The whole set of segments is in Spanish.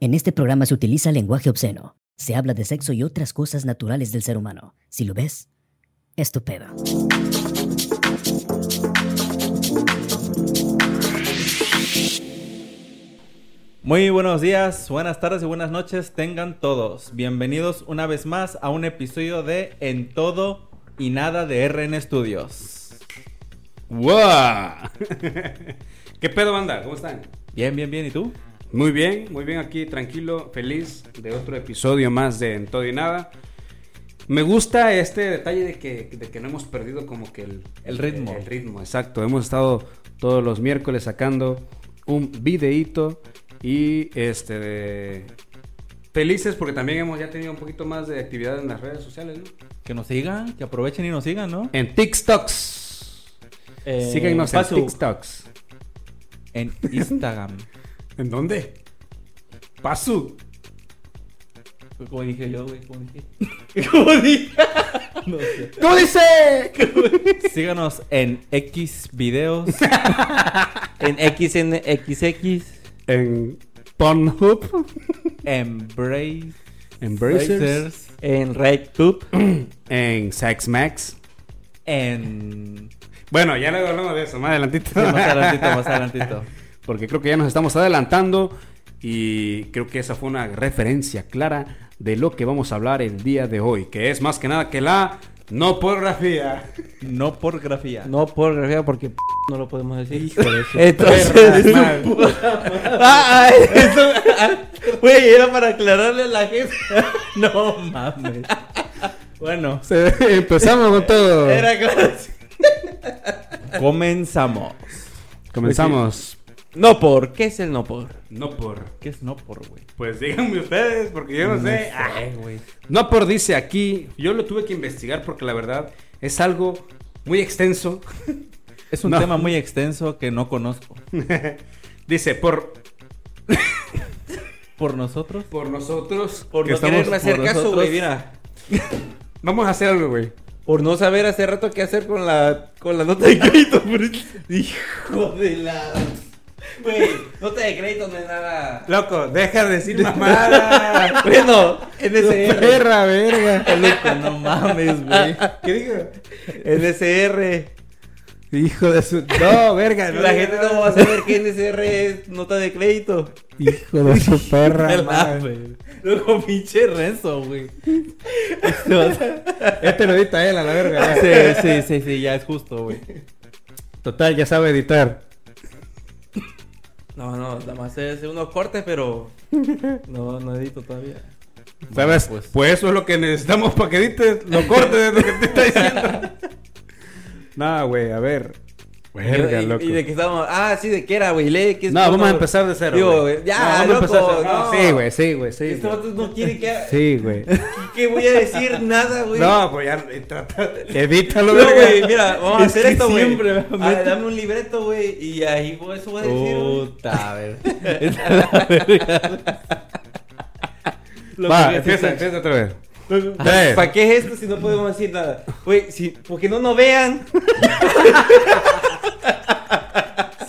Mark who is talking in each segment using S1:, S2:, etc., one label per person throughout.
S1: En este programa se utiliza lenguaje obsceno. Se habla de sexo y otras cosas naturales del ser humano. Si lo ves, es tu pedo.
S2: Muy buenos días, buenas tardes y buenas noches tengan todos. Bienvenidos una vez más a un episodio de En Todo y Nada de RN Studios.
S3: ¡Wow! ¿Qué pedo, banda? ¿Cómo están?
S2: Bien, bien, bien. ¿Y tú?
S3: Muy bien, muy bien aquí, tranquilo, feliz de otro episodio más de En Todo y Nada. Me gusta este detalle de que, de que no hemos perdido como que el,
S2: El ritmo.
S3: El, ritmo, exacto. Hemos estado todos los miércoles sacando un videíto y este de- Felices porque también hemos ya tenido un poquito más de actividad en las redes sociales, ¿no?
S2: Que nos sigan, que aprovechen y nos sigan, ¿no?
S3: En TikToks.
S2: Eh,
S3: Síguenos en
S2: Pazu,
S3: TikToks.
S2: En Instagram.
S3: ¿En dónde? Pasu.
S2: Como dije yo, güey, como dije. Como dije. No sé.
S3: ¿Cómo dice?
S2: Síganos en X videos.
S4: En X, en XX.
S3: en Pornhub,
S2: Embrace.
S3: en Brazers,
S4: En RedTube.
S3: en SexMax.
S2: En.
S3: Bueno, ya luego hablamos de eso, más adelantito.
S2: Sí, más adelantito, más adelantito.
S3: Porque creo que ya nos estamos adelantando y creo que esa fue una referencia clara de lo que vamos a hablar el día de hoy, que es más que nada que la no pornografía.
S2: No por grafía.
S4: No por grafía porque p- no lo podemos decir.
S3: Perras,
S4: Entonces.
S3: madre.
S4: Ah, ah, eso- ah, Güey, era para aclararle a la gente.
S2: No mames. Bueno,
S3: Se- empezamos con todo.
S4: Era claro. sí.
S2: comenzamos.
S3: Comenzamos.
S4: No por. ¿Qué es el no por?
S3: No por.
S2: ¿Qué es no por, güey?
S3: Pues díganme ustedes, porque yo no, sé. Ah.
S4: Ay, güey.
S3: No por dice aquí, yo lo tuve que investigar porque la verdad es algo muy extenso.
S2: Es un
S3: No.
S2: tema muy extenso que no conozco.
S3: Dice, por,
S2: Por nosotros.
S3: por nosotros,
S4: Por
S3: que
S4: no
S3: estamos-
S4: quererme hacer
S2: por
S4: caso,
S2: nosotros.
S4: güey, mira.
S3: Vamos a hacer algo, güey.
S4: Por no saber hace rato qué hacer con la, con la nota de crédito. por- Hijo de la. Güey, nota de crédito no es nada.
S3: Loco, deja de decir mamada.
S4: Bueno, NSR.
S3: Perra, verga.
S2: Loco, no mames, güey.
S3: ¿Qué digo?
S4: NSR.
S3: Hijo de su... No, verga.
S4: La gente no va a saber que NSR es nota de crédito.
S3: Hijo de su perra,
S2: Ah,
S3: madre.
S2: güey. Loco, pinche rezo, güey. Este va a ser-
S3: Este lo edita él, a la verga. ya.
S2: Sí, sí, sí, sí, ya es justo, güey.
S3: Total, ya sabe editar.
S4: No, no, nada más es unos cortes, pero no, no edito todavía.
S3: ¿Sabes?
S2: Bueno,
S3: Pues. eso es lo que necesitamos para que edites lo cortes de lo que te está diciendo. Nah, güey, a ver. Verga,
S4: y,
S3: loco.
S4: y de que estábamos. Ah, sí, de qué era, güey. Lee, ¿qué es
S3: No,
S4: esto?
S3: vamos a empezar de cero.
S4: Digo,
S3: güey.
S4: ya,
S3: eh, No, vamos
S4: loco,
S3: a empezar de cero.
S4: no.
S3: Sí, güey, sí, güey, sí.
S4: Este
S3: güey.
S4: vato no quiere que.
S3: Sí, güey.
S4: que voy a decir nada, güey.
S3: No, pues ya eh, trata. Edítalo,
S4: No,
S3: verga.
S4: güey, mira, vamos a
S2: Es
S4: hacer
S2: que
S4: esto, güey.
S2: siempre me
S4: Ah,
S2: meto.
S4: Dame un libreto, güey, y ahí pues, eso voy a decir. güey.
S2: Puta, a ver. Esta es la verga. Lo que
S3: Va,
S2: voy a
S3: empieza,
S2: decir-
S3: empieza otra vez. Tres.
S4: ¿Para qué es esto si no podemos decir nada? Güey, si, porque no nos vean.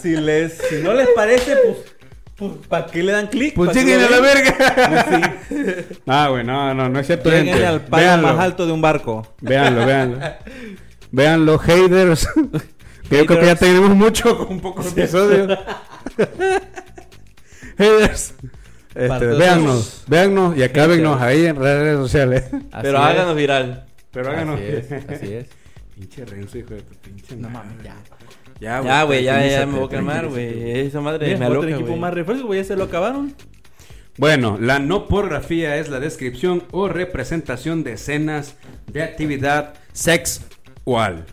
S2: Si, les, si no les parece, pues, pues ¿para qué le dan clic?
S3: Pues
S2: ¿Pa' qué
S3: lleguen
S2: lo
S3: a la
S2: ven?
S3: verga.
S2: Pues, sí.
S3: No, güey, no, no, no es cierto.
S2: Lleguen
S3: gente.
S2: al palo
S3: Véanlo.
S2: más alto de un barco.
S3: Véanlo, véanlo. Véanlo, haters. Que yo creo que ya
S2: Haters.
S3: tenemos mucho con pocos episodios. haters. Este,
S2: Partosos.
S3: véannos, véannos y acábennos ahí en las redes sociales.
S4: pero háganos viral.
S3: Pero
S2: Así es, así es.
S3: Pinche Renzo, hijo de tu pinche
S2: No mames, ya.
S3: Ya,
S4: Ya, güey, ya, ya me voy a calmar,
S3: calmar,
S4: güey. Esa madre
S2: Mira,
S4: me
S2: otro
S4: aloca,
S2: equipo
S4: güey.
S2: más refresco, güey, ya se lo acabaron.
S3: Bueno, la no pornografía es la descripción o representación de escenas de actividad sexual.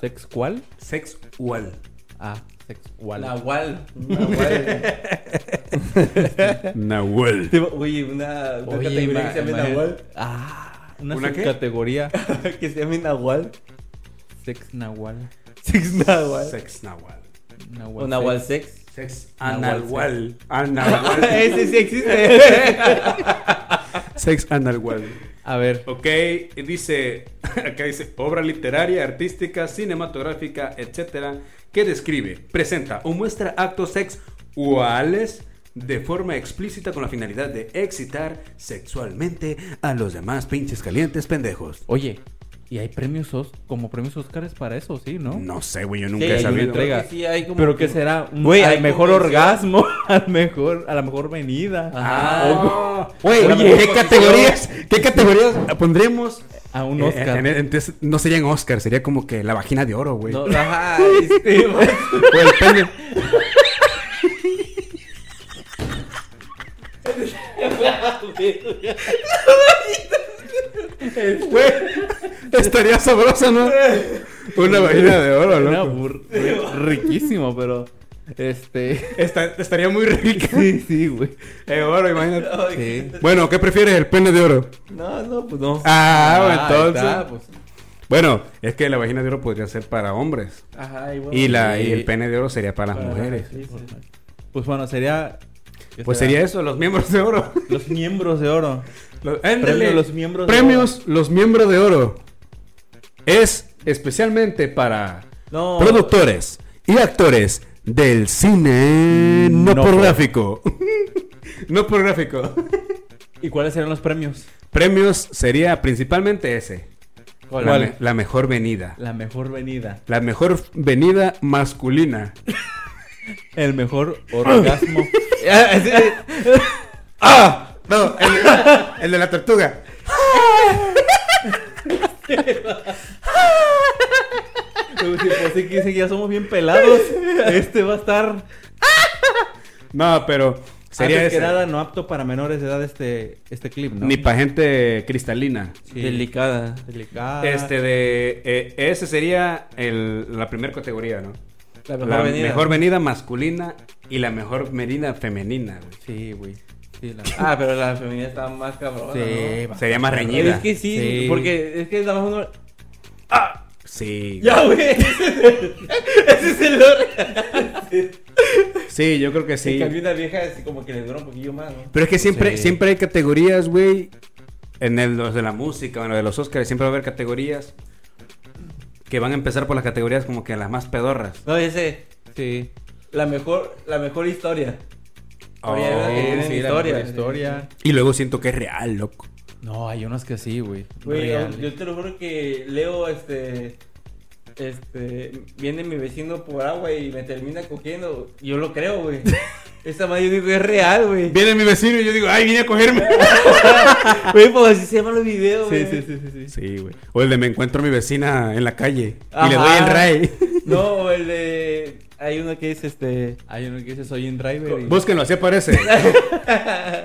S2: ¿Sexual?
S3: Sexual.
S2: Ah, sexual.
S4: Nahual. Nahual. ¿Eh?
S3: Nahuel.
S4: Oye, una, una
S2: Oye,
S4: categoría
S2: ima-
S4: que se llame
S2: imagina-
S4: Nahual.
S2: Ah, una,
S3: ¿Una qué?
S2: subcategoría.
S4: que se llame Nahual.
S2: Sex Nahual.
S4: Sex Nahual.
S3: Sex Nahual.
S2: Nahual
S4: O Nahual
S2: sex.
S4: Sex.
S3: Sex
S2: Anahual.
S3: Anahual. Anahual.
S4: Ese sí existe.
S3: Sex Anahual.
S2: A ver,
S3: Ok, y dice, acá dice, obra literaria, artística, cinematográfica, etcétera, que describe, presenta o muestra actos sexuales de forma explícita con la finalidad de excitar sexualmente a los demás pinches calientes pendejos.
S2: Oye, y hay premios os- como premios Oscars para eso, sí, ¿no?
S3: No sé, güey, yo
S4: Sí,
S3: nunca
S4: yo
S3: he
S4: creo
S3: sabido.
S2: entrega.
S4: que sí, hay como
S2: Pero
S4: que-
S2: que será un,
S4: Güey,
S2: al
S4: hay
S2: mejor
S4: convención.
S2: orgasmo, al mejor, a la mejor venida.
S3: Ah.
S2: Güey,
S3: Oye,
S2: oye,
S3: ¿qué categorías? ¿Qué categorías pondremos?
S2: A un Oscar.
S3: Eh, en- entonces, no serían Oscar, sería como que la vagina de oro, güey.
S4: No, ajá, este, güey.
S3: O el pene. Güey, estaría sabrosa, ¿no? Una vagina de oro,
S2: Era
S3: ¿no?
S2: bur- güey, riquísimo, pero este
S3: estaría muy rica.
S2: sí, sí, güey.
S3: De Eh, oro, imagínate.
S4: Ay,
S2: Sí.
S3: Bueno, ¿qué prefieres? ¿El pene de oro?
S4: No, no, pues no.
S3: Ah,
S2: ahí
S3: entonces.
S2: está, pues.
S3: Bueno, es que la vagina de oro podría ser para hombres.
S4: Ajá, igual.
S3: Y, la, y
S2: sí.
S3: el pene de oro sería para las
S4: Para-
S3: mujeres.
S4: sí, sí.
S2: Pues bueno, sería ¿qué
S3: Pues
S2: será?
S3: sería eso, los miembros de oro.
S2: los miembros de oro.
S3: Los, ándale.
S2: Premio los miembros de
S3: Premios los miembros de oro. Es especialmente para
S2: No.
S3: productores y actores del cine no,
S2: No
S3: pornográfico. no pornográfico.
S2: ¿Y cuáles serán los premios?
S3: Premios sería principalmente ese.
S2: ¿Cuál?
S3: La, me- la mejor venida.
S2: La mejor venida,
S3: La mejor venida masculina.
S2: el mejor orgasmo.
S3: ¡Ah! No, el, el de la tortuga.
S2: Uy, sí, pues sí que sí, ya somos bien pelados. Este va a estar
S3: No, pero sería
S2: antes que
S3: ese.
S2: nada no apto para menores de edad este este clip, ¿no?
S3: Ni para gente cristalina.
S2: Sí.
S4: Delicada. Ah.
S2: Delicada.
S3: Este de. eh, ese sería el- la primera categoría, ¿no?
S4: La mejor
S3: la
S4: venida.
S3: mejor venida masculina y la mejor venida femenina, güey.
S2: Sí, güey. Sí, la
S4: Ah, pero la femenina está más cabrona.
S2: Sí,
S4: ¿no?
S2: va.
S3: Sería más
S4: Pero
S3: reñida.
S4: Es que sí,
S2: Sí.
S4: porque es que nada más uno.
S3: Sí.
S4: Ya, güey. Ese es el orgasmo.
S3: Sí, yo creo que
S4: En
S3: sí.
S4: cambio, una vieja es como que le dura un poquillo más, ¿no?
S3: Pero es que siempre,
S2: Sí.
S3: siempre hay categorías, güey. En el, los de la música, en los de los Oscars, siempre va a haber categorías que van a empezar por las categorías como que las más pedorras.
S4: No, ya sé.
S2: Sí.
S4: La mejor, la mejor historia.
S3: Oh,
S4: Oye, ¿verdad que tienen
S2: sí, la
S4: historia?
S2: mejor historia.
S3: Y luego siento que es real, loco.
S2: No, hay unas que sí, güey.
S4: Güey, yo,
S2: Real.
S4: yo te lo juro que leo este. Este. Viene mi vecino por agua y me termina cogiendo. Yo lo creo, güey. Esa madre yo digo es real, güey.
S3: Viene mi vecino y yo digo, ay, vine a cogerme.
S4: Güey, pues así se llaman los videos,
S2: Sí,
S4: güey.
S2: sí, sí, sí, sí.
S3: Sí, güey. O el de me encuentro a mi vecina en la calle y le
S4: Ajá.
S3: doy el ray.
S4: No, el de. Hay uno que es este.
S2: Hay uno que dice soy un driver y...
S3: Búsquenlo, así aparece.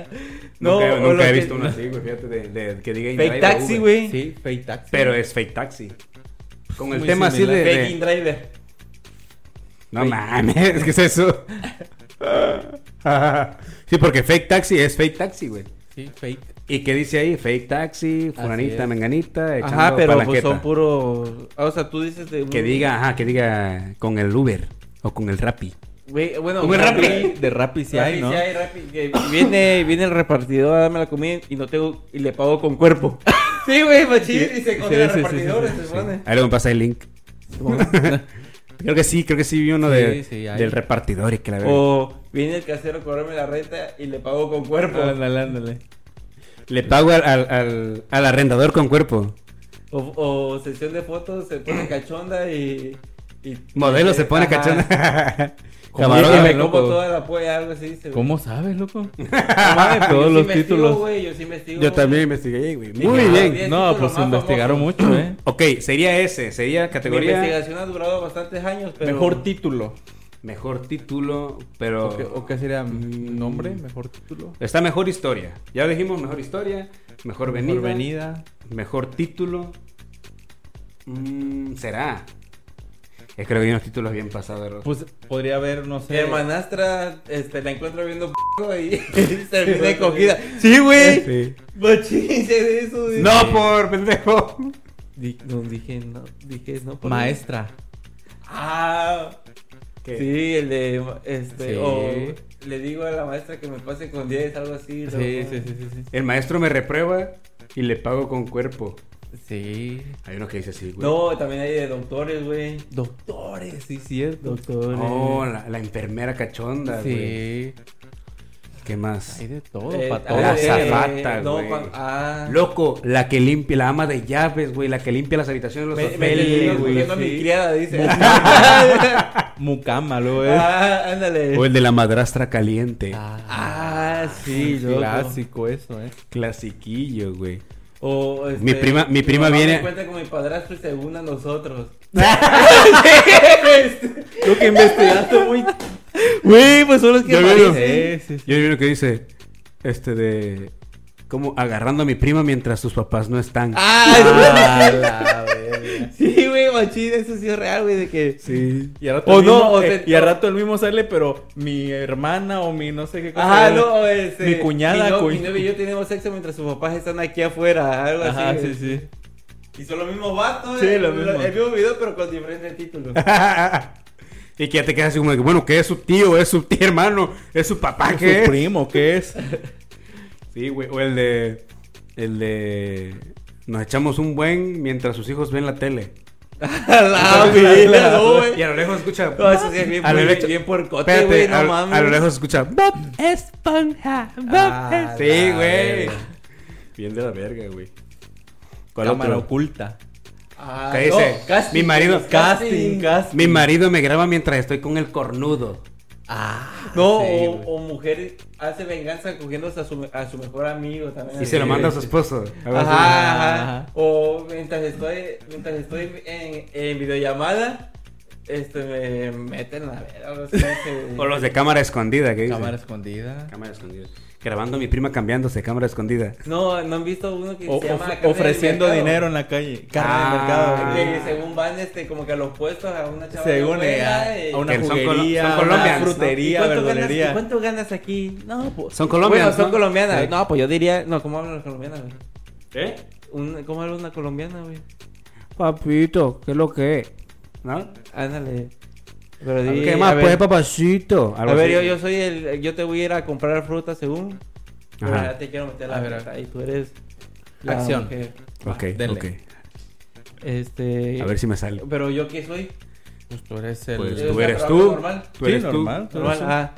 S4: No,
S3: nunca
S4: o lo
S3: nunca he
S4: que-
S3: visto uno así, güey. Fíjate, de, de- que diga
S4: Fake
S3: InDrive o
S4: taxi,
S3: Uber.
S4: güey.
S2: Sí, fake taxi.
S3: Pero es fake taxi. Con el
S2: Muy
S3: tema así de.
S2: similar.
S3: de-
S4: Fake in driver.
S3: No mames, ¿qué es eso? sí, porque fake taxi es fake taxi, güey.
S2: Sí, fake.
S3: ¿Y qué dice ahí? Fake taxi,
S2: Así
S3: fulanita,
S2: es.
S3: menganita, echando
S4: Ajá, pero pues
S3: palanqueta.
S4: son puro. ah, o sea, tú dices de. un-
S3: Que diga, ajá, que diga con el Uber o con el Rappi.
S4: Güey, bueno,
S3: Como el
S4: Rappi.
S3: Rappi.
S2: De rap y si
S4: Sí
S2: hay, ¿no?
S4: sí hay, Rappi, que viene, viene el repartidor a darme la comida y no tengo y le pago con cuerpo. Sí, güey, machín,
S2: Sí,
S4: y se
S2: sí,
S4: contra el
S2: sí, sí,
S4: repartidor,
S2: sí, sí,
S4: se supone.
S3: Ahí luego me pasa el link. Creo que sí, creo que sí vi uno
S2: Sí,
S3: de-
S2: sí, hay.
S3: del repartidor y que la verga.
S4: O viene el casero a cobrarme la renta y le pago con cuerpo.
S2: Ándale, ándale.
S3: Le pago al, al, al- al arrendador con cuerpo.
S4: O, o sesión de fotos, se pone cachonda y. y
S3: Modelo
S4: y-
S3: se pone
S4: ajá.
S3: cachona.
S2: Como
S4: Y
S2: Camarón,
S4: que me
S2: loco.
S4: como toda la polla, algo así. dice, güey.
S2: ¿Cómo sabes, loco?
S4: No mames,
S2: Todos
S4: yo sí
S2: los
S4: investigo,
S2: títulos.
S4: güey, yo sí investigo,
S3: Yo
S4: güey.
S3: también investigué, güey.
S4: Sí,
S3: Muy
S4: claro.
S3: bien.
S4: Bien.
S2: No,
S4: títulos
S2: pues
S4: más
S2: investigaron
S4: famosos.
S2: mucho, ¿eh?
S3: Ok, sería ese, sería
S4: Mi
S3: categoría
S4: investigación ha durado bastantes años, pero.
S2: Mejor título.
S3: mejor título, pero
S2: ¿O qué, o qué sería?
S4: Mm.
S2: ¿Nombre? ¿Mejor título?
S3: está mejor historia. Ya dijimos mejor historia, mejor, venida,
S2: Mejor venida.
S3: mejor título. Mm, será. Es que creo que hay unos títulos bien pasados. ¿no?
S2: Pues podría haber, no sé...
S4: Hermanastra, este, la encuentro viendo p y termina de cogida. Sí,
S2: Eh,
S4: güey.
S3: Sí.
S4: Machín, sé de eso, güey.
S3: No por pendejo.
S4: Di- no, dije no, dije no. por-
S2: Maestra.
S4: Ah, sí, el de, este,
S2: Sí.
S4: o le digo a la maestra que me pase con 10, algo
S2: Sí,
S4: así. luego-
S2: sí, sí, sí, sí.
S3: El maestro me reprueba y le pago con cuerpo.
S2: Sí.
S3: Hay unos que dice así, güey.
S4: No, también hay de doctores, güey.
S2: Doctores, sí, cierto.
S3: Oh, la, la enfermera cachonda,
S2: Sí.
S3: güey. ¿Qué más?
S2: Hay de todo,
S4: Eh,
S2: para
S4: a
S2: todo.
S4: ver,
S3: La
S4: eh,
S3: azafata,
S4: no,
S3: güey.
S4: cuan- ah.
S3: Loco, la que limpia, la ama de llaves, güey, la que limpia las habitaciones de
S4: Me,
S3: los
S4: me
S3: hoteles,
S4: terminó
S3: güey.
S4: cogiendo a mi criada, dice.
S2: Mucama, luego es.
S4: ah, ándale.
S3: O el de la madrastra caliente.
S4: Ah, sí, loco.
S2: Clásico eso, ¿eh?
S3: Clasiquillo, güey.
S4: O, este,
S3: Mi prima- mi prima
S4: mamá
S3: viene-
S4: me cuenta con mi padrastro y se une a nosotros.
S2: Lo que investigaste muy.
S3: Güey, pues son los
S2: Yo
S3: Yo
S2: vi
S3: vi
S2: uno-
S3: Yo vi uno que dice, este de... Como agarrando a mi prima mientras sus papás no están.
S2: Ah, la verga.
S4: Sí, güey, machín, eso sí es real, güey, de que...
S3: Sí.
S2: Y al rato,
S4: O
S2: el,
S4: no,
S2: mismo,
S4: o
S2: eh,
S4: te-
S2: y al rato el mismo sale, pero mi hermana o mi no sé qué
S4: Ajá,
S2: era.
S4: no, este...
S2: Mi cuñada,
S4: Mi, no-
S2: cuñ-
S4: mi novio y yo tenemos sexo mientras sus papás están aquí afuera, algo
S2: Ajá,
S4: así.
S2: sí,
S4: güey.
S2: sí.
S4: Y son los mismos vatos.
S2: Sí,
S4: eh,
S2: lo mismo.
S4: El mismo video, pero con diferente título.
S3: y que ya te quedas así como de que, bueno, ¿qué es su tío? ¿Es su tío hermano? ¿Es su papá? ¿Qué
S2: ¿Su
S3: es?
S2: primo qué es?
S3: Sí, güey. O el de... El de... Nos echamos un buen mientras sus hijos ven la tele.
S4: la vida, no, güey.
S3: Y a lo lejos escucha...
S4: No, eso sí es bien,
S3: a lo
S4: bien-
S3: lejos-
S4: bien puercote,
S3: Espérate,
S4: güey, no
S3: a, lo-
S4: mames.
S3: a lo lejos escucha... Bob Esponja, Bob
S4: Ah,
S3: Esponja".
S4: la
S3: Sí, güey.
S4: verga.
S3: Bien de la verga, güey. ¿Cuál
S2: Cámara
S3: otro?
S2: oculta.
S4: Ah,
S3: ¿Qué dice? Mi marido-
S4: Casting, casting.
S3: Mi marido me graba mientras estoy con el cornudo. Sí,
S4: No, o,
S3: güey.
S4: o mujer hace venganza cogiéndose a su, a su mejor amigo también.
S3: Y se lo
S4: así.
S3: manda a su esposo. A ver,
S4: Ajá,
S2: Ajá.
S4: ajá. O mientras estoy, mientras estoy en, en videollamada, este, me meten la verga. o sea, este, que-
S3: sí. O los de cámara escondida, ¿qué dicen?
S2: Cámara escondida.
S3: Cámara escondida. Grabando a mi prima cambiándose, cámara escondida.
S4: No, no han visto uno que
S2: O-
S4: se llama
S2: of-
S4: Carne del
S2: ofreciendo
S4: Mercado?
S2: dinero en la calle. Carne
S3: Ah.
S2: del mercado. güey.
S4: Que según van este, como que a los puestos a una chava
S2: Según
S4: de
S2: eh,
S4: abuela,
S2: a,
S4: y-
S2: a una
S3: Que son colo- son
S2: juguería, a una
S3: colombianos, ¿no?
S2: frutería,
S4: ¿Y cuánto ganas,
S2: verdulería.
S4: y cuánto ganas aquí? No, pues.
S3: Son colombianos,
S4: Bueno, son
S3: ¿no?
S4: colombianas.
S3: Sí.
S4: No, pues yo diría. No, ¿cómo hablan las colombianas, güey?
S3: ¿Eh?
S4: Un- ¿Cómo habla una colombiana, güey?
S3: Papito, ¿qué es lo que es? ¿No?
S4: Ándale. Pero di,
S3: ¿Qué
S4: a
S3: más?
S4: ver,
S3: Pues, papacito. Algo
S4: A ver,
S3: así.
S4: yo, yo soy el. Yo te voy a ir a comprar fruta según. Pero
S3: Ajá.
S4: ya te quiero meter la
S2: A ver, a
S4: fruta y tú eres. la
S2: Acción.
S4: mujer.
S3: Ok,
S4: Ah,
S2: Denle.
S3: ok.
S4: Este.
S3: A ver si me sale.
S4: Pero yo qué soy.
S2: Pues tú eres el.
S3: Pues
S4: Yo
S3: tú
S4: soy
S3: eres
S4: trabajo
S3: tú.
S4: normal.
S3: Tú
S2: Sí,
S3: eres tú.
S2: normal.
S4: Normal, ah.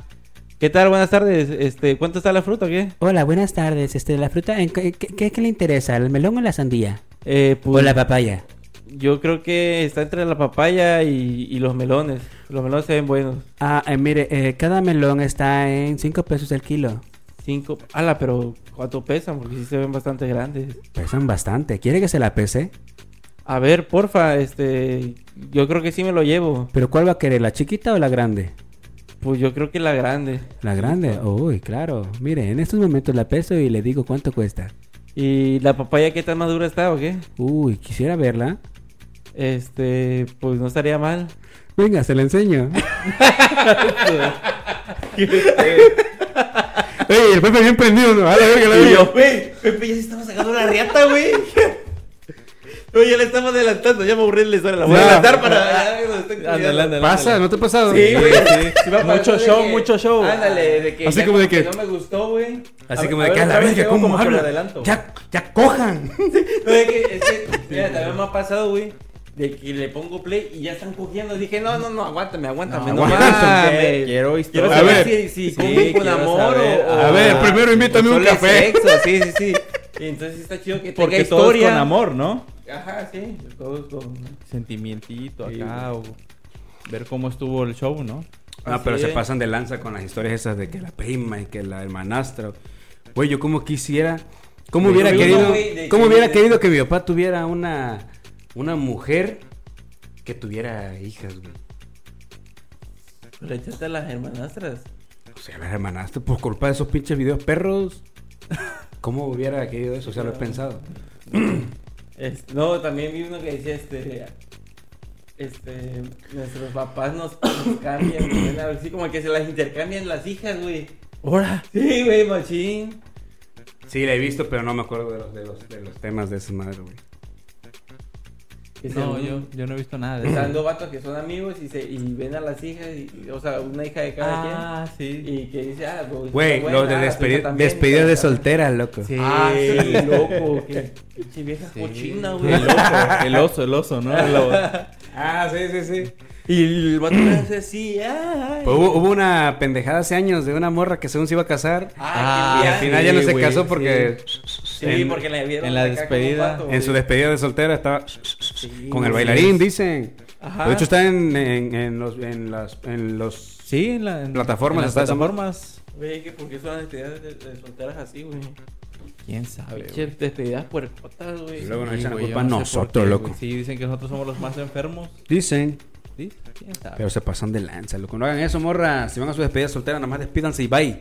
S4: ¿Qué tal? Buenas tardes. Este, ¿cuánto está la fruta o qué?
S5: Hola, buenas tardes. Este, la fruta, ¿en qué, qué- qué- qué le interesa? ¿El melón o la sandía?
S4: Eh,
S5: ¿O
S4: pues
S5: la papaya?
S4: yo creo que está entre la papaya y, y los melones. Los melones se ven buenos.
S5: Ah, eh, mire, eh, cada melón está en 5 pesos el kilo.
S4: Cinco. Ala, pero ¿cuánto pesan? Porque sí se ven bastante grandes.
S5: Pesan bastante. ¿Quiere que se la pese?
S4: A ver, porfa, este, yo creo que sí me lo llevo.
S5: ¿Pero cuál va a querer, la chiquita o la grande?
S4: Pues yo creo que la grande.
S5: La grande. Uy, claro. Mire, en estos momentos la peso y le digo cuánto cuesta.
S4: ¿Y la papaya qué tan madura está o qué?
S5: Uy, quisiera verla.
S4: Este, pues no estaría mal.
S5: Venga, se la enseño.
S3: ¡Ey, el Pepe bien prendido! ¿no? A la verga, la verga.
S4: güey, Pepe, ya se estaba sacando la riata, güey. No, ya le estamos adelantando, ya me aburrí de la
S3: voy a adelantar
S4: para...
S2: Ándale, ándale,
S3: ¿Pasa?
S2: ándale.
S3: ¿No te ha pasado?
S2: Sí, güey. sí.
S4: mucho show, mucho show. Ándale, de que
S3: Así
S4: ya
S3: como de que-
S4: no me gustó, güey.
S3: Así
S2: A
S3: como
S2: ver,
S3: de que
S2: a
S3: a la
S2: ver,
S3: verga,
S2: tengo
S3: ¿cómo
S2: como que lo
S3: habla?
S2: adelanto.
S3: Ya, ya cojan.
S4: No, es que, es que, mira, también me ha pasado, güey, de que le pongo play y ya están cogiendo. Dije, no, no, no, aguántame, aguántame, no,
S3: aguántame,
S4: mames.
S2: quiero
S4: Quiero
S2: historia.
S3: A
S4: saber
S3: ver.
S4: si, si
S2: Sí,
S4: cogen con
S2: quiero
S4: amor
S2: saber.
S4: o...
S3: A
S4: o-
S3: ver,
S4: o
S3: primero invítame un
S4: solo es
S3: café.
S4: sexo, sí, sí, sí. Y entonces está chido que tenga
S2: Porque todo es
S4: historia.
S2: con amor, ¿no?
S4: Ajá, sí, todos con...
S2: Sentimientito
S3: Sí,
S2: acá o ver cómo estuvo el show, ¿no?
S3: No,
S4: Así
S3: Ah, pero se
S4: es.
S3: pasan de lanza con las historias esas de que la prima y que la hermanastra. Güey, yo como quisiera, cómo
S4: De
S3: hubiera
S4: que-
S3: querido,
S4: No, güey, de
S3: cómo
S4: que-
S3: hubiera querido que mi papá tuviera una una mujer que tuviera hijas, güey.
S4: Le echaste a las hermanastras.
S3: O sea, las hermanastras por culpa de esos pinches videos perros. ¿Cómo hubiera querido eso? O sea, lo he pensado.
S4: Es- no, también vi uno que decía, este, este, nuestros papás nos, nos cambian, güey, así como que se las intercambian las hijas, güey.
S2: ¡Hora!
S4: Sí, güey, machín.
S3: Sí, la he visto, pero no me acuerdo de los de los, de los temas de esa madre,
S2: Pues,
S3: güey.
S4: Que se-
S2: No, yo, yo no he visto nada de
S4: Están
S2: eso.
S4: dos vatos que son amigos y, se, y ven a las hijas, y- o sea, una hija de cada
S2: Ah, sí.
S4: quien. Y que dice, ah, pues,
S3: Güey,
S4: está
S3: los de
S4: buena, la
S3: despedi-
S4: tuya también,
S3: despedida de
S4: está-
S3: soltera, loco.
S2: Sí.
S4: Ah, sí, loco. Que, pinche vieja
S2: Sí.
S4: cochina,
S2: El
S4: güey.
S2: oso, el oso, el oso, ¿no? El oso.
S3: Ah, sí, sí, sí.
S4: Y el vato le hace así, ay.
S3: Pues hubo, hubo una pendejada hace años de una morra que según se iba a casar.
S4: Ah,
S3: y al
S4: sí,
S3: final ya no se
S2: güey,
S3: casó porque.
S4: Sí,
S3: en,
S4: porque la vieron
S2: en la
S4: acá como
S2: despedida,
S4: vato, güey.
S3: en su despedida de soltera estaba. con el bailarín, dicen.
S4: Ajá.
S2: Ah.
S3: De hecho, está en, en, en los. En las, en los
S2: Sí, en, la, en-
S3: Plataformas,
S2: en las
S3: está esa madre.
S2: plataformas.
S4: Güey, que ¿por qué son las despedidas de, de solteras así, güey?
S2: ¿Quién sabe?
S4: Pinche despedidas puercotas,
S3: y
S4: güey.
S3: luego nos
S2: Sí,
S3: echan la
S2: güey,
S3: culpa a
S2: yo no sé por
S3: nosotros,
S2: qué,
S3: loco.
S2: güey. Sí, dicen que nosotros somos los más enfermos.
S3: Dicen.
S2: Sí, quién sabe.
S3: Pero se pasan de lanza, loco. No hagan eso, morra. Si van a su despedida soltera, nada más despídanse y bye.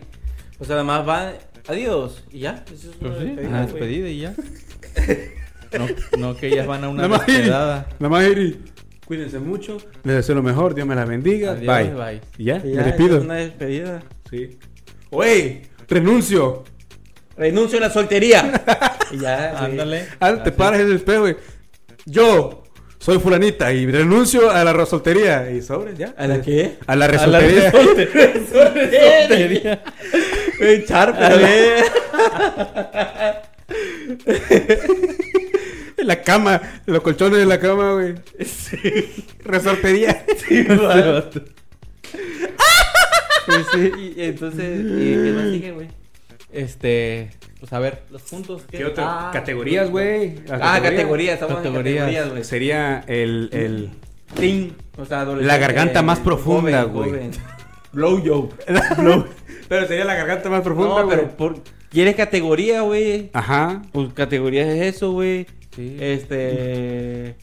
S4: O sea, además van, adiós, y ya. Eso es una
S2: Pues sí,
S4: despedida,
S2: una
S4: güey.
S2: despedida y ya. No, no que ellas van a una
S3: Nada más ir y-
S2: despedada.
S3: Nada más ir y Cuídense mucho. Les deseo lo mejor. Dios me las bendiga.
S2: Adiós,
S3: bye.
S2: bye.
S3: Y ya,
S4: Y
S3: me
S4: ya,
S3: despido.
S4: Es una despedida.
S3: Sí. ¡Wey! ¡Renuncio!
S4: Renuncio a la soltería. y ya, güey.
S2: Ándale.
S3: Ah, te paras en el espejo y... Yo soy fulanita y renuncio a la resoltería. Y sobre, ya.
S4: ¿A la qué?
S3: A la
S2: A la
S3: resoltería.
S2: soltería.
S4: Güey,
S2: Ándale.
S3: En la cama. En los colchones de la cama, güey. Resoltería.
S4: Pues sí, y entonces, ¿y qué más sigue, güey?
S2: Este, pues a ver, los puntos.
S3: ¿Qué
S4: Ah,
S3: otra? Categorías, güey. Las
S4: Ah, categorías, estamos
S2: Categorías.
S4: en categorías, güey.
S3: Sería el... el...
S4: Ting. O sea, adolescente,
S3: La garganta más profunda,
S4: joven,
S3: güey.
S4: joven. Blow job.
S3: Pero sería la garganta más profunda,
S4: No,
S3: güey.
S4: pero por... ¿quieres categoría, güey?
S3: Ajá.
S4: Pues categorías es eso, güey.
S2: Sí.
S4: Este.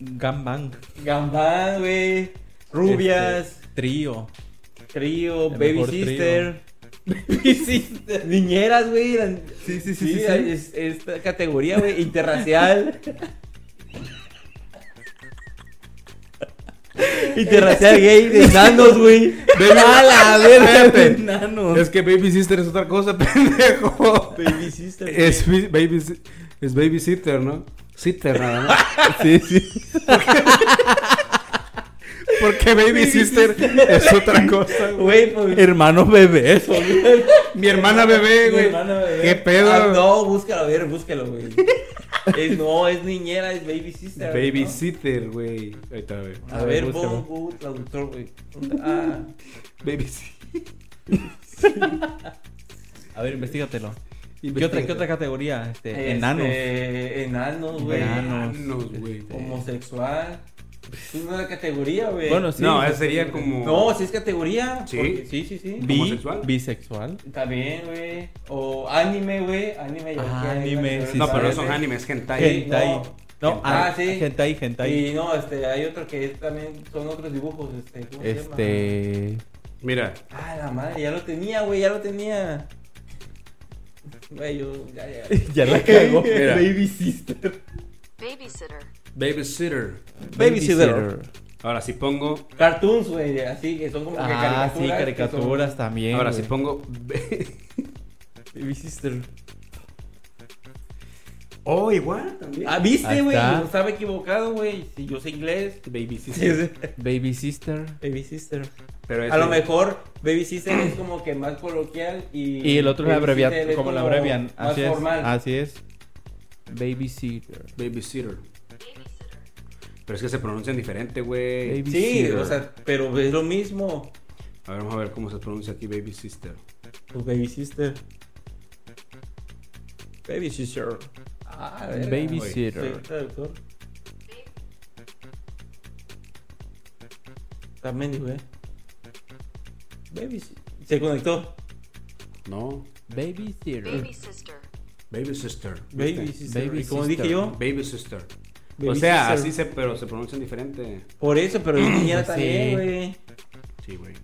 S2: Gangbang.
S4: Gambán, güey. Rubias.
S2: Este, trío.
S4: Trío.
S2: El
S4: Baby
S2: mejor
S4: sister. Baby sister. Niñeras, güey. la-
S2: Sí, sí, sí, sí, sí.
S4: es- esta categoría, güey. Interracial. Interracial gay de nanos, güey.
S3: Baby-
S4: A la verga,
S3: Espérate.
S4: de nanos.
S3: Es que Baby Sister es otra cosa, pendejo.
S4: Baby sister. güey.
S3: Es mi- baby, si- es baby sitter, ¿no? Sitter nada más. sí, sí. Porque baby, sister, es otra cosa. güey.
S4: Güey, pues.
S2: Hermano bebé. eso.
S3: Mi hermana bebé,
S4: Mi
S3: güey.
S4: hermana bebé.
S3: ¿Qué pedo?
S4: Ah, no, búscalo, a ver, búscalo, güey. Es, no, es niñera, es baby sister.
S3: Baby
S4: ¿no?
S3: sitter, güey. Ahí está, güey.
S4: A ver,
S2: búscalo.
S4: pon Google traductor, güey. Ah,
S3: Baby sitter.
S2: A ver, investigatelo. ¿Qué otra, ¿Qué otra categoría? Este,
S4: este,
S2: enanos.
S4: Enanos, güey.
S2: Enanos. Este.
S3: Enanos, güey.
S4: Homosexual. Es una categoría, güey.
S2: Bueno, sí.
S3: No, esa sería como.
S4: No, si es categoría.
S3: Sí.
S4: porque- sí, sí, sí.
S2: Bi-
S3: ¿homosexual?
S2: bisexual.
S4: También, güey. O anime, güey. Anime. Este, ya
S2: Ah,
S4: ves que hay
S2: anime,
S4: varios
S2: sí,
S3: No, pero no
S4: animes.
S3: son animes, hentai.
S4: Sí.
S2: Hentai.
S4: no.
S2: No,
S4: Ah,
S2: ah,
S4: sí.
S2: Hentai, hentai.
S4: Y no, este, hay otro que es también son otros dibujos, este, ¿cómo se llama?
S2: Este.
S3: Mira,
S4: Ah, la madre, ya lo tenía, güey, ya lo tenía. Güey, yo, ya, ya.
S2: ya la cagó.
S3: Mira.
S2: Baby sister.
S6: Babysitter.
S3: baby sitter.
S4: Babysitter.
S3: Ahora si pongo.
S4: Cartoons, güey, así que son como que
S2: Ah,
S4: caricaturas.
S2: sí,
S4: que son-
S2: caricaturas también.
S3: Ahora
S2: güey.
S3: si pongo.
S4: Baby Sister.
S3: Oh, igual también.
S4: Ah, viste,
S2: Ahí
S4: güey,
S2: está.
S4: no estaba equivocado, güey. Si yo sé inglés.
S3: Baby
S2: Baby sister.
S4: Baby Sister.
S3: Pero
S4: A lo mejor Baby Sister es como que más coloquial y.
S2: Y el otro es
S4: Baby
S2: abrevia,
S4: Sister es
S2: como la
S4: como
S2: abrevian.
S4: Más
S2: Así es. Ah,
S4: formal.
S2: Así es. Baby sitter.
S3: Babysitter. Pero es que se pronuncian diferente, güey.
S2: Baby-
S4: Sí,
S2: Sister.
S4: o sea, pero es lo mismo.
S3: A ver, vamos a ver cómo se pronuncia aquí Baby Sister.
S4: Pues Baby Sister. Baby Sister. Ah, verga.
S2: Baby
S3: güey.
S2: sitter.
S4: Soy traductor. También, güey. Baby si- Se conectó.
S3: No,
S2: Baby sitter.
S6: Baby sister.
S3: Baby Sister.
S4: Baby
S3: ¿Viste?
S4: Sister.
S2: Baby
S4: y como
S2: sister.
S4: dije yo,
S3: Baby Sister. o
S4: Baby
S3: sea,
S4: sister.
S3: así se, pero se pronuncian diferente.
S4: por eso, pero es niñera
S2: Pues sí.
S4: también, güey.
S3: Sí, güey.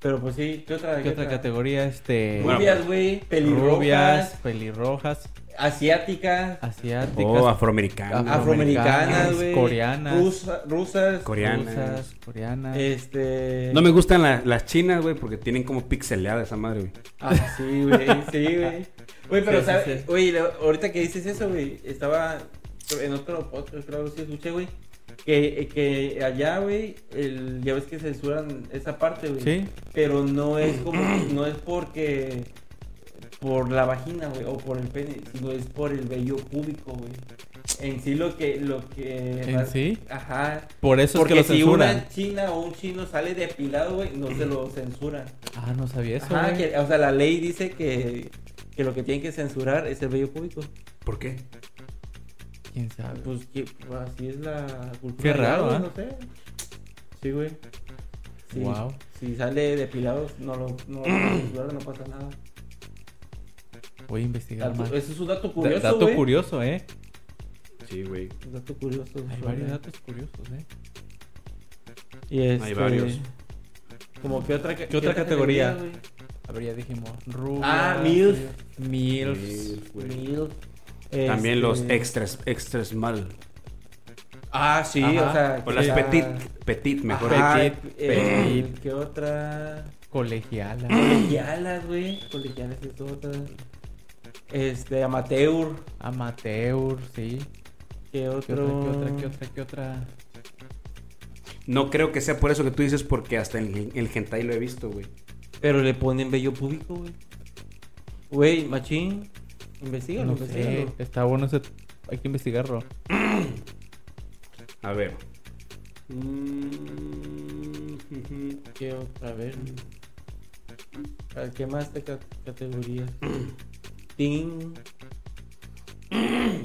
S4: Pero pues sí, ¿qué otra?
S2: ¿Qué otra categoría? Este.
S3: Bueno,
S4: Rubias, güey. pelirrojas,
S2: rubias, pelirrojas,
S4: asiáticas,
S2: asiáticas,
S3: Oh, afroamericano.
S4: afroamericanas,
S2: afroamericanas,
S4: güey.
S2: coreanas.
S4: rusa- rusas.
S3: Coreanas.
S2: rusas, coreanas.
S4: Este.
S3: No me gustan la- las chinas, güey, porque tienen como pixeleada esa madre, güey.
S4: Ah, sí, güey, sí, güey. Güey, pero
S2: Sí, sí,
S4: sabes,
S2: sí.
S4: güey, lo- ahorita que dices eso, güey, estaba en otro podcast, creo que sí escuché, güey, que, que allá, güey, el- ya ves que censuran esa parte, güey.
S2: Sí.
S4: Pero no es como, no es porque, por la vagina, güey, o por el pene, sino es por el vello púbico, güey. en sí lo que, lo que.
S2: ¿En sí?
S4: Ajá.
S2: Por eso
S4: Porque
S2: es que lo
S4: si
S2: censuran.
S4: una china o un chino sale depilado, güey, no se lo censuran.
S2: Ah, no sabía eso.
S4: Ajá,
S2: güey.
S4: que- o sea, la ley dice que, que lo que tienen que censurar es el vello público.
S3: ¿Por qué?
S2: ¿Quién sabe?
S4: Pues que así es la cultura.
S2: Qué
S4: allá,
S2: raro,
S4: güey,
S2: ¿ah?
S4: No sé. Sí, güey. Sí.
S2: Wow.
S4: Si sale depilado, no lo no, lo censuran, no pasa nada.
S2: Voy a investigar
S4: Dato-
S2: más.
S4: Eso es un dato curioso.
S2: dato
S4: güey.
S2: curioso, ¿eh?
S3: Sí, güey.
S4: Un dato curioso.
S2: Hay
S4: sobre-
S2: varios datos curiosos, ¿eh?
S4: Y este,
S3: varios.
S4: Como que otra,
S2: ¿Qué otra categoría?
S4: güey?
S2: A ver, ya dijimos. Rubia,
S4: Ah, MILF.
S2: MILF.
S3: Milf, güey.
S4: Mil,
S3: También los
S4: este,
S3: extras, extras mal.
S4: Ah, sí,
S2: Ajá.
S4: o sea.
S3: O
S4: que
S3: las
S4: la-
S3: petit, petit mejor.
S4: Ah, Ajá,
S2: Petit,
S4: eh,
S2: petit.
S4: ¿Qué otra?
S2: Colegiala.
S4: Colegialas, güey. Colegialas es otra. Este, amateur.
S2: Amateur, sí.
S4: ¿Qué
S2: ¿Qué
S4: otro?
S2: otra, qué otra, qué otra,
S3: No creo que sea por eso que tú dices, porque hasta en el hentai lo he visto, güey.
S4: Pero le ponen bello público, güey. Güey, machín.
S2: qué otra?
S4: Investígalo,
S2: No sé.
S4: investígalo.
S2: Está bueno ese... Hay que investigarlo.
S3: A ver.
S4: ¿Qué otra? A ver. A ver, ¿Qué más de ca- categoría? Ting. Mm.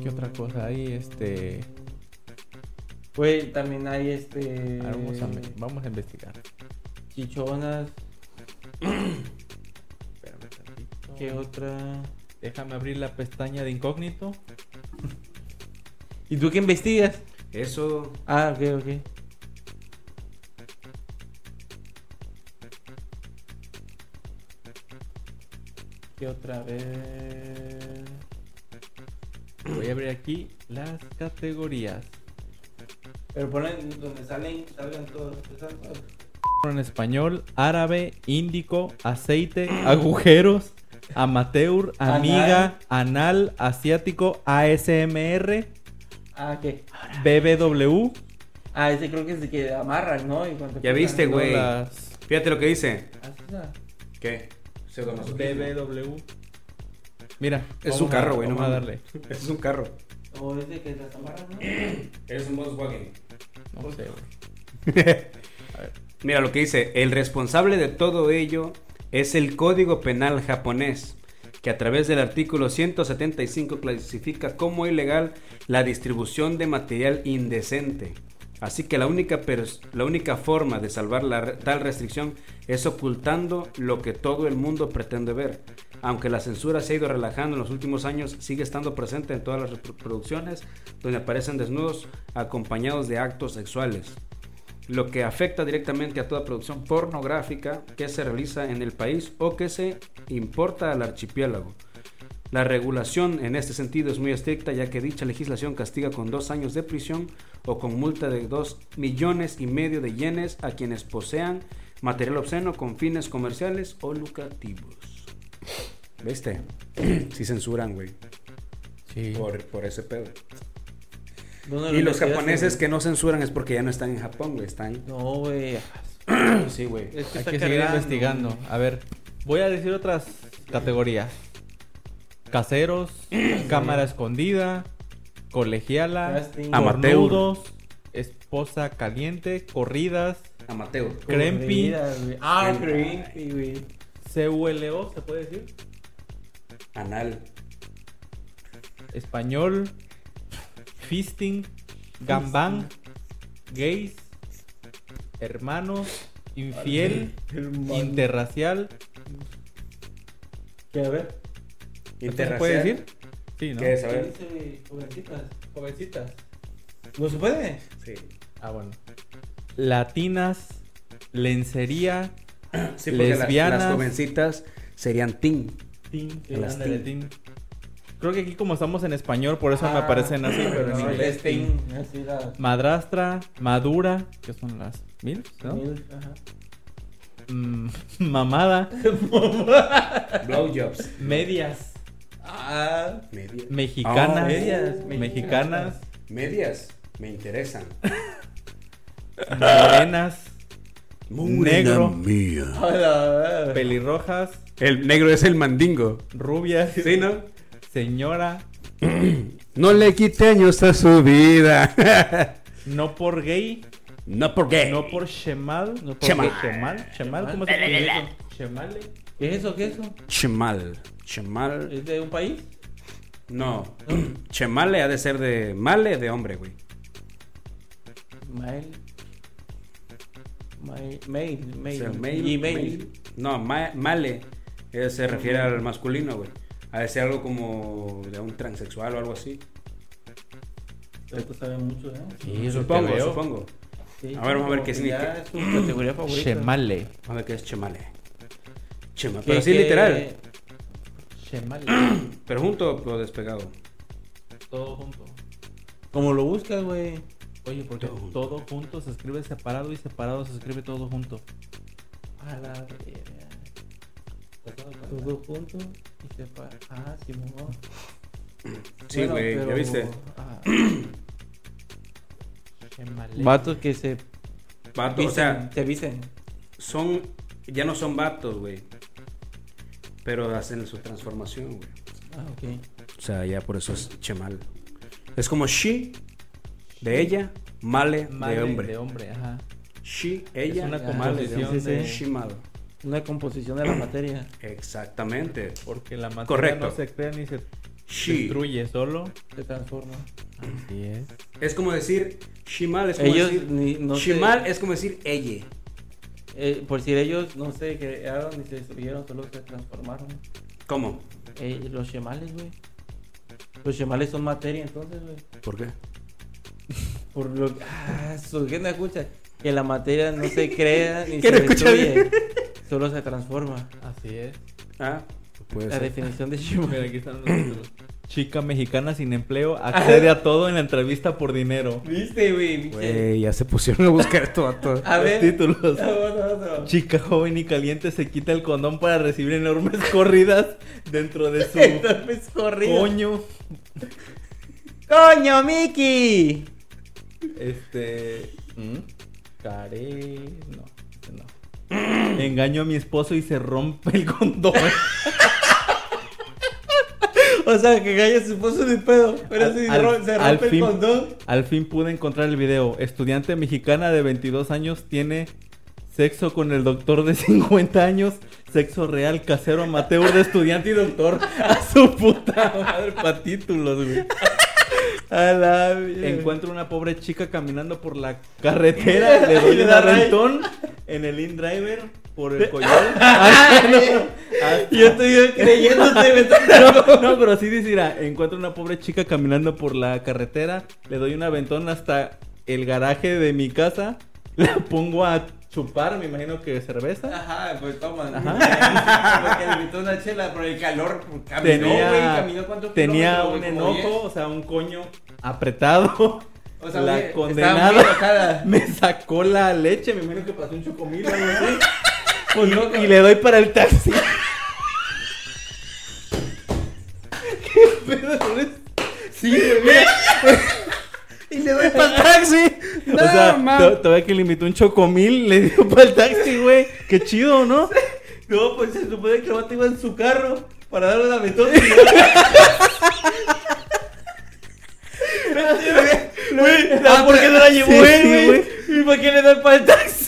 S2: ¿Qué otra cosa hay? Este...
S4: Güey, también hay este.
S2: a ver, Ah, vamos, a, vamos a investigar.
S4: Chichonas.
S2: Espérame tantito.
S4: ¿Qué otra?
S2: Déjame abrir la pestaña de incógnito.
S4: ¿Y tú qué investigas?
S3: Eso.
S4: Ah, ok, ok. ¿Qué otra vez?
S2: Voy a abrir aquí las categorías.
S4: Pero ponen donde salen, salgan todos. salgan todos.
S2: En español, árabe, índico, aceite, agujeros, amateur, amiga, anal, asiático, ASMR,
S4: Ah, ¿qué?
S2: BBW.
S4: Ah, ese creo que es de que amarran, ¿no? Y cuando
S3: Ya viste,
S4: cuelgan,
S3: güey.
S2: Las
S3: Fíjate lo que dice.
S4: ¿no? Ah, sí, ah.
S3: ¿Qué?
S2: BBW. Mira,
S3: Es
S2: vamos
S3: un
S2: a-
S3: carro, güey.
S2: Vamos
S3: no
S2: a
S3: mames.
S2: darle.
S3: Es un carro.
S4: O ese Oh, que las amarran, ¿no?
S3: Es un Volkswagen.
S2: No sé, güey.
S3: Mira lo que dice, el responsable de todo ello es el Código Penal japonés, que a través del artículo 175 clasifica como ilegal la distribución de material indecente. Así que la única, pers- la única forma de salvar la re- tal restricción es ocultando lo que todo el mundo pretende ver. Aunque la censura se ha ido relajando en los últimos años, sigue estando presente en todas las repro- producciones donde aparecen desnudos acompañados de actos sexuales lo que afecta directamente a toda producción pornográfica que se realiza en el país o que se importa al archipiélago. La regulación en este sentido es muy estricta ya que dicha legislación castiga con dos años de prisión o con multa de dos millones y medio de yenes a quienes posean material obsceno con fines comerciales o lucrativos. ¿Viste? Sí censuran, güey,
S2: Sí.
S3: por, por ese pedo.
S4: ¿Dónde
S3: Y
S4: lo
S3: los
S4: investigaste,
S3: japoneses
S4: güey?
S3: que no censuran es porque ya no están en Japón, güey, están...
S4: No, güey.
S3: Sí, güey.
S4: Es
S2: Hay
S4: que está
S2: que seguir
S4: cargando,
S2: investigando.
S4: güey.
S2: A ver, voy a decir otras categorías. Caseros, cámara escondida, colegiala,
S4: Casting.
S3: Amateur.
S2: cornudos, esposa caliente, corridas,
S3: Amateur.
S2: Crempi.
S4: Corridas, güey. Ah,
S3: Crempi.
S4: Crempi, güey.
S2: CULO, ¿se puede decir?
S3: Anal.
S2: Español, fisting, gambang, gays, hermanos, infiel, interracial.
S4: ¿Qué, a ver?
S2: ¿Se puede decir? Sí, ¿no?
S3: ¿Qué es? A
S4: ¿Qué
S3: ver.
S4: dice jovencitas?
S2: Jovencitas.
S4: ¿No se puede?
S3: Sí.
S2: Ah, bueno. Latinas, lencería,
S3: Sí, porque las- Las,
S2: Lesbianas.
S3: jovencitas serían teen.
S2: tin,
S3: que las
S2: ándale, tin. Creo que aquí como estamos en español, por eso me aparecen así, pero en
S4: Ah, No,
S2: inglés.
S4: es
S2: tin.
S4: tin, Así la...
S2: Madrastra, madura, que son las mil, ¿no?
S4: mil, ajá.
S2: Mm, mamada,
S3: Blowjobs.
S2: medias,
S4: Ah,
S3: Medias.
S2: mexicanas,
S3: Ah,
S4: medias,
S2: mexicanas,
S3: Medias. Me interesan.
S2: morenas, negro,
S4: a la ver.
S2: pelirrojas,
S3: El negro es el mandingo.
S2: rubias,
S3: ¿Sí, no?
S2: señora,
S3: No le quite años a su vida.
S2: No por gay,
S3: no por gay.
S2: no por Shemal, no por
S3: Shemal.
S2: Shemal, Shemal, ¿cómo se pronuncia? Shemale.
S4: ¿Qué es eso? ¿Qué es eso?
S3: Chemal. Chemal.
S4: ¿Es de un país?
S3: No. Chemale ha de ser de male de hombre, güey.
S4: Mail. Mail. Mail.
S3: O sea,
S4: Mail.
S3: mail-
S4: Gmail.
S3: mail- No, ma- male eh, se refiere al masculino, güey. Ha de ser algo como de un transexual o algo así.
S4: Esto sabe mucho, ¿eh?
S2: lo que
S3: supongo,
S2: veo.
S3: supongo.
S4: Sí,
S3: A ver, vamos a ver
S4: como
S3: qué
S4: que
S3: significa.
S4: ya Es su categoría favorita.
S2: Shemale.
S3: A ver qué es chemale. Chema,
S4: Que-
S3: pero sí
S4: que-
S3: literal.
S4: Shemale.
S3: Pero junto o despegado.
S2: Todo junto.
S4: Como lo buscas, güey.
S2: Oye, porque
S3: Todo junto.
S2: todo junto se escribe separado y separado se escribe todo junto.
S4: A la verga. Todo junto y se para. Ah, Simón.
S3: Sí, güey, ¿ya viste?
S4: ah.
S2: Shemale.
S4: Vatos que se
S3: Vato,
S4: visten,
S3: o sea,
S4: te visten.
S3: son. Ya no son vatos, güey. Pero hacen su transformación, güey.
S4: Ah, ok.
S3: O sea, ya por eso es chemal. Es como she, de ella, male, de hombre.
S2: De hombre, ajá.
S3: She, ella,
S2: es una
S4: ya,
S3: male de
S2: composición
S3: hombre.
S4: sí, sí,
S2: de...
S4: sí.
S3: She, male.
S4: Una composición de la materia.
S3: Exactamente.
S2: Porque la materia
S3: Correcto.
S2: no se crea ni se
S3: She.
S2: destruye solo.
S4: Se transforma.
S2: Así es.
S3: Es como decir shimal, es como
S4: Ellos
S3: decir.
S4: ni, no sé-
S3: shimal es como decir ella.
S4: eh, por si ellos no se crearon ni se destruyeron, solo se transformaron.
S3: ¿Cómo?
S4: Eh, los shemales, güey. Los shemales son materia, entonces, güey.
S3: ¿Por qué?
S4: Por lo que. Ah, su- ¿qué no escucha? Que la materia no se crea ni
S3: ¿Qué
S4: se
S3: no escucha?
S4: destruye. Solo se transforma.
S2: Así es.
S3: Ah, puede
S4: La
S3: ser.
S4: definición de
S2: Mira,
S4: shemal.
S2: aquí están los títulos. Chica mexicana sin empleo accede a todo en la entrevista por dinero.
S4: ¿Viste, güey? Pinche-
S3: Güey, ya se pusieron a buscar esto a todo.
S4: A
S2: Los
S4: ver. Ah,
S2: títulos. Chica joven y caliente se quita el condón para recibir enormes corridas dentro de su
S4: Entonces corrido.
S2: coño.
S4: ¡Coño, Mickey!
S2: Este. Care. No, este no. Engaño a mi esposo y se rompe el condón.
S4: O sea, que Gaya se puso de pedo. Pero
S2: Al-
S4: si
S2: al-
S4: ro- se
S2: al
S4: rompe el
S2: fin-
S4: condón.
S2: Al fin pude encontrar el video. Estudiante mexicana de 22 años tiene sexo con el doctor de 50 años. Sexo real, casero, amateur de estudiante y doctor. A su puta madre, pa' títulos, güey.
S4: A la
S2: Encuentro una pobre chica caminando por la carretera. Le doy
S4: Y
S2: un
S4: la raíz.
S2: aventón en el in-driver por el collón. Ah, no. Ah,
S4: Yo estoy creyéndote, me estás-
S2: no, no, pero así dice, mira, encuentro una pobre chica caminando por la carretera, le doy un aventón hasta el garaje de mi casa, la pongo a chupar, me imagino que cerveza.
S4: Ajá, pues toma. Porque le invitó una chela por el calor. pues, Caminó, güey.
S2: tenía
S4: Caminó cuántos
S2: tenía un
S4: kilómetros, güey, como
S2: enojo, o sea, un coño apretado.
S4: diez. O sea,
S2: la
S4: güey, estaba muy
S2: condenada
S4: enojada.
S2: me sacó la leche, me imagino que pasó un chocomil o algo así.
S4: Pues no,
S2: Y le doy para el taxi. ¿Qué pedo con esto? Sí, güey, mira.
S4: y le doy
S3: ¡Para el taxi!
S2: O sea, to-
S3: mames.
S2: todavía que le invitó un chocomil, le dio para el taxi, güey. Qué chido, ¿no?
S4: No, pues se supone que el vato iba en su carro para darle la metón.
S2: Ah, ¿por qué no la llevó él, güey?
S4: ¿Y para qué le dan para el taxi?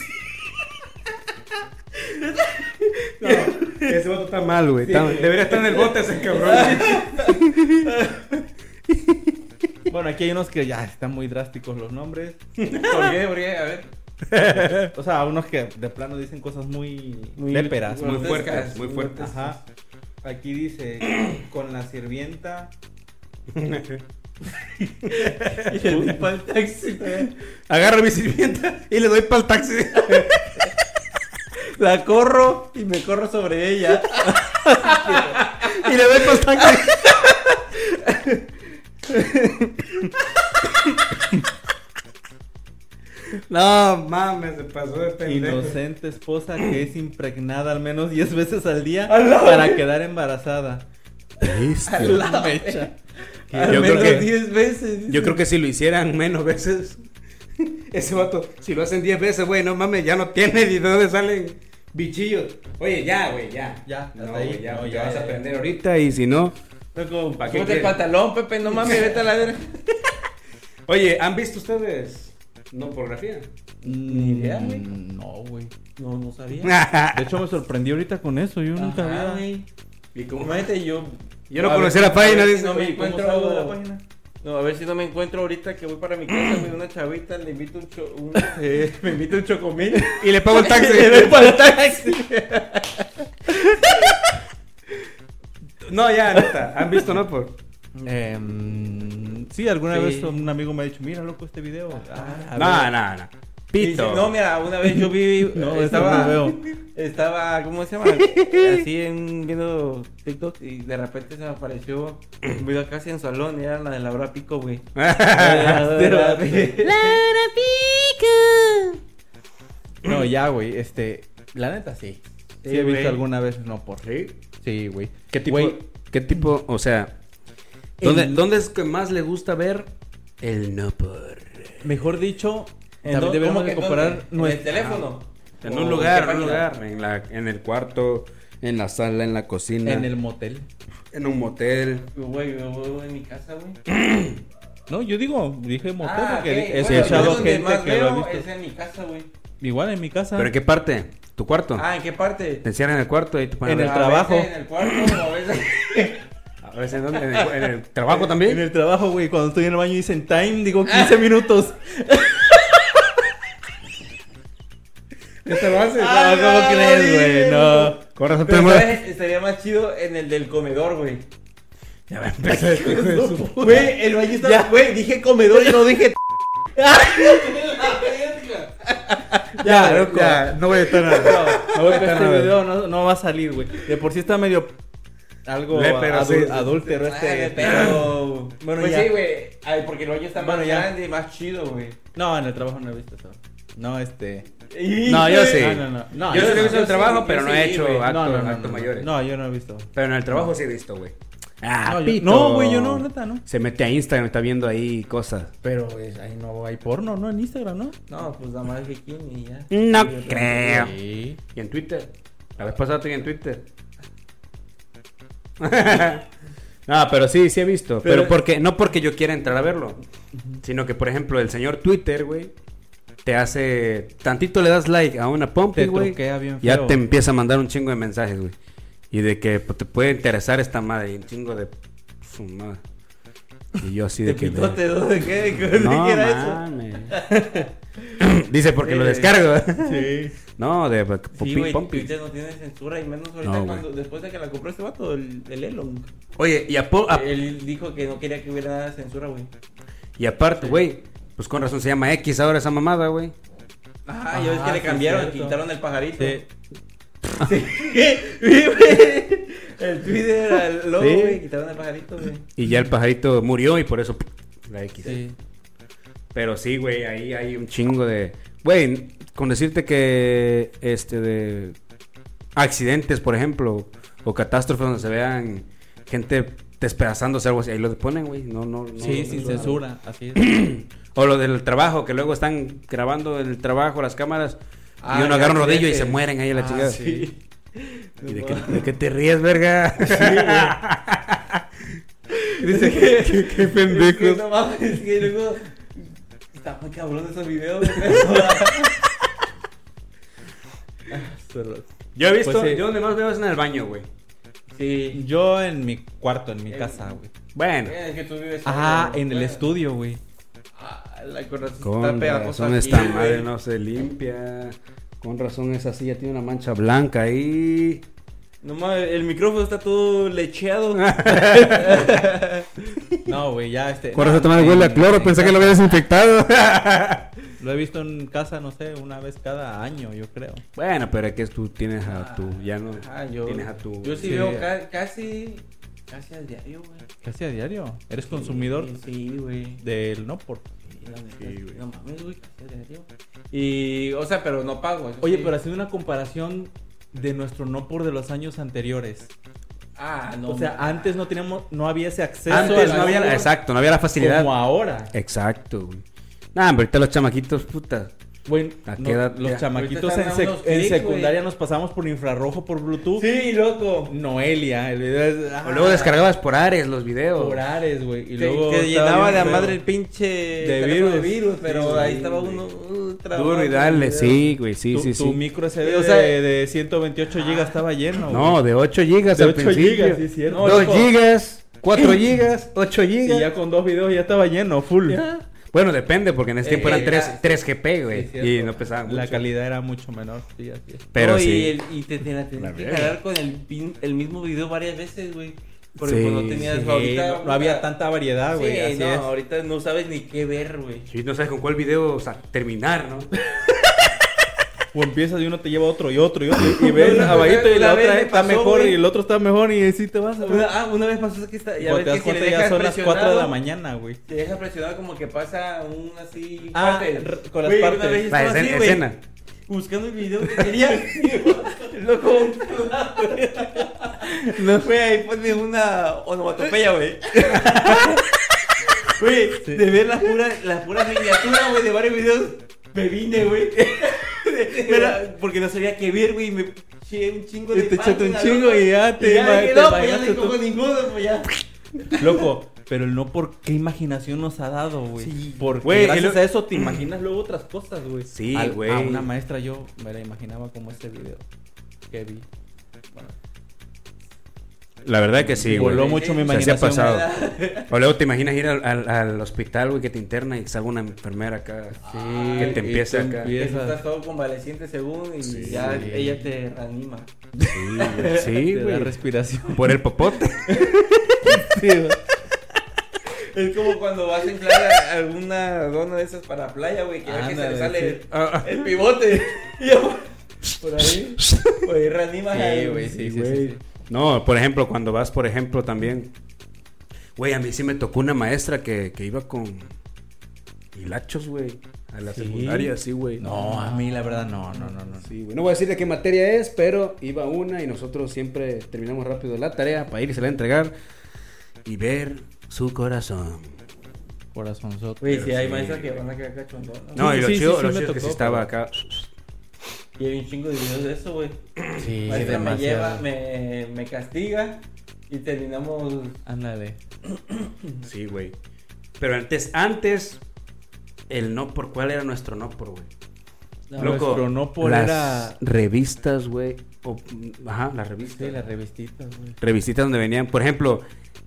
S3: Ese vato está mal, güey. Está- Debería estar en el bote ese cabrón.
S2: Bueno, aquí hay unos que ya están muy drásticos los nombres.
S4: ¿Por qué? ¿Por qué? A ver.
S2: O sea, unos que de plano dicen cosas muy,
S4: Muy-
S2: léperas.
S4: muy
S2: muy-
S4: fuertes,
S3: muy fuertes.
S2: Ajá. Aquí dice, con la sirvienta.
S4: Y le doy para el taxi.
S3: Agarro mi sirvienta y le doy para el taxi.
S4: La corro y me corro sobre ella.
S3: Y le doy para el taxi. No mames, se pasó de pendejo.
S2: Inocente esposa que es impregnada al menos 10 veces al día
S4: ¡Ala!
S2: para quedar embarazada. La mecha.
S3: Yo
S4: Al
S3: creo
S4: menos
S3: que-
S4: 10 veces. dice.
S3: Yo creo que si lo hicieran menos veces, ese vato, si lo hacen 10 veces, güey, no mames, ya no tiene ni de dónde salen bichillos. Oye, ya, güey, ya.
S2: Ya,
S3: no,
S2: hasta ahí.
S3: güey, ya,
S2: No,
S3: te
S2: ya,
S3: vas
S2: ya,
S3: a
S2: ya.
S3: aprender ahorita y si no,
S4: Loco,
S3: ¿Pa qué
S4: ponte el
S3: quiere?
S4: pantalón, Pepe, no mames, vete a la verga.
S3: Oye, ¿han visto ustedes no pornografía?
S4: Ni idea, güey.
S2: Mm, No, güey.
S4: No, no sabía.
S2: De hecho, me sorprendí ahorita con eso. Yo nunca
S4: Ajá,
S2: había.
S4: güey.
S3: ¿Y cómo?
S4: Imagínate, yo.
S3: Yo no
S4: A ver,
S3: conocía la
S4: a ver
S3: página,
S4: si
S3: dice,
S4: No me
S3: güey,
S2: ¿Cómo
S4: encuentro.
S2: salgo de la página?
S4: No, a ver si no me encuentro ahorita que voy para mi casa, güey, una chavita, le invito un, cho- un- eh, me invito un chocomil.
S3: Y le pago el taxi.
S4: Le doy para el taxi.
S3: No, ya, neta. ¿Han visto no por?
S2: Eh, mm, sí, alguna
S4: Sí.
S2: vez un amigo me ha dicho, mira, loco, este video. Ah, a
S3: No, no, no.
S4: Dice,
S3: Pito.
S4: no, mira, una vez yo vi,
S2: No, eso
S4: estaba,
S2: no veo.
S4: estaba, ¿cómo se llama? Así en, viendo TikTok y de repente se me apareció un video casi en salón y era la de Laura Pico, güey. Laura Pico.
S2: ver. No, ya, güey. Este, la neta sí. Sí,
S4: Sí,
S2: he visto
S4: güey.
S2: alguna vez, no por.
S3: ¿Sí?
S2: Sí, güey.
S3: ¿Qué tipo?
S2: Güey,
S3: ¿Qué tipo? O sea, ¿dónde,
S2: El-
S3: dónde es que más le gusta ver el no por?
S2: mejor dicho,
S4: ¿En
S2: también
S4: dónde-
S2: debemos
S4: cómo
S2: de
S4: que
S2: comparar
S4: dónde? ¿En el
S2: nuestra.
S4: teléfono?
S3: En
S4: ¿O
S2: Oh,
S3: un lugar,
S4: qué
S3: en un
S4: página?
S3: lugar. En, la, en el cuarto, en la sala, en la cocina.
S2: En el Ah. motel.
S3: en un motel.
S4: Güey, yo voy en mi casa, güey.
S2: No, yo digo, dije motel
S4: Ah,
S2: porque
S4: ok.
S2: he
S4: Bueno, yo
S2: escuchado
S4: donde
S2: gente
S4: más
S2: que lo ha
S4: veo
S2: visto.
S4: Es en mi casa, güey.
S2: Igual en mi casa.
S3: ¿Pero en qué parte? ¿Tu cuarto?
S4: Ah, ¿en qué parte?
S3: Te encierran en el cuarto y te ponen
S2: En
S3: a
S2: el
S3: ver.
S4: A
S2: trabajo.
S4: veces en el cuarto, a veces.
S3: A veces, ¿dónde? ¿En el, en el trabajo
S2: En
S3: también?
S2: el trabajo, güey, cuando estoy en el baño dicen time, digo
S4: Ah.
S2: 15 minutos.
S3: ¿Qué lo haces?
S2: Ah, No, ¿cómo crees, güey? No.
S3: Con razón te
S4: Pero
S3: mueres.
S4: ¿sabes? estaría más chido en el del comedor, güey.
S3: Ya va a empezar. hijo de su-
S4: Güey, el baño está. güey, dije comedor y no dije.
S2: Ya, loco.
S3: Ya, no voy a estar nada.
S2: No, güey, pero este
S3: nada.
S2: video no, no va a salir, güey. De por sí está medio algo
S3: Le- pero
S2: adu-
S3: sí, sí, sí.
S2: adúltero
S4: Ay,
S2: este.
S4: pero.
S2: Bueno,
S4: Ah, pues
S2: ya.
S4: sí, güey. Ay, porque el baño está
S2: Bueno,
S4: más
S2: ya.
S4: grande y más chido, güey.
S2: No, en el trabajo no he visto eso. No, este.
S3: No, yo sí.
S2: No, no, no. No,
S3: yo
S2: yo
S3: sí lo he
S2: no.
S3: visto en
S4: yo
S3: el trabajo,
S4: sí,
S3: pero
S4: yo
S3: no he
S4: sí,
S3: hecho
S4: güey.
S3: actos
S2: no, no, no,
S3: actos
S2: no.
S3: mayores.
S2: No, yo no he visto.
S3: Pero en el trabajo sí he visto, güey. Ah,
S2: No, yo-
S3: pito.
S2: no, güey, yo no, neta, no.
S3: Se mete a Instagram, está viendo ahí cosas.
S2: Pero güey, ahí no hay porno, ¿no? En Instagram, ¿no?
S4: No, pues nada más bikini y ya.
S3: No
S4: Sí,
S3: creo.
S2: Sí.
S3: ¿Y en Twitter? La vez pasada estoy en Twitter. no, pero sí, sí he visto. Pero,
S2: Pero-
S3: porque, no porque yo quiera entrar a verlo. Sino que, por ejemplo, el señor Twitter, güey, te hace. Tantito le das like a una pompi,
S2: Te
S3: güey.
S2: truquea bien
S3: Ya
S2: feo.
S3: te empieza a mandar un chingo de mensajes, güey. Y de que pues, te puede interesar esta madre. Y un chingo de. Su madre. Y yo así de
S4: ¿De
S3: que.
S4: pitote ¿no? ¿De qué? ¿De qué
S3: No,
S4: era eso?
S3: mames. Dice porque lo
S4: Sí.
S3: descargo.
S2: Sí.
S3: No, de de-
S4: Sí,
S3: pompi-
S4: güey,
S3: pompi.
S4: Twitter no tiene censura y menos ahorita
S3: No, güey.
S4: cuando, después de que la compró este vato, el, el Elon.
S3: Oye, y, apo- a-
S4: Él dijo que no quería que hubiera nada de censura, güey.
S3: y aparte, güey, pues con razón se llama X ahora esa mamada, güey.
S4: Ajá, ya ves
S2: Ah,
S4: que le
S2: sí,
S4: cambiaron,
S2: cierto.
S4: quitaron el pajarito.
S2: Sí.
S4: Sí, güey. el Twitter, el logo,
S3: Sí.
S4: güey, quitaron el pajarito, güey.
S3: Y ya el pajarito murió y por eso la X.
S2: Sí.
S3: Pero sí, güey, ahí hay un chingo de... Güey, con decirte que este de accidentes, por ejemplo, o catástrofes donde se vean gente despedazándose algo así, ahí lo ponen, güey. No, no, no-
S2: Sí,
S3: no-
S2: sin
S3: no-
S2: censura. Así es.
S3: O lo del trabajo, que luego están grabando el trabajo, las cámaras,
S4: Ah,
S3: y uno
S4: ya,
S3: agarra un rodillo y
S4: accidentes.
S3: se mueren ahí a la
S2: Ah,
S3: chingada.
S2: sí.
S3: ¿Y de qué, de qué te ríes, verga?
S4: Dice que. Qué,
S3: pendejos.
S4: Es que, no mames, es que luego. Está muy cabrón esos videos, güey.
S2: Solo-
S3: Yo he visto,
S2: Pues sí.
S3: yo donde más veo es en el baño, güey.
S4: Sí.
S2: Yo en mi cuarto, en mi casa, güey.
S3: Bueno.
S4: Es que tú vives.
S2: Ah,
S4: solo,
S2: en el
S4: güey.
S2: estudio, güey.
S4: Ah, la con razón
S3: Con
S4: está pegajosa.
S3: razón
S4: aquí,
S3: esta
S4: güey.
S3: madre no se limpia. Con razón esa silla tiene una mancha blanca ahí.
S4: No mames, el micrófono está todo lecheado.
S2: No, güey, ya este.
S3: Con
S2: no,
S3: razón tomar huele a
S2: en-
S3: cloro,
S2: en
S3: pensé que
S2: casa.
S3: lo había desinfectado.
S2: Lo he visto en casa, no sé, una vez cada año, yo creo.
S3: bueno, pero es que tú tienes a tu, ya no,
S4: Ah, yo.
S3: tienes a tu.
S4: Yo sí,
S2: sí.
S4: veo ca- casi. Casi al diario, güey.
S2: Casi a diario. ¿Eres consumidor
S4: Sí, güey.
S2: del no por?
S4: Sí, la neta, No mames, güey, casi al diario. Y, o sea, pero no pago. eso
S2: Oye,
S4: sí.
S2: pero haciendo una comparación de nuestro no por de los años anteriores.
S4: Ah, no.
S2: o sea,
S4: mames.
S2: antes no teníamos, no había ese acceso.
S3: Antes
S2: al
S3: no había, la-
S2: Nopor
S3: exacto, no había la facilidad.
S2: Como ahora.
S3: Exacto, güey. Nah, pero ahorita los chamaquitos, puta.
S2: Güey,
S3: ¿A
S2: no,
S3: qué edad?
S2: los
S3: Ya.
S2: chamaquitos
S4: Ahorita
S2: en,
S4: están
S2: sec-
S4: a unos
S2: en
S4: clics,
S2: secundaria
S4: güey.
S2: nos pasamos por infrarrojo, por Bluetooth.
S4: Sí, loco.
S2: Noelia, el video es.
S3: O luego descargabas por Ares los videos.
S2: Ah, por Ares, güey. Y
S4: Que,
S2: luego.
S4: que
S2: estaba
S4: llenaba
S2: bien
S4: de a
S2: feo.
S4: madre el pinche
S2: De
S4: teléfono de
S2: virus.
S4: virus, pero
S2: Sí, güey.
S4: ahí estaba uno uh, trabado
S3: Duro y
S4: con
S3: dale,
S4: el
S3: sí, güey, sí,
S2: tu,
S3: sí,
S2: tu
S3: sí.
S2: micro SD
S4: Sí, o sea- Ah.
S2: de, de 128 GB estaba lleno. güey.
S3: No, de 8 gigas
S2: De
S3: al
S2: 8
S3: principio.
S2: gigas, sí, es cierto.
S3: 2
S4: Ocho.
S3: gigas, 4 gigas, 8 gigas.
S2: Y ya con dos videos ya estaba lleno, full.
S3: Ya. Bueno, depende, porque en ese
S4: Eh,
S3: tiempo eran
S4: eh,
S3: 3,
S4: ah,
S3: 3 GP, güey.
S2: Sí, es
S3: y
S2: cierto.
S3: no pesaban
S2: La
S3: mucho.
S2: calidad era mucho menor. sí, así es.
S3: Pero
S4: No, y
S3: sí.
S4: el- y te te la tenías
S3: La
S4: que
S3: verga.
S4: cargar con el, pin- el mismo video varias veces, güey. Porque
S3: Sí,
S4: pues, no tenías
S2: Sí,
S4: ahorita. Ah,
S2: no, no había
S4: ahorita-
S2: tanta variedad, güey.
S4: Sí,
S2: así
S4: no,
S2: es.
S4: ahorita no sabes ni qué ver, güey.
S3: Sí, no sabes con cuál video o sea, terminar, ¿no?
S2: O empiezas y uno te lleva otro y otro y otro. Y ves
S4: Una-
S2: abajito y la
S4: una vez
S2: otra
S4: me
S2: está
S4: pasó,
S2: mejor
S4: güey.
S2: y el otro está mejor y así te vas. güey.
S4: Una, ah, una vez pasó que está. Ya
S2: Cuando
S4: ves
S2: te das
S4: que si le
S2: cuenta ya
S4: dejas
S2: son las 4 de la
S4: presionado,
S2: mañana, güey.
S4: Te deja presionado como que pasa un así.
S2: Ah,
S4: parte.
S2: r- con las
S4: Güey, una
S2: partes.
S4: vez
S3: La
S4: estaba
S3: escena.
S4: así, güey,
S3: escena.
S4: Buscando el video que quería. Loco. No fue ahí, ponme una onomatopeya, güey. Güey, de ver las puras las puras miniaturas, güey, de varios videos, me vine, güey. Era- porque no sabía qué ver, güey, y me eché un chingo de
S2: Y te echaste un
S4: páginas,
S2: chingo
S4: loco.
S2: y ya te
S4: ya
S2: ima-
S4: dije,
S2: te
S4: no, pues ya
S2: imaginaste
S4: le cojo
S2: tú".
S4: ninguno, pues ya.
S2: Loco, pero el no por qué imaginación nos ha dado, güey.
S4: Sí.
S2: Porque
S3: Güey,
S2: gracias
S3: el-
S2: a eso te imaginas luego otras cosas, güey.
S3: Sí,
S2: Al-
S3: güey.
S2: A una maestra yo me la imaginaba como este video que vi.
S3: La verdad que sí,
S2: Voló
S3: güey.
S2: mucho mi
S3: O sea,
S2: imaginación.
S3: se ha pasado. O luego te imaginas ir al, al- al hospital, güey, que te interna y salga una enfermera acá.
S2: Sí,
S3: que te
S2: y
S3: empiece
S2: tú
S3: acá.
S2: empiezas.
S4: Estás todo convaleciente según y
S3: Sí.
S4: ya ella te reanima.
S3: Sí, güey. Sí,
S2: Te da
S3: güey.
S2: respiración.
S3: Por el popote.
S2: Sí, güey.
S4: Es como cuando vas a inflar a- alguna dona de esas para playa, güey, que ya que se
S2: Ándale,
S4: le sale
S2: sí.
S3: Ah, ah.
S4: el pivote. Y yo, por ahí, por ahí reanimas
S2: Sí,
S4: a-
S2: güey, sí, sí, sí,
S3: güey.
S2: sí.
S3: No, por ejemplo, cuando vas, por ejemplo, también. Güey, a mí sí me tocó una maestra que, que iba con hilachos, güey. A la secundaria, sí, güey.
S2: No, a mí la verdad no, no, no, no.
S3: Sí, güey. No voy a decir de qué materia es, pero iba una y nosotros siempre terminamos rápido la tarea para ir y se la entregar y ver su corazón.
S2: Corazón
S4: Güey, sí, hay
S3: sí.
S4: maestras que van a quedar cachondonas.
S3: No,
S2: Sí,
S3: y lo
S2: sí, sí,
S3: chido,
S2: sí
S3: lo
S2: me
S3: chido es que
S2: tocó,
S3: sí estaba acá.
S4: Y hay un chingo de videos de eso, güey.
S2: Sí,
S4: maestra me lleva,
S2: demasiado.
S4: me, me castiga y terminamos.
S2: Ándale.
S3: Sí, güey. Pero antes, antes, el no por cuál era nuestro no por, güey.
S2: No,
S3: Loco,
S2: nuestro no por
S3: las
S2: era-
S3: revistas, güey. o- Ajá, las revistas.
S2: Sí, las revistitas, güey.
S3: revistitas donde venían, por ejemplo,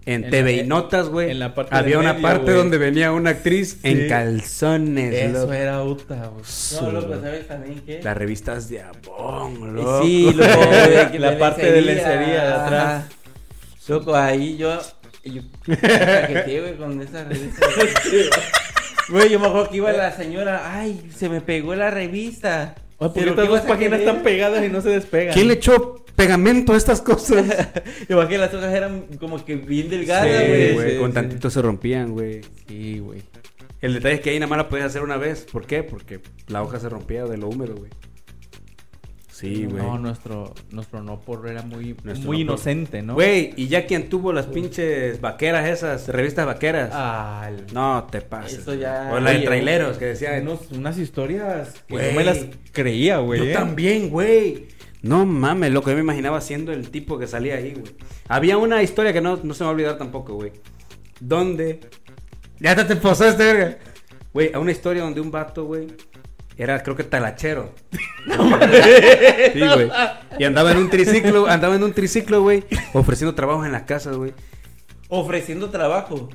S3: en,
S2: En
S3: TV
S2: la- e-
S3: y Notas, güey.
S2: en la parte del
S3: Había una
S2: medio,
S3: parte
S2: güey.
S3: donde venía una actriz en calzones,
S2: Eso
S3: loco.
S2: era Uta, güey.
S4: No,
S3: Su-
S4: loco, ¿sabes también qué?
S3: Las revistas de Avon,
S4: Y
S3: loco.
S4: Sí, loco, güey, que
S2: La parte de lencería de
S4: ajá.
S2: atrás.
S4: Loco, ahí yo. Yo me caqueteé, güey, con esa revista. Güey, yo me acuerdo que iba la señora. Ay, se me pegó la revista.
S2: Ay, Ah, porque
S4: Pero
S2: estas
S4: ¿qué
S2: dos
S4: vas a
S2: páginas
S4: querer?
S2: están pegadas y no se despegan.
S3: ¿Quién le echó pegamento a estas cosas?
S4: Igual que las hojas eran como que bien delgadas,
S2: Sí,
S4: güey.
S2: güey,
S3: con
S2: sí.
S3: tantito se rompían, güey.
S2: Sí, güey.
S3: El detalle es que ahí nada más la podías hacer una vez. ¿Por qué? Porque la hoja se rompía de lo húmedo, güey. Sí, güey.
S2: No, nuestro, nuestro no por era muy,
S3: Nuestro
S2: muy
S3: no por.
S2: inocente, ¿no?
S3: Güey, y ya quien tuvo las pinches vaqueras esas, revistas vaqueras.
S2: Ah, el-
S3: No te pases.
S4: Eso ya-
S3: O la de
S4: Oye,
S3: traileros que decía.
S2: unos- unas historias que
S3: Güey.
S2: no me las creía, güey.
S3: Yo
S2: eh.
S3: también, güey. No mames, loco, yo me imaginaba siendo el tipo que salía ahí, güey. Había una historia que no, no se me va a olvidar tampoco, güey. Donde. Ya hasta te posó este verga. Güey, a una historia donde un vato, güey, era creo que talachero. sí, güey. Y andaba en un triciclo, andaba en un triciclo, güey, ofreciendo trabajos en las casas, güey.
S4: Ofreciendo trabajo.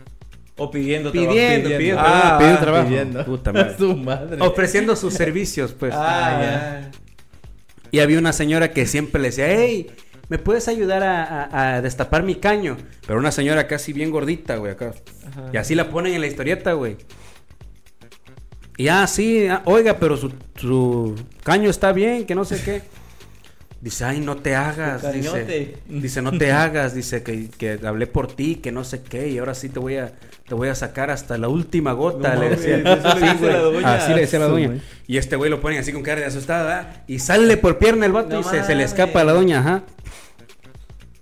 S4: O pidiendo trabajo.
S3: Pidiendo, pidiendo, pidiendo,
S2: Ah,
S3: pidiendo trabajo.
S2: pidiendo.
S3: Puta madre.
S2: Su madre.
S3: Ofreciendo sus servicios, pues.
S4: Ah, ya.
S3: Y había una señora que siempre le decía, hey, ¿me puedes ayudar a, a- a destapar mi caño? Pero una señora casi bien gordita, güey, acá. Y así la ponen en la historieta, güey. Y ah, sí, ah, oiga, pero su, su caño está bien, que no sé qué. Dice, ay, no te hagas. Dice,
S4: cañote.
S3: dice, no te hagas. Dice que, que hablé por ti, que no sé qué. Y ahora sí te voy a, te voy a sacar hasta la última gota.
S4: No
S3: le
S4: mames,
S3: decía.
S4: eso le
S3: Sí,
S4: dice la
S3: güey.
S4: doña.
S3: Así le decía la
S2: Sí,
S3: doña.
S2: güey.
S3: Y este güey lo ponen así con cara de asustada, ¿verdad? Y sale por pierna el vato
S4: No
S3: y se, se le
S4: mames.
S3: escapa a la doña, ajá.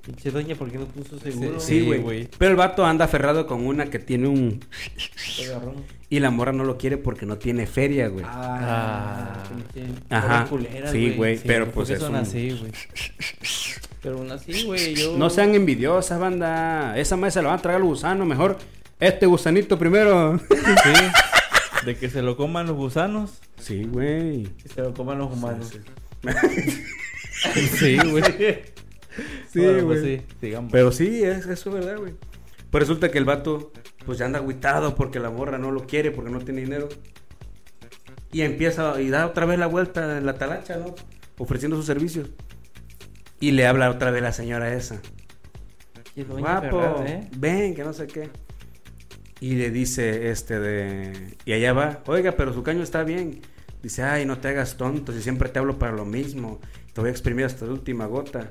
S4: Pinche doña, ¿por qué no puso seguro?
S3: Sí,
S2: Sí,
S3: güey.
S2: güey.
S3: Pero el vato anda aferrado con una que tiene un.
S4: Agarró.
S3: Y la morra no lo quiere porque no tiene feria, güey.
S2: Ah.
S4: Ah, pinche.
S3: Ajá.
S4: Pobres culeras,
S3: Sí, güey.
S2: Sí,
S3: pero
S2: ¿por
S3: pues
S2: qué
S3: es
S2: son
S3: un-
S2: así, güey.
S4: Pero aún así, güey, yo.
S3: No sean envidiosas, banda. Esa madre se la van a tragar los gusanos. Mejor este gusanito primero.
S2: Sí. De que se lo coman los gusanos.
S3: Sí, güey.
S4: Que se lo coman los humanos.
S2: Sí, güey.
S3: Sí,
S2: Bueno, pues
S3: güey.
S2: sí, digamos.
S3: Pero sí, es, eso es verdad, güey. Pues resulta que el vato, pues ya anda agüitado porque la morra no lo quiere, porque no tiene dinero. Y empieza, y da otra vez la vuelta en la talacha, ¿no? Ofreciendo sus servicios. Y le habla otra vez la señora esa.
S4: Qué doña
S3: Guapo,
S4: perra, ¿eh?
S3: ven, que no sé qué. Y le dice, este, de... Y allá va, oiga, pero su caño está bien. Dice, ay, no te hagas tonto, si siempre te hablo para lo mismo. Te voy a exprimir hasta la última gota.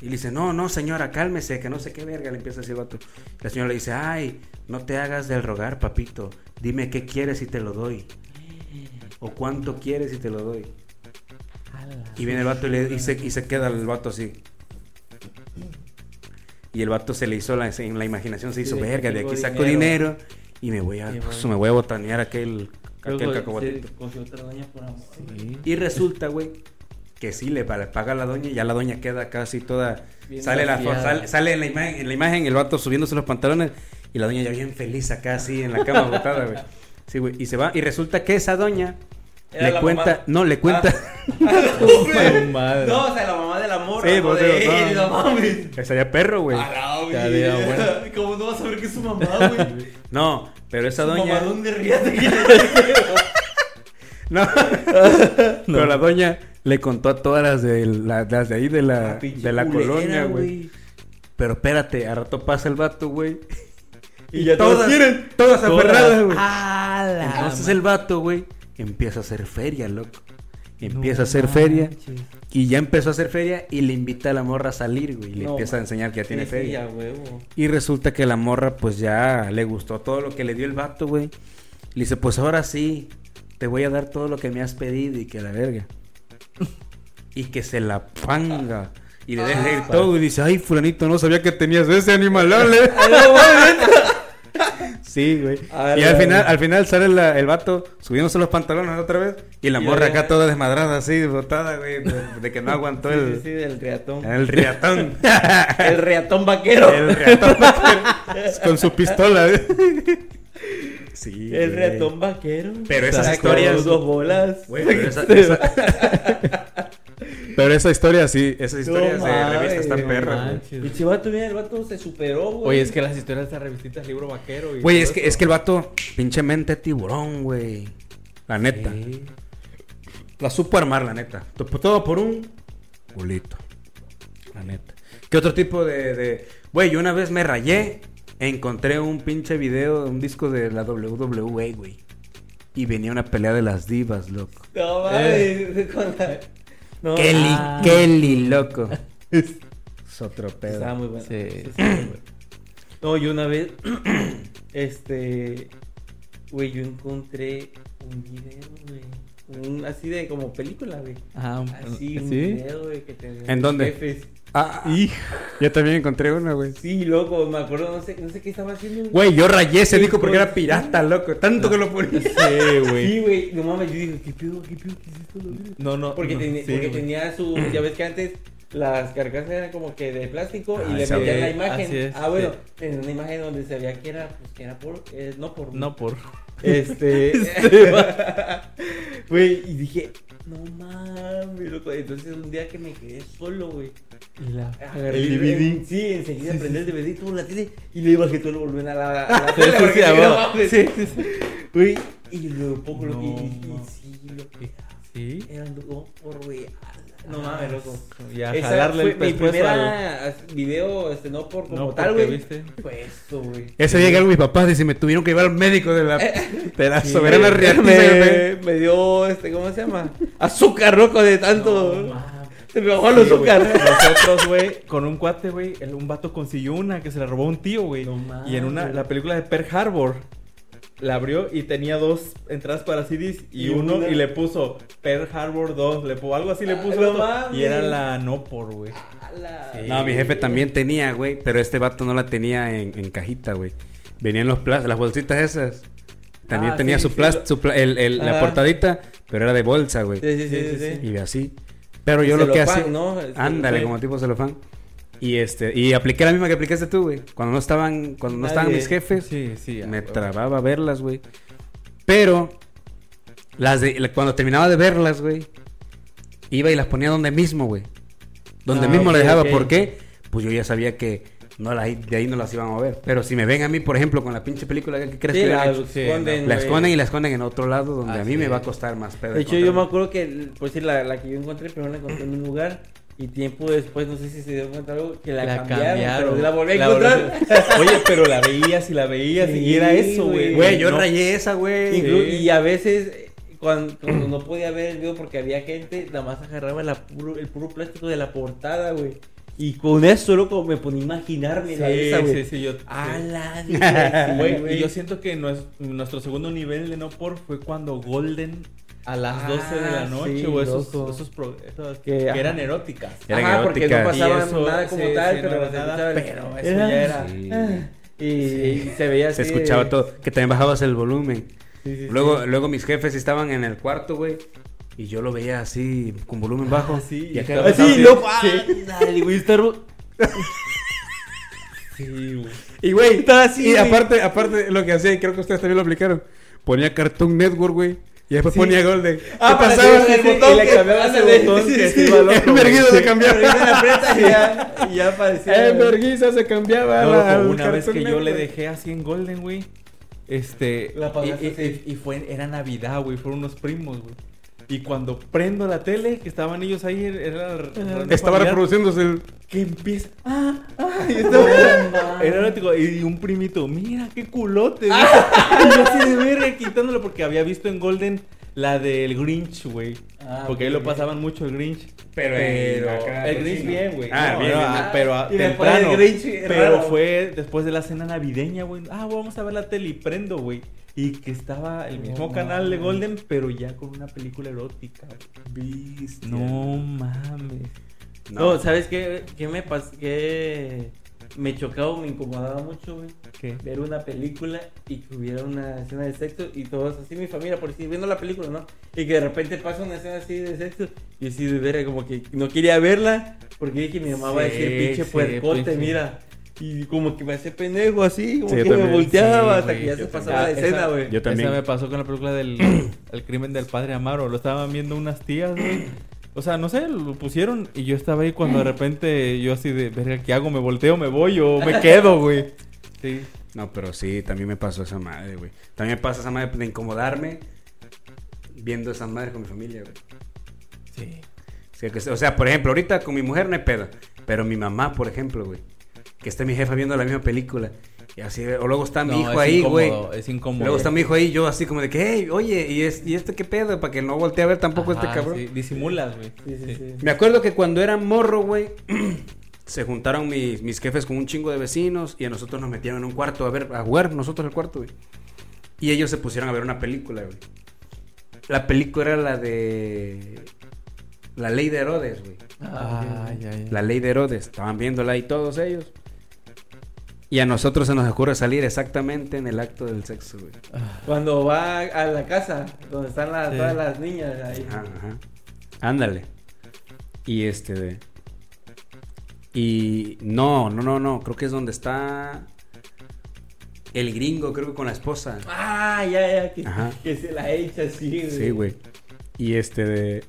S3: Y le dice, no, no, señora, cálmese, que no sé qué verga, le empieza a decir el vato. La señora le dice, ay, no te hagas del rogar, papito. Dime qué quieres y te lo doy. O cuánto quieres y te lo doy. Y viene el vato y, le, y, se, y se queda el vato así. Y el vato se le hizo la, en la imaginación, se
S4: Sí,
S3: hizo
S4: de que
S3: verga, de
S4: tengo
S3: aquí saco
S4: dinero.
S3: dinero y me voy a, pues,
S4: Sí, güey.
S3: me voy a botanear aquel,
S4: Creo
S3: aquel
S4: que
S3: cacahuatito.
S4: se cogió otra doña por amor. güey.
S2: Sí.
S3: Y resulta, güey, que sí le pa- le paga la doña y ya la doña queda casi toda.
S4: Bien
S3: Sale, la, fo-
S4: golpeada.
S3: sale, sale en, la imagen, en la imagen el vato subiéndose los pantalones y la doña ya bien feliz acá así en la cama botada, güey. Sí, güey. Y se va. Y resulta que esa doña
S4: Era
S3: le
S4: la
S3: cuenta.
S4: mamá.
S3: No, le cuenta.
S2: Su madre.
S4: No, o sea, la mamá del amor.
S3: Sí,
S4: no
S3: pues, sí,
S4: de
S3: no.
S4: él, no mames.
S3: Estaría perro, güey.
S4: Alá, güey.
S2: Estaría bueno.
S4: ¿Cómo no vas a ver que es su mamá, güey?
S3: No, pero esa
S4: Su
S3: doña.
S4: mamá, ¿dónde rías de que
S3: No. Pero la doña le contó a todas las de, la- las de ahí de la, de la colonia, güey. Pero espérate, a rato pasa el vato, güey.
S2: Y ya todos quieren.
S3: Todas
S2: Todas.
S3: aferradas, güey.
S4: Ah, Entonces,
S3: Entonces el vato, güey, empieza a hacer feria, loco. Empieza a hacer feria. Y ya empezó a hacer feria y le invita a la morra a salir, güey. Y le
S4: No,
S3: empieza a enseñar que ya tiene
S4: sí, sí,
S3: feria.
S4: a huevo.
S3: Y resulta que la morra, pues ya le gustó todo lo que le dio el vato, güey. Le dice, pues ahora sí, te voy a dar todo lo que me has pedido y que la verga. y que se la panga. Y le deja
S4: Ah.
S3: ir todo y dice, ay, fulanito, no sabía que tenías ese animalole. sí, güey.
S2: A
S3: Y
S2: la
S3: al final,
S2: verga.
S3: al final sale la- el vato subiéndose los pantalones otra vez. Y la
S4: Y
S3: morra
S4: ahí-
S3: acá toda desmadrada, así, botada, güey. De, de que no aguantó
S4: Sí, sí,
S3: el,
S4: sí, del reatón.
S3: el riatón.
S4: El reatón vaquero.
S3: El ratón vaquero, con su pistola. Sí. güey.
S4: El reatón vaquero.
S3: Pero esas
S4: Sacó
S3: historias-
S4: Dos bolas.
S3: Güey, pero, esa, esa- pero esa historia sí, esas historias
S4: No
S3: de
S4: mames,
S3: revista están
S4: no
S3: perras. güey.
S2: manches.
S4: Y si vato, mira, el vato se superó, güey.
S2: Oye, es que las historias de estas revistitas, libro vaquero. y
S3: Güey,
S2: todo
S3: es que,
S2: eso.
S3: es que el vato, pinche mente de tiburón, güey. La neta. La supo armar, la neta. To- pues, Todo por un culito. La neta. ¿Qué otro tipo de. de- Güey, yo una vez me rayé. Encontré un pinche video, un disco de la WWE, güey. Y venía una pelea de las divas, loco.
S4: No mames. con la- No,
S3: Kelly,
S4: ah,
S3: Kelly, loco. Es otro
S4: Estaba
S3: pedo.
S4: muy bueno. pues
S2: Sí.
S4: Sí, estaba muy bueno. No, yo una vez. este. Güey, yo encontré un video, güey. Un, así de como película, güey.
S2: Ajá, un-
S4: Así, un
S2: Ah, ¿sí?
S4: video, güey, que te
S3: ¿En dónde?
S4: Jefes.
S3: Ah, y yo también encontré una, güey.
S4: Sí, loco, me acuerdo, no sé, no sé qué estaba haciendo.
S3: Güey, yo rayé ese disco porque era pirata, loco. Tanto que lo ponía.
S2: Sí, güey.
S4: Sí, güey, no mames, yo dije, ¿qué pedo, qué pedo, qué es esto? la verga?
S2: No, no.
S4: Porque,
S2: no,
S4: tenía-
S2: sí,
S4: porque
S2: güey.
S4: tenía su. Ya ves que antes las carcasas eran como que de plástico
S3: Ah,
S4: y le
S3: sí.
S4: metían la
S2: Así
S4: imagen.
S2: es,
S4: ah, bueno,
S2: sí.
S4: tenía una imagen donde se veía que era, pues, que era por. eh, no por.
S2: No por.
S4: Este. Güey, y dije, no mames, loco. Entonces, un día que me quedé solo, güey. agarré
S2: El DVD.
S4: Sí, enseguida prendí el DVD, tuvo la tele y le bajé todo el volumen a la. A la
S2: Sí,
S4: tele,
S2: sí,
S4: porque
S2: sí, a
S4: dije, no
S2: huevo.
S4: mames.
S2: Sí, sí, sí.
S4: Güey, y luego poco lo que.
S2: No,
S4: Y, y
S2: no.
S4: sí, loco.
S2: Sí.
S4: Eran dos por, güey. ala, No mames, loco.
S2: Ah, Y a
S4: Esa
S2: jalarle
S4: fue
S2: el
S4: mi
S2: pescuezo
S4: primera video, este, no por como
S2: No,
S4: tal,
S2: porque
S4: güey.
S2: viste.
S4: Fue esto, güey.
S3: Ese día llegaron mis papás y se me tuvieron que llevar al médico de la, de la
S4: Sí,
S3: soberana
S4: güey.
S3: riata.
S4: me, me dio, este, ¿cómo se llama? Azúcar, loco, de tanto.
S2: No,
S4: se me bajó el
S2: Sí, güey.
S4: azúcar.
S2: Nosotros, güey, con un cuate, güey, el- un vato consiguió una que se la robó un tío, güey.
S4: No mames.
S2: y en una, la película de Pearl Harbor, la abrió y tenía dos entradas para CDs y,
S4: Y
S2: uno
S4: una-
S2: y le puso Pearl Harbor 2, le puso algo así, le
S4: Ah,
S2: puso
S4: no
S2: el otro,
S4: mames.
S2: y era la no por, güey.
S4: Ala.
S2: Sí.
S3: No, mi jefe también tenía, güey, pero este vato no la tenía en, en cajita, güey. Venían los plas- las bolsitas esas. También
S2: Ah,
S3: tenía
S2: sí,
S3: su,
S2: sí,
S3: plas-
S2: lo-
S3: su pla- el- el- la
S4: Ajá.
S3: portadita, pero era de bolsa, güey.
S4: Sí, sí, sí, sí, sí.
S3: Y así. Pero yo lo que
S4: Celofán,
S3: hacía.
S4: ¿no? Este, El
S3: Ándale,
S4: celofán.
S3: como tipo celofán. Y este, y apliqué la misma que aplicaste tú, güey. Cuando no estaban, cuando no estaban
S4: Nadie.
S3: mis jefes,
S2: Sí, sí. ah,
S3: me
S2: güey.
S3: trababa verlas, güey. Pero las de la- cuando terminaba de verlas, güey, iba y las ponía donde mismo, güey. Donde
S4: Ah,
S3: mismo
S4: ok,
S3: las dejaba,
S4: ok.
S3: ¿por qué? Pues yo ya sabía que no las- de ahí no las iban a mover. Pero si me ven a mí, por ejemplo, con la pinche película que crees
S4: Sí,
S3: que
S4: la
S3: la,
S4: esconden,
S3: la
S4: güey. Ah,
S3: esconden y la esconden en otro lado donde a
S2: Así
S3: mí me va a
S2: es.
S3: costar más pedo.
S4: De hecho, yo me
S3: encontrarla.
S4: acuerdo que, el- por decir, la, la que yo encontré, pero la encontré en un lugar. Y tiempo después, no sé si se dio cuenta algo, que la, cambiaron, Pero la volví a encontrar.
S2: volví- Oye, pero la veías y la veías y
S4: Sí,
S2: era eso, güey.
S3: Güey, yo
S2: No.
S3: rayé esa, güey.
S4: Inclu-
S2: Sí.
S4: Y a veces, eh, cuando, cuando no podía ver el video porque había gente, nada más agarraba la puro- el puro plástico de la portada, güey. Y con eso, loco, me ponía a imaginarme la esa,
S2: Sí,
S4: güey.
S2: sí, sí, yo.
S4: A la
S2: sí.
S4: de-
S2: Güey, y yo siento que nues- nuestro segundo nivel de no por fue cuando Golden a las
S4: Ah,
S2: 12 de la noche,
S4: sí,
S2: o esos,
S4: loco.
S2: esos pro- esas
S4: Que,
S2: que,
S4: ajá.
S2: eran eróticas.
S3: Eran
S4: Ajá, porque no
S3: eróticas.
S4: pasaba
S2: Y eso,
S4: nada como
S2: sí, sí,
S4: tal,
S2: no
S4: pero,
S2: era
S4: se
S2: nada,
S4: escuchaba el-
S2: pero eso ya era-
S3: Sí.
S4: Ah. Y, y se veía
S3: Se
S4: así
S3: escuchaba
S4: de-
S3: todo, que también bajabas el volumen.
S4: Sí, sí,
S3: luego,
S4: sí.
S3: luego mis jefes estaban en el cuarto, güey. Y yo lo veía así, con volumen bajo.
S2: Ah, sí,
S3: y
S2: y
S3: acá
S2: estaba-
S3: estaba-
S4: Así,
S2: Sí.
S4: loco. Ándale, güey, está ru-
S2: Sí, güey.
S3: Y güey,
S4: así, ah,
S3: y
S4: güey.
S3: aparte, aparte, lo que hacía, y creo que ustedes también lo aplicaron. Ponía Cartoon Network, güey. Y después ponía Golden.
S4: Ah,
S3: Y
S4: para
S3: pasaba-
S4: que-
S2: el
S4: sí,
S2: botón
S4: y le
S2: que-
S4: cambiabas el
S2: ándale,
S4: botón
S2: sí,
S4: que
S2: sí,
S4: se
S2: sí.
S4: iba al otro,
S3: El verguido
S4: güey.
S3: se cambiaba.
S4: El verguido le aprietas y ya, y ya aparecía.
S3: "Eh, En vergüenza se cambiaba.
S2: No, loco,
S3: al
S2: una vez que
S3: Cartoon
S2: yo le
S3: Network.
S2: dejé así en Golden, güey. Este.
S4: La apagaste
S2: y, y-
S4: así.
S2: y- y fue, era Navidad, güey. Fueron unos primos, güey. Y cuando prendo la tele, que estaban ellos ahí, era la reunión
S3: Estaba
S2: familiar,
S3: reproduciéndose el.
S2: Que empieza. ¡Ah! ¡Ah! Y
S4: No
S2: estaba.
S4: mames.
S2: era erótico. Y un primito, mira qué culote. dijo. Y yo así de verga quitándolo porque había visto en Golden la del Grinch, güey.
S4: Ah,
S2: porque ahí lo
S4: ok.
S2: pasaban mucho el Grinch.
S3: Pero
S2: Pero el Grinch bien, güey.
S3: Ah,
S2: No,
S3: bien,
S2: no,
S3: bien.
S2: ah, Pero ah,
S4: Y después
S2: temprano.
S4: el Grinch,
S2: pero
S4: raro.
S2: fue después de la cena navideña, güey. Ah, güey, vamos a ver la tele y prendo, güey. Y que estaba el
S4: No
S2: mismo canal de
S4: mames.
S2: Golden, pero ya con una película erótica. güey. No mames.
S4: No,
S3: No.
S4: ¿sabes qué, qué me pas qué me chocaba o me incomodaba mucho, güey?
S2: ¿Qué?
S4: Ver una película y que hubiera una escena de sexo y todos así, mi familia, por si viendo la película, ¿no? Y que de repente pasa una escena así de sexo y así de verga, como que no quería verla porque dije, mi mamá va a decir,
S2: Sí,
S4: pinche
S2: sí,
S4: puercote,
S2: pinche.
S4: mira. Y como que me hacía pendejo así, como
S3: Sí, yo
S4: que me
S3: también.
S4: volteaba
S2: Sí,
S4: hasta
S2: güey,
S4: que
S2: yo
S4: ya se
S2: también.
S4: pasaba la
S2: Ah, esa-
S4: escena, güey.
S3: Yo también.
S2: Esa me pasó con la película del el crimen del padre Amaro. Lo estaban viendo unas tías, güey. O sea, no sé, lo pusieron y yo estaba ahí cuando de repente yo así de, verga, ¿qué hago? ¿Me volteo, me voy o me quedo, güey? Sí.
S3: No, pero sí, también me pasó esa madre, güey. También me pasa esa madre de incomodarme viendo esas madres con mi familia, güey.
S2: Sí.
S3: O sea, que- O sea, por ejemplo, ahorita con mi mujer no hay pedo. Pero mi mamá, por ejemplo, güey. Que esté mi jefa viendo la misma película. Y así, o luego está mi hijo ahí, güey.
S2: Es incómodo.
S3: Luego está mi hijo ahí, yo así como de que, hey, oye, ¿y, es, y este qué pedo? Para que no voltee a ver tampoco este cabrón.
S2: Disimulas, güey.
S4: Sí, sí, sí.
S3: Me acuerdo que cuando era morro, güey, se juntaron mis, mis jefes con un chingo de vecinos y a nosotros nos metieron en un cuarto a ver, a jugar nosotros el cuarto, güey. Y ellos se pusieron a ver una película, güey. La película era la de. La ley de Herodes, güey.
S2: Ah, ya, ya.
S3: La ley de Herodes. Estaban viéndola y todos ellos. Y a nosotros se nos ocurre salir exactamente en el acto del sexo, güey.
S4: Cuando va a la casa, donde están las-
S2: Sí.
S4: todas las niñas ahí.
S3: Ajá, ajá. Ándale. Y este de- Y no, no, no, no. Creo que es donde está el gringo, creo que con la esposa.
S4: Ah, ya, ya, que,
S3: Ajá.
S4: que se la echa así, güey.
S3: Sí, güey. Y este de.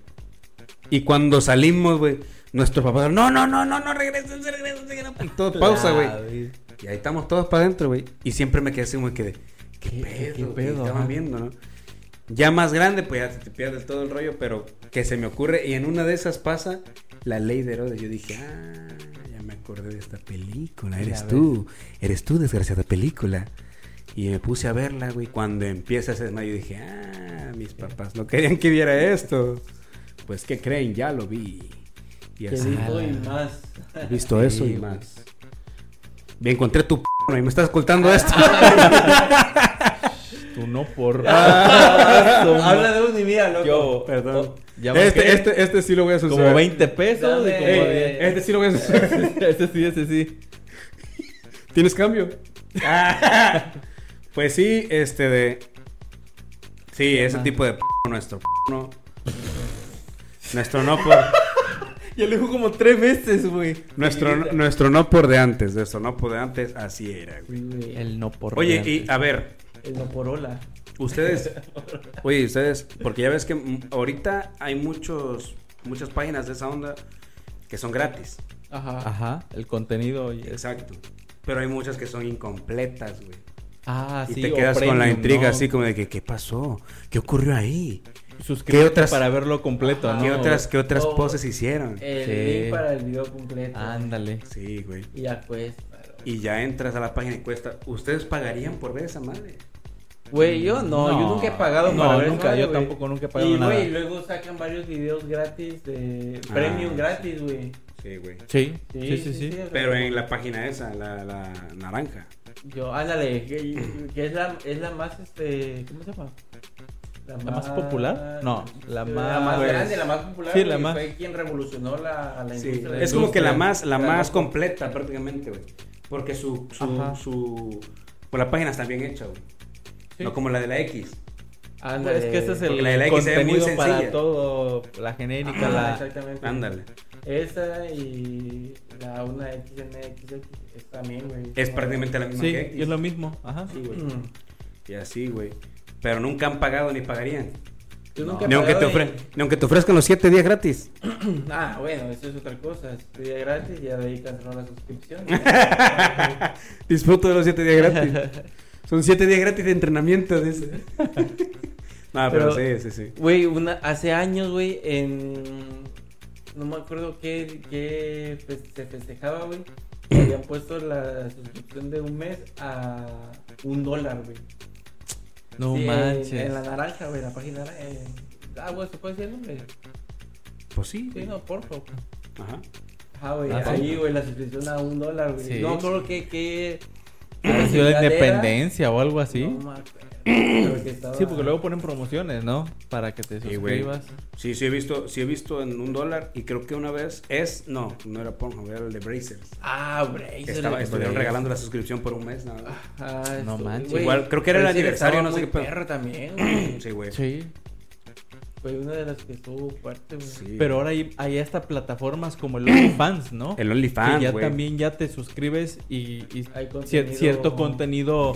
S3: Y cuando salimos, güey, nuestros papás. No, no, no, no, no, regresen, regresen, regresen. Y todo pausa, güey. Y ahí estamos todos para adentro, güey. Y siempre me quedé así como que de, ¿qué, pedo?
S2: qué
S3: güey?
S2: pedo,
S3: Estaban
S2: ajá.
S3: viendo, ¿no? Ya más grande, pues ya se te pierdes todo el rollo, pero que se me ocurre. Y en una de esas pasa la ley de Herodes. Yo dije, ah, ya me acordé de esta película. Eres tú, eres tú, desgraciada película. Y me puse a verla, güey. Cuando empieza ese desmayo, dije, ah, mis papás no querían que viera esto. Pues, ¿qué creen? Ya lo vi. Y
S4: Que
S3: así.
S4: dijo y más.
S3: He visto eso y más.
S2: Ah,
S3: Bien, encontré tu p y me estás ocultando esto.
S2: Tú no por.
S4: Habla de uno y mira, loco.
S2: Ah, Yo, oh,
S3: Perdón.
S2: ya
S3: Este,
S2: bajé
S3: este, este sí lo voy a censurar.
S2: como 20 pesos.
S4: Dame-
S2: y como
S3: Ey,
S4: diez.
S3: este sí lo voy a censurar.
S2: 10. Este sí, este sí.
S3: ¿Tienes cambio? pues sí, este de. Sí, ese tipo de p nuestro p no. Nuestro no por.
S2: Ya lo dijo como tres veces, güey.
S3: nuestro, nuestro no por de antes. Nuestro no por de antes, así era, güey.
S2: El no por.
S3: Oye, y a ver,
S4: El no por hola.
S3: ustedes. Oye, ustedes, porque ya ves que mm, ahorita hay muchos, muchas páginas de esa onda que son gratis.
S2: Ajá.
S4: Ah.
S2: Ajá. El contenido, oye.
S3: Exacto. Pero hay muchas que son incompletas, güey.
S2: Ah,
S3: Y
S2: sí.
S3: te
S2: o
S3: quedas con la
S2: premium,
S3: intriga
S2: ¿no?
S3: así como de que, ¿qué pasó? ¿Qué ocurrió ahí?
S2: Suscríbete
S3: ¿Qué otras-
S2: para verlo completo,
S4: Ajá.
S2: ¿no?
S3: ¿Qué otras, qué otras
S4: Oh.
S3: poses hicieron?
S4: El
S2: Sí.
S4: link para el video completo.
S2: Ándale.
S3: Sí, güey.
S4: Y ya pues.
S3: Y ya entras a la página y cuesta. ¿Ustedes pagarían por ver esa madre?
S4: Güey, yo no, yo
S2: No,
S4: nunca he pagado
S2: no,
S4: para ver
S2: nunca,
S4: esa madre,
S2: yo
S4: güey.
S2: tampoco nunca he pagado
S4: Y,
S2: nada.
S4: güey, luego sacan varios videos gratis de
S3: Ah,
S4: premium
S3: sí.
S4: gratis, güey.
S3: Sí, güey.
S2: Sí. Sí, sí, sí.
S4: o sea,
S3: Pero en la página esa, la, la naranja.
S4: Yo, ándale, que, que es, la, es la más, este, ¿cómo se llama?
S2: ¿La más popular? No, la
S4: La más
S2: más-
S4: grande, la más popular.
S2: Sí, la
S4: güey,
S2: más-
S4: Fue quien revolucionó la, a la
S3: Sí.
S4: industria.
S3: Es como que la más, la
S4: La
S3: más
S4: más-
S3: completa prácticamente, güey. Porque su, su,
S4: Ajá.
S3: su- Pues la página está bien hecha, güey.
S2: Sí.
S3: No como la de la X.
S4: Ándale.
S2: es que ese es
S3: Porque
S2: el
S3: la de la X se ve muy
S2: contenido para
S3: sencilla.
S2: todo, la genérica,
S4: Ah,
S2: la...
S4: exactamente.
S3: Ándale.
S4: Esa y la una XNXX es también, güey.
S3: Es prácticamente la misma
S2: Sí,
S3: que X.
S2: y es lo mismo, ajá.
S3: Sí, güey.
S4: Mm.
S3: Y así, güey. Pero nunca han pagado ni pagarían.
S4: Yo
S2: No.
S4: nunca he
S3: Ni aunque, te
S4: pagado
S3: ofre- ni aunque te ofrezcan los 7 días gratis.
S4: y- Ah, bueno, eso es otra cosa. Estudia gratis y ya de ahí canceló la suscripción.
S3: Disfruto de los 7 días gratis. Son 7 días gratis de entrenamiento. De ese. no, pero,
S4: Pero-
S3: sí, sí, sí.
S4: Güey, una, hace años, güey, en... No me acuerdo qué, qué fes- se festejaba, güey. que Habían puesto la suscripción de un mes a un dólar, güey.
S2: No
S4: Sí, en-
S2: manches.
S4: En, la naranja, güey, la página... eh, Ah, güey, ¿se puede decir el nombre?
S3: Pues sí.
S4: Sí, no, por favor.
S3: Ajá.
S4: Ajá, güey,
S2: Ah, ¿sí?
S4: ahí, güey, la suscripción a un dólar, güey.
S2: Sí.
S4: No me acuerdo qué... qué...
S2: Ha sido la
S4: ciudad era.
S2: independencia o algo así.
S4: No me acuerdo, pero que estaba-
S2: Sí, porque luego ponen promociones, ¿no? Para que te
S3: Sí, güey.
S2: suscribas.
S3: Sí, sí he visto, sí he visto en un dólar y creo que una vez es, no, no era Pornhub, era el de Brazers.
S4: Ah, güey. se
S3: Estaba,
S4: le-
S3: estuvieron
S4: güey.
S3: regalando la suscripción por un mes, nada más.
S4: Ah,
S2: No
S4: esto-
S2: manches.
S4: güey,
S3: Igual, creo que era el
S4: pero sí
S3: aniversario,
S4: estaba
S3: no sé
S4: muy
S3: qué pedo.
S4: perro también, güey.
S3: Sí, güey.
S2: Sí.
S4: Fue una de las que estuvo fuerte, güey.
S3: Sí.
S2: Pero ahora hay, hay hasta plataformas como el OnlyFans, ¿no?
S3: el
S2: que ya
S3: OnlyFans, güey.
S2: también ya te suscribes y, y
S4: Hay
S2: cier-
S4: contenido-
S2: cierto contenido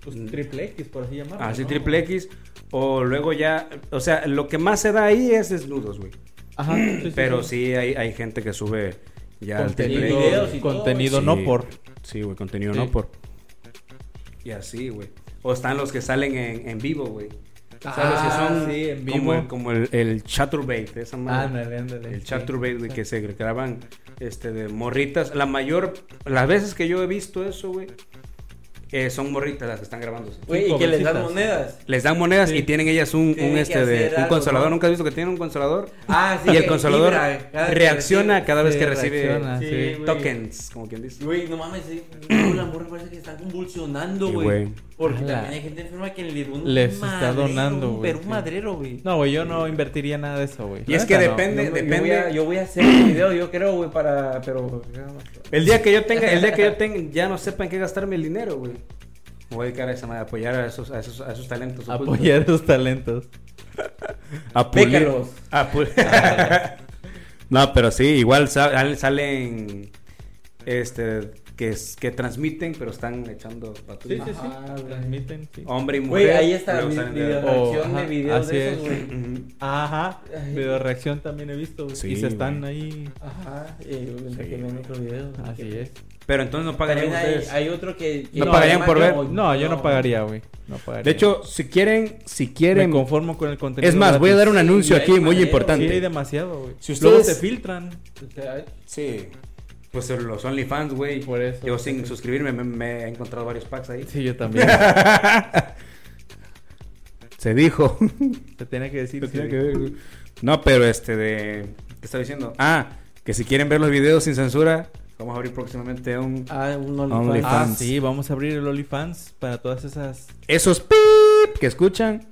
S2: pues,
S3: Mm.
S2: triple X, por así llamarlo.
S3: Así
S2: ¿no?
S3: Ah, triple X. O luego ya, o sea, lo que más se da ahí es desnudos, güey.
S2: Ajá. sí, sí,
S3: Pero sí hay, hay gente que sube ya al triple
S2: Contenido,
S3: X.
S4: videos y todo,
S2: contenido
S3: Sí.
S2: no por.
S3: Sí, güey, contenido
S2: Sí.
S3: no por. Y así, güey. O están los que salen en, en vivo, güey. O sea, los que
S2: Ah,
S3: son
S2: sí, en
S3: como
S2: vivo.
S3: el, como el, el Chaturbate, de esa madre.
S2: Ándale, ándale.
S3: El
S2: sí.
S3: Chaturbate, güey, que se graban este, de morritas. La mayor, las veces que yo he visto eso, güey, eh, son morritas las que están grabándose.
S4: Güey, y que les dan
S2: Pobrecitas.
S4: monedas.
S3: Les dan monedas
S2: Sí.
S3: y tienen ellas un,
S4: Tienen
S3: un,
S4: que
S3: este de,
S4: hacer
S3: un
S4: algo,
S3: consolador.
S4: ¿no?
S3: ¿Nunca has visto que tienen un consolador?
S4: Ah,
S3: y el
S4: que
S3: consolador
S4: vibra cada que
S3: reacciona
S4: recibe.
S3: cada vez
S2: Sí,
S3: que recibe
S2: reacciona,
S4: Sí,
S2: sí.
S4: güey.
S3: tokens, como quien dice.
S4: Güey, no mames, sí. la morra parece que está convulsionando,
S3: Sí,
S4: güey.
S3: güey.
S4: Porque
S2: Ala.
S4: también hay gente enferma que le donó
S2: Les está donando,
S4: un,
S2: güey,
S4: pero un
S2: sí.
S4: madrero, güey.
S2: No, güey, yo no invertiría nada de eso, güey.
S3: Y
S2: La
S3: es que
S2: neta, no.
S4: Yo-
S3: depende,
S4: yo,
S3: depende.
S4: Voy a, yo voy a hacer un video, yo creo, güey, para... Pero...
S3: El día que yo tenga, el día que yo tenga, ya no sepa en qué gastarme el dinero, güey. Me voy a dedicar a esa madre, a apoyar a esos, a esos, a esos talentos. ocultos.
S2: Apoyar esos talentos.
S3: A pulir.
S4: Pécalos.
S3: A pul- no, pero sí, igual sal- salen, este, que, es- que transmiten, pero están echando
S2: Sí,
S3: patrullas.
S2: sí, sí.
S4: Ajá, güey.
S2: Transmiten, sí.
S3: Hombre y mujer.
S4: Güey, ahí está
S3: luego
S4: mi
S3: salen de-
S4: video
S2: Oh,
S4: reacción de
S2: ajá,
S4: videos
S2: así
S4: de esos,
S2: es.
S4: güey.
S3: Ujú.
S2: Ajá.
S4: Ay.
S2: Video reacción también he visto. güey.
S3: Sí,
S2: y se están
S3: güey.
S2: ahí.
S4: Ajá, eh, que ven otro video.
S2: Así es.
S3: Pero entonces no pagarían
S4: También hay,
S3: ustedes.
S4: hay otro que... que
S3: ¿No pagarían
S4: llama
S3: por ver?
S4: como-
S2: No, yo no pagaría, güey. No pagaría.
S3: De hecho, si quieren, si
S2: me
S3: quieren.
S2: conformo con el contenido.
S3: Es más, voy a dar un
S4: Sí,
S3: anuncio
S4: hay
S3: aquí muy
S4: manera.
S2: Sí, hay
S3: importante.
S2: demasiado, güey.
S3: Si
S2: Luego
S3: ustedes-
S2: se filtran.
S4: O sea,
S3: Sí. Pues los OnlyFans, güey.
S2: Por eso.
S3: Yo sin suscribirme me, me he encontrado varios packs ahí.
S2: Sí, yo también.
S3: Se dijo.
S2: Te tenía que decir.
S3: Lo
S2: sí,
S3: tiene que
S2: güey.
S3: ver, güey. No, pero este de... ¿Qué estaba diciendo? Ah, que si quieren ver los videos sin censura, vamos a abrir próximamente un...
S4: Ah, un
S3: OnlyFans.
S4: OnlyFans.
S2: Ah,
S3: Fans.
S2: sí, vamos a abrir el OnlyFans para todas esas.
S3: Esos pip que escuchan,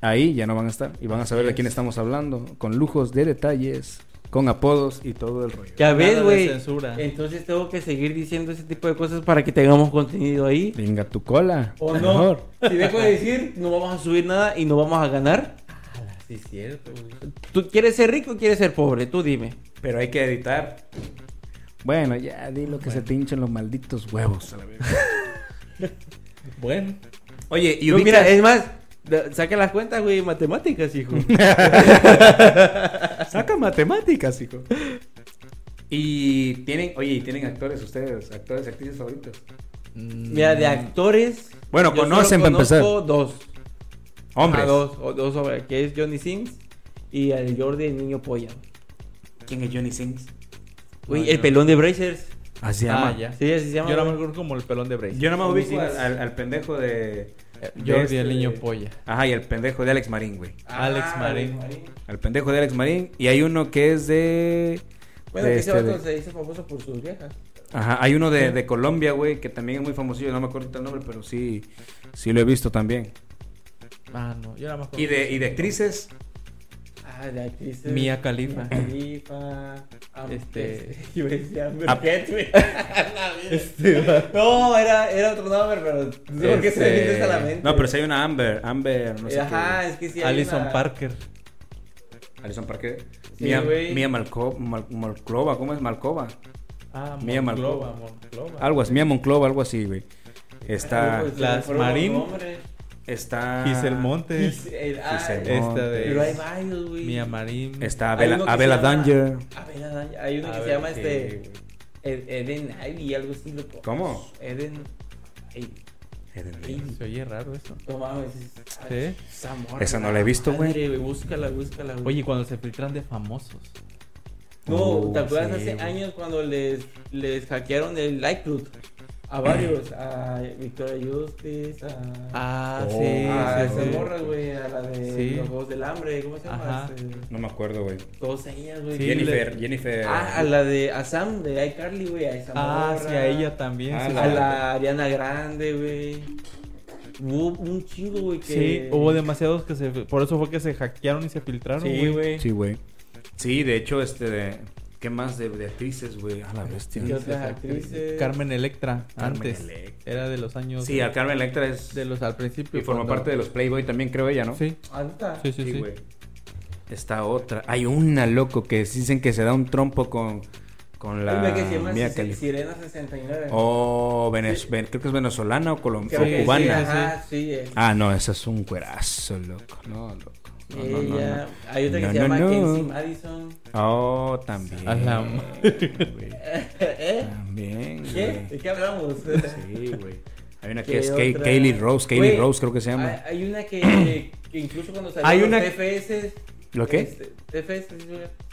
S3: ahí ya no van a estar. Y van a saber de quién estamos hablando, con lujos de detalles, con apodos y todo el rollo.
S4: Ah, Ya ves,
S2: Nada de
S4: güey.
S2: censura.
S4: Entonces tengo que seguir diciendo ese tipo de cosas para que tengamos contenido ahí.
S3: Venga tu cola.
S4: O
S3: a lo
S4: no.
S3: mejor.
S4: Si dejo de decir, no vamos a subir nada y no vamos a ganar.
S2: Sí, es cierto, güey.
S4: ¿Tú quieres ser rico o quieres ser pobre? Tú dime.
S3: Pero hay que editar. Bueno, ya di lo que se te hinchen los malditos huevos. a la verga.
S2: Bueno,
S3: Oye, y
S4: Yo,
S3: ubicas-
S4: mira, es más, da- saca las cuentas, güey, matemáticas, hijo.
S3: Saca matemáticas, hijo. Y tienen, oye, ¿y tienen actores ustedes, actores y actrices favoritos.
S2: Mm,
S4: Mira, de actores.
S3: Bueno,
S4: yo solo
S3: conocen para empezar.
S4: conozco Dos.
S3: Hombres.
S4: A Ah, dos, o dos sobre- que es Johnny Sims y al Jordi el niño polla.
S3: ¿Quién es Johnny Sings?
S4: Güey,
S2: No,
S4: el
S2: yo-
S4: pelón de Brazers.
S3: Así
S2: ah,
S3: llama.
S2: ya.
S4: Sí, así se llama.
S2: Yo no me
S4: güey.
S2: acuerdo como el pelón de Brace.
S3: Yo no me
S4: Johnny
S3: ubico
S4: Sings.
S3: al, al pendejo de. de
S2: Jordi,
S3: este-
S2: el niño polla.
S3: Ajá, y el pendejo de Alex Marín, güey.
S4: Ah,
S2: Alex Marín.
S3: Al pendejo de Alex Marín. Y hay uno que es de.
S4: Bueno,
S3: de
S4: que
S3: este,
S4: ese
S3: de-
S4: vato se hizo famoso por sus viejas.
S3: Ajá, hay uno de, de Colombia, güey, que también es muy famosillo. No me acuerdo ahorita el nombre, pero sí, sí lo he visto también.
S2: Ah, no, yo nada más
S3: Y de, y de actrices,
S4: Ah, de actrices.
S2: Mía Khalifa.
S4: Mía Khalifa. Am-
S2: Este-
S4: este, Yo decía Amber
S3: Ah.
S4: Heard, güey. Este No, era, era otro nombre, pero. No sé por qué se me
S3: Este,
S4: vino esa a la mente.
S3: No, pero si hay una Amber, Amber, no sé
S4: Ajá,
S3: qué.
S4: es que sí. hay
S2: Alison
S4: una-
S2: Parker.
S3: Alison Parker.
S4: Sí,
S3: Mía,
S4: güey.
S3: Mía Malco- Mal- Malclova, ¿cómo es Malcova?
S2: Ah,
S3: Mía
S2: Monclova,
S3: Malcova.
S2: Monclova.
S3: Algo así, Mía Monclova, algo así, güey.
S4: Ah,
S3: Está,
S4: pues, se
S2: Las
S4: me fueron los
S2: Marín.
S4: nombres.
S3: está...
S2: Giselle Montes.
S4: Y- el- ah,
S3: Giselle este,
S2: Esta
S3: Montes.
S2: de-
S4: Pero hay varios, güey.
S2: Mía Marín.
S3: Está
S4: Hay
S3: Abela,
S4: uno que
S3: Abela
S4: se llama-
S3: Danger.
S4: Abela Danger. Hay uno
S2: A
S4: que se
S2: ver,
S4: llama
S2: sí,
S4: este. Ed- Eden Ivy, algo así, loco.
S3: ¿Cómo?
S4: Eden. Ey,
S2: Se oye raro eso.
S4: no mames.
S2: Sí.
S4: Esa morra,
S3: Esa no la he visto, güey.
S4: madre, Búscala, búscala, güey.
S2: Oye, cuando se filtran de famosos.
S4: No,
S3: Oh,
S4: ¿te acuerdas
S3: sí,
S4: hace
S3: güey.
S4: años cuando les, les hackearon el iCloud? A varios, a Victoria Justice, a,
S2: Ah,
S3: Oh,
S2: sí,
S4: a
S2: sí,
S3: sí,
S4: esas
S2: sí.
S4: morras, güey, a la de
S2: Sí.
S4: los Juegos del Hambre, ¿cómo se llama?
S2: Ajá.
S4: Este,
S3: No me acuerdo, güey.
S4: todas ellas, güey.
S2: Sí,
S3: Jennifer,
S2: le-
S3: Jennifer.
S4: Ah, a la de a Sam de iCarly, güey, a esa
S2: Ah, sí,
S4: morra.
S2: a ella también.
S3: Ah,
S2: sí,
S4: A
S2: sí.
S4: la Ariana Grande, güey. Hubo un chingo, güey, que...
S2: Sí, hubo demasiados que se. Por eso fue que se hackearon y se filtraron.
S4: Sí, güey.
S3: Sí, güey. Sí, de hecho, este... de- ¿Qué más de, de actrices, güey? A la bestia.
S4: Y otras actrices.
S2: Carmen Electra,
S3: Carmen
S2: antes.
S3: Electra.
S2: Era de los años.
S3: Sí, a Carmen Electra es...
S2: de los al principio.
S3: Y forma parte de los Playboy también, creo ella, ¿no?
S2: Sí,
S4: Ah, ¿neta?
S2: sí, sí. sí.
S3: güey. Está otra. Hay una, loco, que dicen que se da un trompo con, con la
S4: Hay una que se llama
S3: Mia
S4: Si-
S3: Khalifa.
S4: Sirena 69.
S3: O vene- ven- creo que es venezolana o, colom-
S4: Creo
S3: o
S4: que sí,
S3: cubana.
S4: ajá, sí, eh.
S3: Ah, no, esa es un cuerazo, loco. No, loco. No, no, no,
S4: Ella- Hay otra que
S3: No,
S4: se
S3: no,
S4: llama
S3: no.
S4: Kenzie Madison.
S3: no. Oh, también.
S2: A la
S3: güey.
S4: ¿Eh?
S3: También,
S4: ¿Qué?
S3: güey.
S4: ¿De qué hablamos?
S3: Sí, güey. Hay una
S4: ¿Qué
S3: que es Kay-
S4: otra?
S3: Kaylee Rose. Kaylee
S4: Güey, Ah,
S3: Rose creo que se llama.
S4: Hay, hay una que, que incluso cuando salió
S3: Hay
S4: los
S3: una-
S4: TFS.
S3: ¿Lo qué?
S4: este, TFS,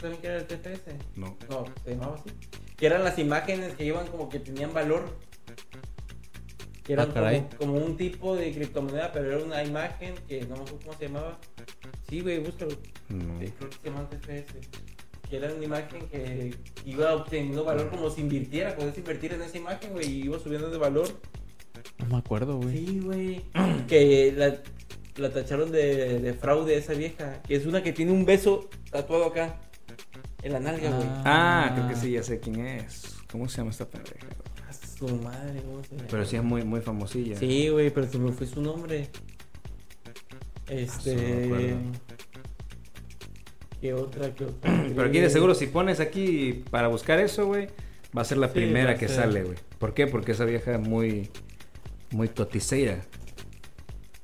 S4: ¿saben qué era el TFS?
S3: No.
S4: No, se llamaba así. Que eran las imágenes que iban como que tenían valor. Que eran
S2: Ah, caray.
S4: como, como un tipo de criptomoneda, pero era una imagen que no me acuerdo cómo se llamaba. Sí, güey, búscalo.
S3: no.
S4: Eh, Creo que se llamaba TFS. Que era una imagen que iba obteniendo valor como si invirtiera. Podías invertir en esa imagen, güey, y iba subiendo de valor.
S2: No me acuerdo, güey.
S4: Sí, güey. que la, la tacharon de, de fraude esa vieja. Que es una que tiene un beso tatuado acá. En la nalga, güey.
S3: Ah, creo que sí, ya sé quién es. ¿Cómo se llama esta pendeja?
S4: A su madre, ¿cómo se llama?
S3: Pero sí es muy, muy famosilla.
S4: Sí, güey, pero se me fue su nombre.
S3: Ah, sí, me
S4: Este.
S3: acuerdo.
S4: ¿Qué otra? ¿Qué otra?
S3: Pero aquí de seguro si pones aquí para buscar eso, güey, va a ser la
S2: Sí, va
S3: primera
S2: a
S3: que
S2: ser.
S3: sale, güey. ¿Por qué? Porque esa vieja es muy, muy coticeira.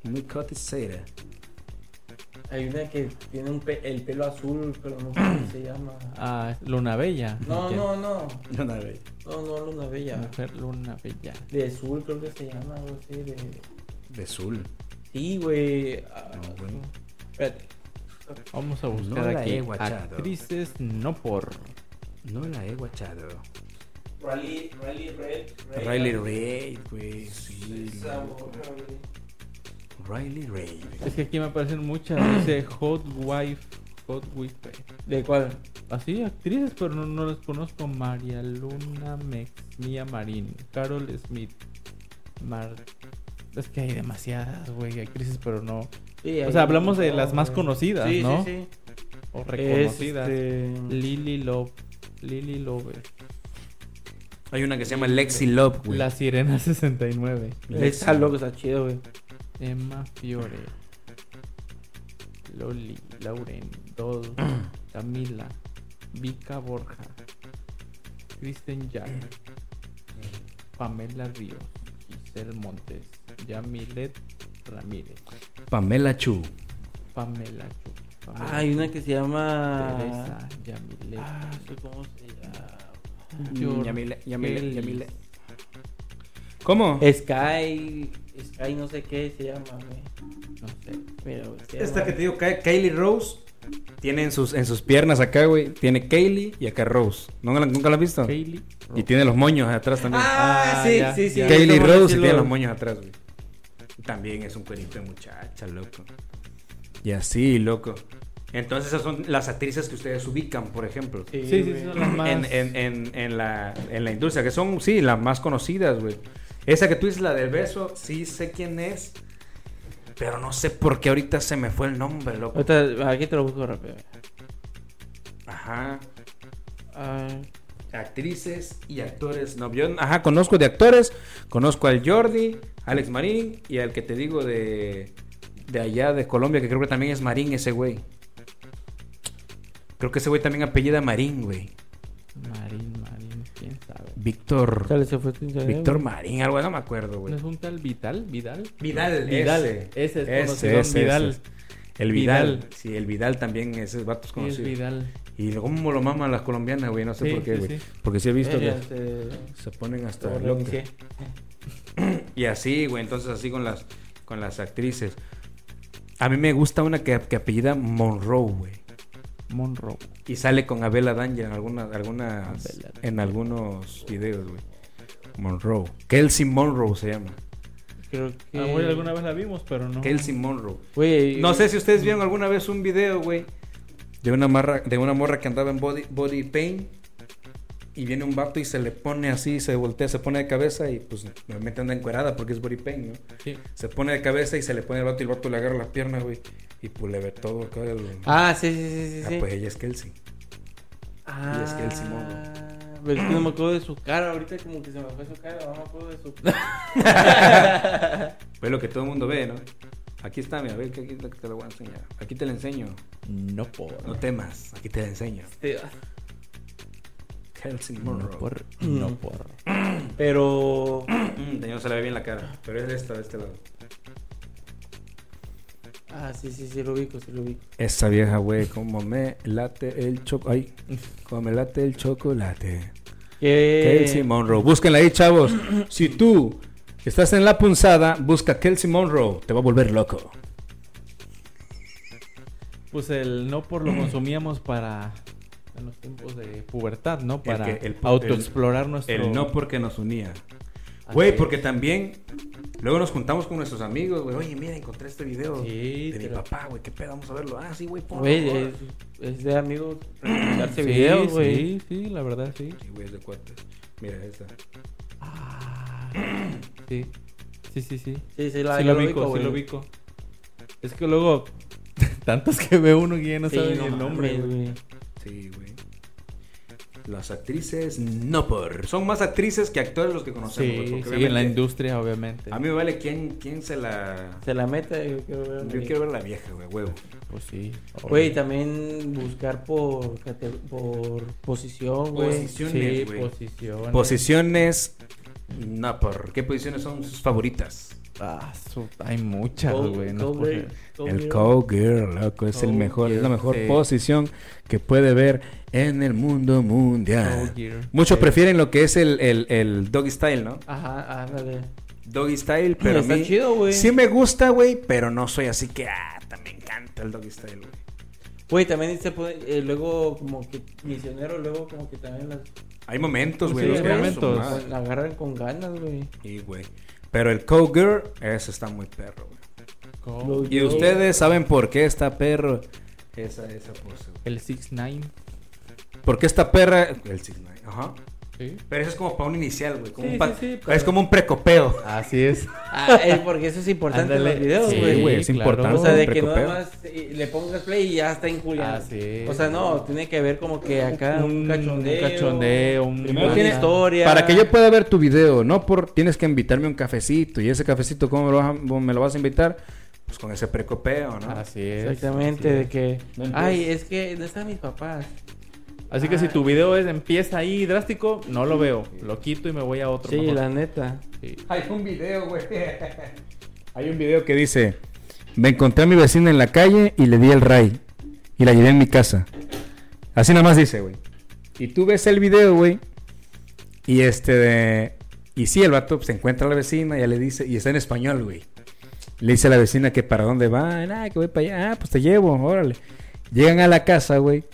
S3: Muy coticeira.
S4: Hay una que tiene un pe- el pelo azul, pero no sé cómo se llama.
S2: Ah, Luna Bella.
S4: No,
S2: ¿Qué?
S4: no, no.
S3: No, no, güey.
S4: No, no, Luna Bella.
S2: Mujer Luna Bella.
S4: De azul creo que se llama, algo así. De...
S3: De azul.
S4: Sí, güey. Ah,
S3: No, güey.
S4: Espérate.
S2: Vamos a buscar
S3: No la
S2: aquí.
S3: he guachado.
S2: Actrices no por.
S3: No la he guachado.
S4: Riley, Riley Red.
S3: Riley Reid, güey. Sí,
S4: Esa
S3: loco.
S4: morra, güey.
S3: Riley Reid.
S2: Es que aquí me aparecen muchas. Dice Hot Wife. Hot Wife.
S4: ¿De cuál?
S2: Así, actrices, pero no, no las conozco. María Luna Mex, Mía Marín, Carol Smith, Mar- es que hay demasiadas, güey, actrices, pero no.
S4: Sí,
S2: O
S4: hay
S2: sea, hablamos
S4: un
S2: de
S4: montón,
S2: las más
S4: güey.
S2: conocidas,
S4: sí,
S2: ¿no?
S4: Sí, sí,
S2: O
S4: Es,
S2: reconocidas.
S4: este,
S2: Lily Love. Lily Lover.
S3: Hay una que se llama Lexi Love, güey.
S2: La Sirena 69.
S4: Está loco, está chido, güey.
S2: Emma Fiore. Loli, Lauren, Doll, Camila, Vika Borja, Kristen Jack, Pamela Ríos, Giselle Montes, Yamilet Ramírez,
S3: Pamela Chu.
S2: Pamela Chu, Pamela
S4: Ah, hay una que se llama.
S2: Teresa, Yamilet,
S4: Ah, no sé cómo se llama.
S2: Jorge
S3: Yamile, Yamile,
S2: Ellis,
S3: Yamile. ¿Cómo?
S4: Sky. Sky, no sé qué se llama, güey.
S2: no sé.
S4: Mira, güey. se
S3: Esta
S4: llama-
S3: que te digo, Ka- Kylie Rose, tiene en sus, en sus piernas acá, güey. Tiene Kylie y acá Rose. ¿Nunca la, nunca la has visto?
S2: Hailey
S3: Y tiene los moños atrás también.
S4: Ah,
S2: Ah,
S4: sí,
S2: ya,
S4: sí, sí.
S2: ya.
S4: ahorita
S3: Kylie
S4: vamos a
S3: Rose y tiene
S4: decirlo.
S3: los moños atrás, güey. También es un cuerito de muchacha, loco. Y así, loco. Entonces esas son las actrices que ustedes ubican, por ejemplo.
S4: Sí,
S2: Sí, sí,
S4: güey.
S2: son las más.
S3: En, en- en- en la, en la industria, que son, sí, las más conocidas, güey. Esa que tú dices, la del beso, sí sé quién es, pero no sé por qué ahorita se me fue el nombre, loco.
S4: Ahorita, aquí te lo busco rápido. güey.
S3: Ajá.
S4: Ah,
S3: Actrices y actores. No, yo, ajá, conozco de actores, conozco al Jordi, Alex Marín y al que te digo de, de allá de Colombia, que creo que también es Marín ese güey. Creo que ese güey también apellida Marín, güey.
S2: Marín, Marín, quién sabe.
S3: Víctor.
S4: chale, se fue tu internet,
S3: Víctor
S4: güey.
S3: Marín, algo, no me acuerdo, güey.
S2: ¿No es un tal Vital? ¿Vidal?
S3: Vidal,
S2: Vidal,
S3: ese.
S2: ese es
S3: Ese,
S2: conocido,
S3: ese,
S2: Vidal.
S3: ese. El Vidal.
S2: Vidal.
S3: Sí, el Vidal también, ese vato es
S2: Sí, es
S3: conocido.
S2: Vidal.
S3: Y luego cómo lo maman las colombianas, güey, no sé
S2: Sí,
S3: por qué,
S2: sí,
S3: güey.
S2: sí.
S3: Porque sí he visto
S4: Verga,
S3: que
S4: se-
S3: se ponen
S4: se
S3: hasta
S4: borró,
S3: locas.
S4: dije.
S3: Y así, güey, entonces así con las, con las actrices. A mí me gusta una que, que apellida Monroe, güey.
S2: Monroe.
S3: Y sale con Abela Danger en algunas, algunas
S2: Abela Danger.
S3: en algunos videos, güey. Monroe. Kelsey Monroe se llama.
S4: Creo
S2: A
S4: que.
S2: lo mejor Ah, alguna vez la vimos, pero no.
S3: Kelsey Monroe.
S4: Güey,
S3: No sé si ustedes vieron alguna vez un video, güey, de una marra, de una morra que andaba en body, body pain y viene un vato y se le pone así, se voltea, se pone de cabeza y pues obviamente anda encuerada porque es body pain, ¿no?
S2: Sí.
S3: Se pone de cabeza y se le pone el vato y el vato le agarra las piernas, güey, y pues le ve todo acá el-
S4: Ah, sí, sí, sí, sí.
S3: Ah,
S4: sí.
S3: pues ella es Kelsey.
S4: Ah,
S3: Y es que el Simón, güey.
S4: Pero Ah, pues es que no me acuerdo de su cara, ahorita como que se me fue su cara, no me acuerdo de su
S3: Pues lo que todo el mundo ve, ¿no? Aquí está, mira, a ver, que aquí te lo voy a enseñar. Aquí te la enseño.
S2: No por.
S3: No temas, aquí te la enseño.
S4: cara.
S3: Kelsey Monroe.
S4: no
S2: por.
S4: Pero.
S3: Mm, no se le ve bien la cara, pero es de esta, de este lado.
S4: Ah, sí, sí, sí, lo ubico, sí, lo ubico.
S3: Esa vieja, güey, como me late el choco. Ay, como me late el chocolate.
S4: Que...
S3: Kelsey Monroe. Búsquenla ahí, chavos. Si tú estás en la punzada, busca Kelsey Monroe. Te va a volver loco.
S2: Pues el no por lo consumíamos para. En los tiempos de pubertad, ¿no? Para
S3: que- el-
S2: autoexplorar nuestro.
S3: El no porque nos unía.
S2: Así
S3: Güey,
S2: es.
S3: porque también luego nos juntamos con nuestros amigos, güey. Oye, mira, encontré este video
S2: Sí,
S3: de mi
S2: te lo-
S3: papá, güey. ¿Qué pedo? Vamos a verlo. Ah, sí, güey, ponlo.
S4: Güey,
S3: ponlo.
S4: es, es de amigos
S2: Sí,
S4: recomendarse videos, güey.
S2: Sí, sí, la verdad, sí.
S3: Sí, güey, es de cuates. Mira, esa.
S2: Ah. Sí. Sí, sí, sí.
S4: Sí, sí, la,
S2: sí
S4: yo
S2: lo ubico, sí
S4: güey.
S2: lo ubico. Es que luego. Tantos que ve uno que ya no
S4: Sí,
S2: sabe
S4: no
S2: ni el nombre,
S4: mames,
S2: güey.
S4: güey.
S3: Sí, güey. Las actrices no por. Son más actrices que actores los que conocemos.
S2: Sí,
S3: güey, porque
S2: sí, en la
S3: obviamente- Ah,
S2: industria, obviamente.
S3: A mí me vale quién, quién se la.
S4: Se la mete, yo quiero ver.
S3: Yo quiero ver la vieja, güey, huevo.
S2: Pues sí.
S4: Güey, también buscar por, cate- por posición, güey.
S2: Sí,
S3: Posiciones, güey.
S2: posiciones.
S3: Posiciones. No por. ¿Qué posiciones son sus favoritas?
S2: Ah, su- hay muchas,
S4: Co-
S2: güey. no es por-
S4: co-girl,
S3: El
S4: co-girl.
S3: cowgirl, loco, es el mejor, es la mejor
S2: sí.
S3: posición que puede ver en el mundo mundial.
S2: Cowgirl,
S3: Muchos
S2: sí.
S3: prefieren lo que es el, el, el doggy style, ¿no?
S4: Ajá, ándale.
S3: Doggy style, pero a
S4: Está
S3: mí
S4: chido, güey.
S3: sí me gusta, güey, pero no soy así que, ah, me encanta el doggy style, güey.
S4: Güey, también se puede, eh, luego como que misionero, luego como que también las pues,
S3: Hay momentos, güey,
S2: Sí,
S3: los
S2: hay
S3: que hacen su
S2: momentos.
S3: madre.
S4: la agarran con ganas, güey.
S3: Sí, güey. Pero el cowgirl, ese está muy perro, güey.
S2: Co-
S3: Y ustedes saben por qué está perro esa, esa pose, güey.
S2: El 6 9
S3: ¿Por qué esta perra? El 6ix9ine, ¿eh? ajá.
S2: Sí.
S3: Pero eso es como para un inicial, güey. como
S4: Sí,
S3: un pa-
S4: sí, sí, pero-
S3: Es como un precopeo.
S2: Así es.
S4: Ah, eh, porque eso es importante en los
S2: Ándale.
S4: videos,
S2: Sí,
S4: güey.
S2: güey,
S5: es
S2: claro.
S5: importante.
S4: O sea, de que
S3: Precopeo.
S4: nada más eh, le pongas play y ya está injuriando.
S2: Ah, sí.
S4: O sea, no, tiene que haber como que acá un, cachondeo.
S2: Un cachondeo, un-
S4: Primero
S2: una
S4: tiene
S2: historia.
S4: historia.
S3: Para que yo pueda ver tu video, no por tienes que invitarme un cafecito. Y ese cafecito, ¿cómo me lo vas a, me lo vas a invitar? Pues con ese precopeo, ¿no?
S2: Así es.
S4: Exactamente,
S2: así
S4: de
S2: es.
S4: que.
S2: No empieces.
S4: Ay, es que no están mis papás.
S2: Así que si tu video es, empieza ahí drástico, no lo veo. Lo quito y me voy a otro.
S4: Sí,
S2: mejor.
S4: la neta.
S2: Sí.
S3: Hay un video, güey. Hay un video que dice: Me encontré a mi vecina en la calle y le di el ray. Y la llevé en mi casa. Así nada más dice, güey. Y tú ves el video, güey. Y este de- Y sí, el vato se encuentra a la vecina, ya le dice. Y está en español, güey. Le dice a la vecina que para dónde va. Ah, que voy para allá. Ah, pues te llevo, órale. Llegan a la casa, güey.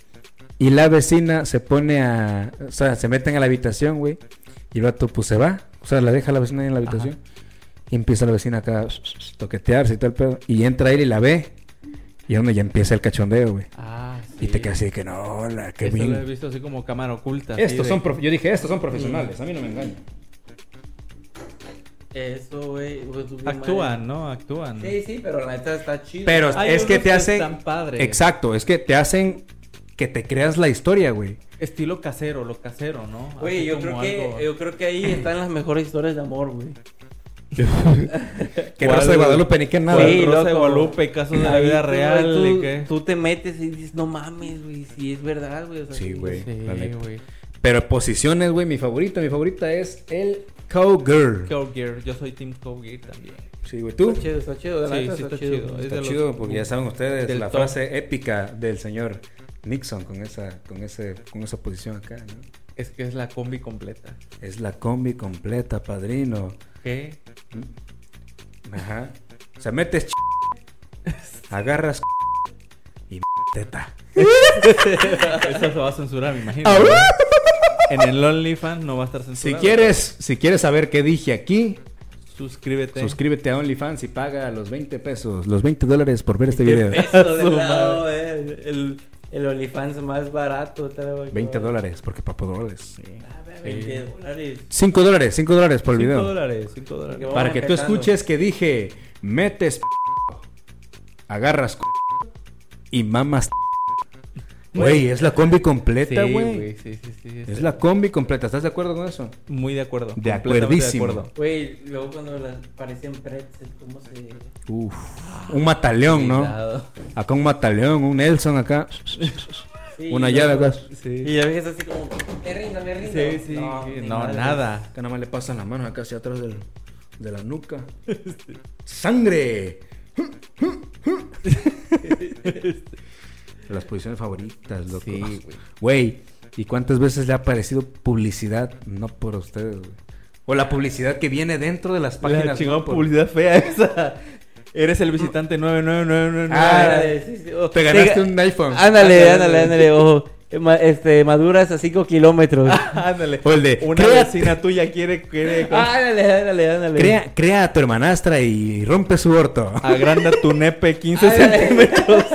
S3: Y la vecina se pone a. O sea, se meten a la habitación, güey. Y el vato, pues se va. O sea, la deja la vecina ahí en la habitación. Y empieza la vecina acá a toquetearse y todo el pedo. Y entra él y la ve. Y es donde ya empieza el cachondeo, güey.
S2: Ah, sí.
S3: Y te quedas así de que no, hola, qué
S2: Eso lo he
S3: bien.
S2: visto así como cámara oculta. así
S3: Estos
S2: de-
S3: son prof- Yo dije, estos son profesionales. A mí no me engañan.
S4: Eso, güey. güey, tú bien
S2: Actúan,
S4: mal.
S2: ¿no? Actúan.
S4: Sí, sí, pero la neta está chido.
S3: Pero
S2: Hay
S3: es que
S2: unos
S3: te hacen.
S2: están padres.
S3: Exacto, es que te hacen que te creas la historia, güey.
S2: Estilo casero, lo casero, ¿no?
S4: Güey,
S2: Así
S4: yo creo,
S2: como algo-
S4: que, yo creo que ahí están las mejores historias de amor, güey.
S3: Que
S2: ¿Cuál,
S3: Rosa de
S2: güey?
S3: Guadalupe ni que nada.
S2: Sí,
S4: Sí,
S2: Rosa de
S4: loco.
S2: Guadalupe, casos de la
S4: Ahí
S2: vida
S4: tú,
S2: real.
S4: güey,
S2: ¿y
S4: tú,
S2: qué?
S4: tú te metes y dices, no mames, güey, si es verdad, güey. o sea,
S3: Sí, güey. la
S2: Sí,
S3: neta.
S2: güey.
S3: Pero posiciones, güey, mi favorita, mi favorita es el cowgirl.
S2: Cowgirl, yo soy Team Cowgirl también.
S3: Sí, güey, tú.
S4: Está chido, está chido, de la
S2: Sí,
S4: neta
S2: sí
S4: está,
S2: está
S4: chido.
S2: chido.
S4: güey.
S2: Es
S3: Está
S2: de los-
S3: chido porque ya saben ustedes
S2: del
S3: la
S2: top.
S3: frase épica del señor Nixon con esa, con ese, con esa posición acá, ¿no?
S2: Es que es la combi completa.
S3: Es la combi completa, padrino.
S2: ¿Qué?
S3: Ajá. O sea, metes ch... agarras y teta.
S2: Eso se va a censurar, me imagino. en el OnlyFans no va a estar
S3: Si
S2: censurado.
S3: quieres, si quieres saber qué dije aquí,
S2: suscríbete.
S3: suscríbete a OnlyFans y paga los 20 pesos, los 20 dólares por ver este video.
S4: Eso, de
S2: Su
S4: lado, güey, El, el OnlyFans más barato. te lo voy a
S3: 20
S4: cobrar.
S3: dólares, porque papo dólares.
S4: Ah, ve, 20 dólares.
S3: 5 dólares, 5 dólares por el
S2: 5
S3: video.
S2: dólares, 5 dólares.
S4: Vamos
S3: Para que tú
S4: empezando.
S3: escuches que dije, metes p- agarras c- y mamas. c-". Güey, es la combi completa,
S2: Sí,
S3: güey.
S2: güey, sí, sí, sí.
S3: es la combi completa, ¿estás de acuerdo con eso?
S2: Muy de acuerdo.
S3: De
S2: completamente
S3: acuerdísimo.
S4: Güey, luego cuando las parecían pretzel, ¿cómo se...?
S3: Uf, un mataleón, ¿no?
S2: Cuidado.
S3: Acá un mataleón, un Nelson acá.
S4: Sí,
S3: Una
S4: y
S3: llave pues.
S4: luego-
S3: acá.
S2: Sí.
S4: Y ya ves así como, me rindo, me rindo.
S2: Sí, sí. No,
S4: ni madre.
S2: nada.
S3: Acá nada más le pasan las manos acá hacia atrás del- de la nuca. ¡Sangre! Las posiciones favoritas, loco.
S2: Sí, güey.
S3: Güey, ¿y cuántas veces le ha aparecido publicidad? No por ustedes, güey. O la publicidad que viene dentro de las páginas.
S2: La chingada
S3: no por-
S2: publicidad fea esa. Eres el visitante 99999.
S3: Ah,
S4: Ándale, sí, sí, o-
S3: Te ganaste
S4: ga-
S3: un iPhone.
S4: Ándale, ándale, ándale. Ojo, Eh, ma- este, maduras a 5 kilómetros.
S2: Ándale.
S3: O el de,
S2: Una
S3: Ah. "Créate". Ah.
S2: vecina tuya quiere, quiere
S4: ándale, ándale, ándale.
S3: Crea, crea a tu hermanastra y rompe su orto.
S2: agranda tu nepe 15 centímetros.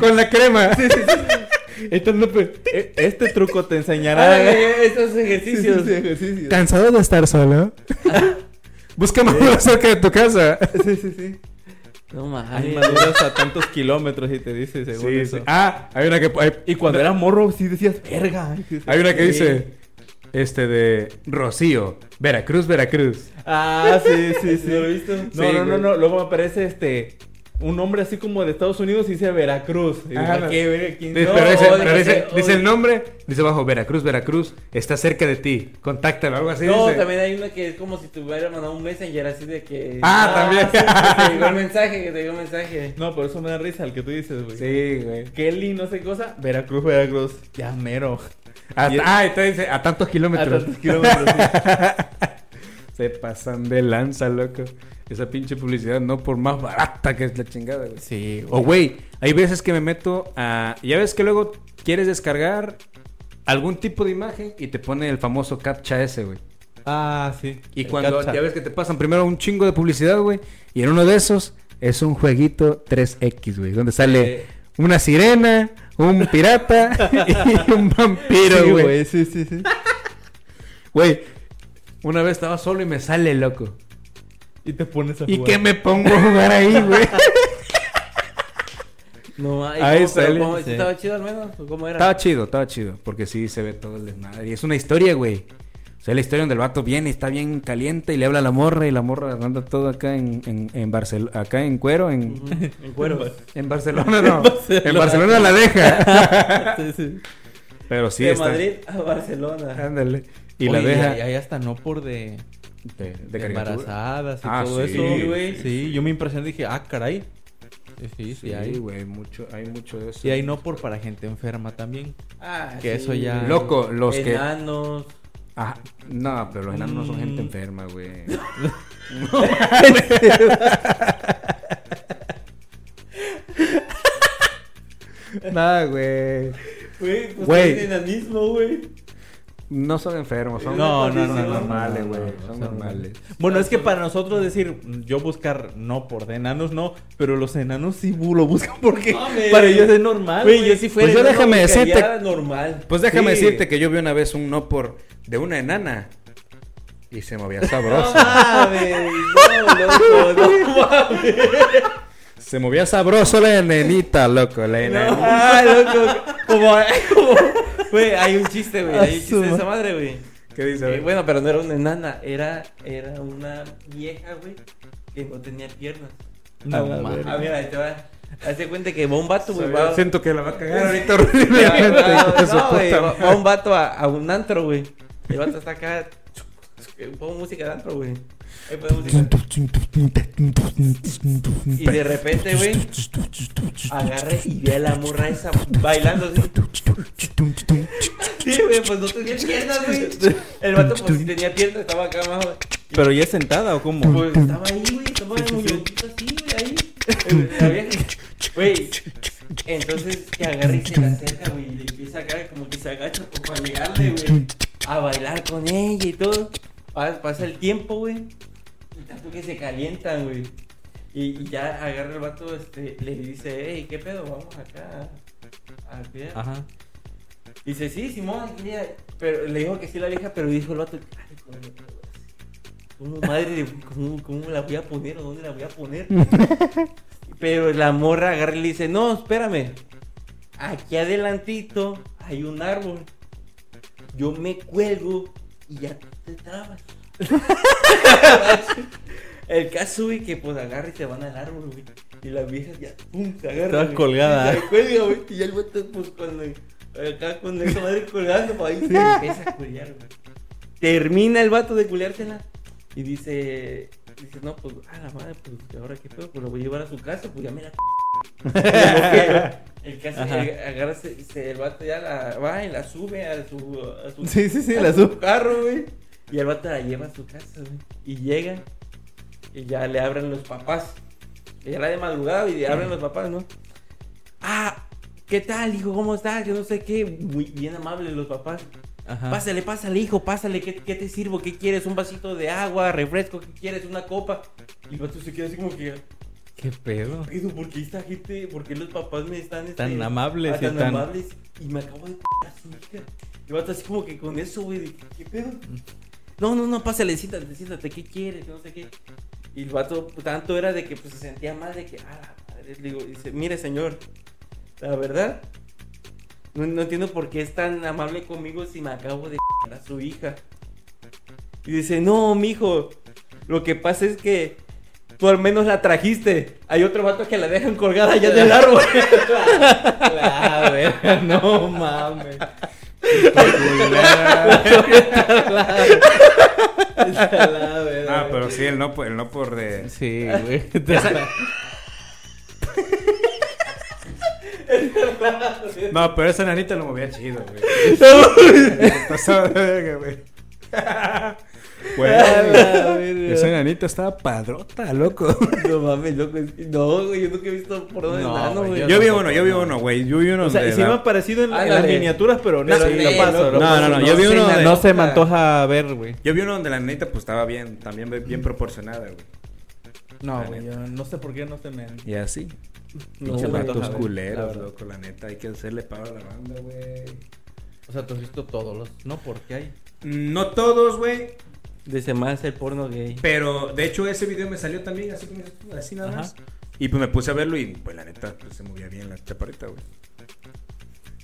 S3: Con la crema.
S2: E- Este truco te enseñará.
S4: Ándale, esos ejercicios.
S2: ejercicios.
S3: ¿Cansado de estar solo? Busca madura cerca de tu casa.
S2: Sí, sí, sí.
S4: No
S2: Hay
S4: mames.
S2: maduras a tantos kilómetros y te dice según
S3: Sí,
S2: eso.
S3: sí. Ah, hay una que hay-
S2: Y cuando eras morro, sí decías, verga.
S3: hay una que
S2: Sí.
S3: dice este de Rocío, Veracruz, Veracruz.
S2: Ah, sí, sí, sí. ¿Lo viste? No,
S3: Sí,
S2: no, no,
S3: güey.
S2: no. Luego me aparece este. Un hombre así como de Estados Unidos y dice Veracruz. Y digo,
S3: Ah,
S2: "¿A qué, verga? ¿Quién
S3: Dice,
S2: no?"
S3: pero dice,
S4: o
S3: pero
S4: de-
S3: dice-
S4: o
S3: dice
S4: de-
S3: el nombre, dice abajo Veracruz, Veracruz, está cerca de ti. Contáctalo, algo así
S4: No,
S3: dice.
S4: también hay una que es como si te hubiera mandado un messenger así de que.
S3: Ah, también.
S4: sí, que te llegó el mensaje, que te llegó el mensaje.
S2: No, pero eso me da risa el que tú dices, güey.
S3: Sí, güey.
S2: Kelly, no sé qué cosa. Veracruz, Veracruz. Ya mero.
S3: A-
S2: Y-
S3: ah, entonces dice, a tantos
S2: A
S3: kilómetros.
S2: tantos kilómetros. sí.
S3: Se pasan de lanza, loco. Esa pinche publicidad no por más barata que es la chingada, güey.
S2: Sí,
S3: O güey, hay veces que me meto a... Ya ves que luego quieres descargar algún tipo de imagen y te pone el famoso captcha ese, güey.
S2: Ah, sí.
S3: Y
S2: El
S3: cuando
S2: captcha.
S3: ya ves que te pasan primero un chingo de publicidad, güey. Y en uno de esos es un jueguito 3X, güey. Donde sale
S2: Eh.
S3: una sirena, un pirata y un
S2: Sí,
S3: vampiro, güey.
S2: Sí, sí, sí.
S3: Güey, una vez estaba solo y me sale loco.
S2: Y te pones a
S3: ¿Y
S2: jugar.
S3: qué me pongo a jugar ahí, güey?
S4: No, ay,
S3: Ahí
S4: ¿cómo? Pero
S3: sale,
S4: ¿cómo?
S3: sí.
S4: ¿Estaba chido al menos? ¿O ¿Cómo era?
S3: Estaba chido, estaba chido. Porque sí se ve todo el desmadre. Y es una historia, güey. O sea, la historia donde el vato viene, está bien caliente y le habla a la morra y la morra anda todo acá en, en, en Barcel- acá en cuero, en,
S4: Ujú, Mm, En cuero.
S3: en Barcelona, no. en, Barcelona.
S2: Barcelona.
S3: la deja.
S2: Sí, sí.
S3: Pero sí,
S4: de
S3: está.
S4: Madrid a Barcelona.
S3: Ándale. Y la
S2: Oye,
S3: deja.
S2: y hay hasta no por de,
S3: De,
S2: de
S3: de caricatura.
S2: embarazadas y
S3: Ah,
S2: todo
S3: sí,
S2: eso.
S4: güey.
S2: Sí, yo me impresioné y dije, ah, caray. Sí, sí,
S3: Sí,
S2: hay.
S3: güey, mucho, hay mucho de eso.
S2: Y hay no por para gente enferma también.
S4: Ah,
S2: Que eso ya-
S3: Loco, los que-
S4: Enanos.
S3: Ah, no, pero los enanos no son gente enferma, güey. Nada, güey.
S4: Güey, pues
S3: Güey.
S4: es enanismo, güey.
S3: No son enfermos, son,
S2: No, no, no,
S3: son
S2: no, no,
S3: normales,
S2: no,
S3: güey.
S2: no,
S3: son
S2: son
S3: normales.
S2: Bueno, es que para nosotros decir, yo buscar no por de enanos, no, pero los enanos sí bu- lo buscan porque
S4: Mames.
S2: para ellos es normal.
S4: Ah, Güey, yo si fuera
S3: Pues yo
S4: enano,
S3: déjame
S4: buscaría
S3: decirte-
S4: normal.
S3: Pues déjame
S2: Sí.
S3: decirte que yo vi una vez un no por de una enana y se movía
S4: No
S3: sabroso.
S4: mames, no, loco, no mames.
S3: se movía sabroso la enenita, loco, la enanita.
S4: Ah, loco, como, como, güey, hay un chiste, güey, hay un chiste de esa madre, güey.
S3: ¿Qué dice?
S4: Eh, bueno, pero no era una enana, era, era una vieja, güey, que no tenía piernas.
S2: No,
S3: A la
S2: mames.
S4: Ah, mira, ahí te va. Hazte cuenta que va un vato, güey, va,
S3: Siento que la va a cagar ahorita
S4: Ya,
S3: horriblemente. hijo de
S4: güey,
S3: su
S4: No, güey,
S3: puta
S4: va
S3: madre.
S4: va un vato a, a un antro, güey. El vato está acá. Pongo música de antro, güey. Ahí pone música. Y de repente, güey, agarre y ve a la morra esa bailando así. Sí, güey, pues no tenía piernas, güey. El vato, pues si tenía piernas, estaba acá abajo. güey.
S2: Pero ya es sentada o cómo?
S4: Pues estaba ahí, güey, estaba en un yonquito así, güey, ahí. Eh, la vieja, Güey, entonces que agarra y se la acerca, güey, y le empieza a agarrar como que se agacha como para llegarle, güey, a bailar con ella y todo. Pa- Pasa el tiempo, güey, y tanto que se calientan, güey. Y, y ya agarra el vato, este, le dice, hey, ¿qué pedo? Vamos acá. a- a cuidar".
S2: Ajá.
S4: Dice, sí, Simón, aquí ya". pero le dijo que sí la vieja, pero dijo el vato, "Ay, coño, ¿cómo madre, de- cómo, cómo la voy a poner o dónde la voy a poner? pero la morra agarra y le dice, no, espérame, aquí adelantito hay un árbol, yo me cuelgo y ya tú te trabas. El caso, güey, que pues agarra y se van al árbol, güey. Y la vieja ya, pum, se agarra.
S2: Estaba
S4: güey.
S2: colgada.
S4: Y se cuelga, güey. Y ya el vato, pues, cuando. Acá con esa madre colgando, pa' ahí se empieza a culear, güey. Termina el vato de culeársela. Y dice. Dice, no, pues, a la madre, pues, ahora qué pedo, pues lo voy a llevar a su casa, pues ya me la. El caso,
S2: Ajá.
S4: el- agarra, se, se- el vato ya la va y la sube a su. A su
S2: Sí, sí, sí,
S4: a
S2: la
S4: su
S2: sube.
S4: carro, güey. Y el vato la lleva a su casa, güey. Y llega. Y ya le abren los papás. Era de madrugada y le abren los papás, ¿no? Ah, ¿qué tal, hijo? ¿Cómo estás? Yo no sé qué. Muy bien amables los papás.
S2: Ajá.
S4: Pásale, pásale, hijo, pásale. ¿Qué, qué te sirvo? ¿Qué quieres? ¿Un vasito de agua? ¿Refresco? ¿Qué quieres? ¿Una copa? Y el vato se queda así como que...
S2: ¿Qué pedo?
S4: "Pero, ¿Por qué esta gente? ¿Por qué los papás me están... este,
S2: Tan amables
S4: ah,
S2: y
S4: tan,
S2: tan-
S4: amables? Y me acabo de... c- a su hija". El vato así como que con eso, güey. de, ¿Qué pedo? No, no, no, pásale, siéntate, siéntate, ¿qué quieres? No sé qué. Y el vato tanto era de que pues, se sentía mal de que, ah, la madre, le digo, dice, mire señor, la verdad, no, no entiendo por qué es tan amable conmigo si me acabo de a su hija. Y dice, no, mijo, lo que pasa es que tú al menos la trajiste. Hay otro vato que la dejan colgada allá del árbol.
S2: La verga, no mames.
S3: Ah, pero sí, el no, por- el no por de.
S2: Sí, güey.
S3: No, pero esa nanita lo movía chido, güey. Pasaba de verga, güey. Güey, esa nanita estaba padrota, loco.
S4: no mames, loco. es que- No, güey, yo nunca he visto por dónde
S2: No,
S4: enano,
S2: güey,
S4: güey.
S2: yo
S3: Yo vi uno, yo vi uno, güey. Yo vi uno.
S2: O sea, y
S3: donde
S2: sí
S3: la-
S2: me ha parecido en, en las
S4: Ándale.
S2: miniaturas, pero no,
S4: Pero
S2: sí,
S4: sí,
S2: lo paso,
S4: no,
S2: lo paso.
S3: no, no, yo vi
S2: sé
S3: uno
S2: nada.
S3: de-
S2: No se me antoja ver, güey.
S3: Yo vi uno donde la nanita pues estaba bien, también bien- bien proporcionada, güey.
S2: No,
S3: La
S2: güey,
S3: neta.
S2: yo no sé por qué no se me...
S3: Y así.
S2: No,
S3: Pinche
S2: se me
S3: vatos
S2: antoja ver, la
S3: culeros,
S2: verdad.
S3: loco, la neta. Hay que hacerle paro a la banda, güey.
S2: O sea, tú has visto todos los... No, ¿por qué hay?
S3: Mm, No todos, güey.
S4: Dice más el porno gay.
S3: Pero de hecho ese video me salió también, así como dices tú, así nada
S4: Ajá.
S3: más. Y pues me puse a verlo y pues la neta pues, se movía bien la chaparrita, güey.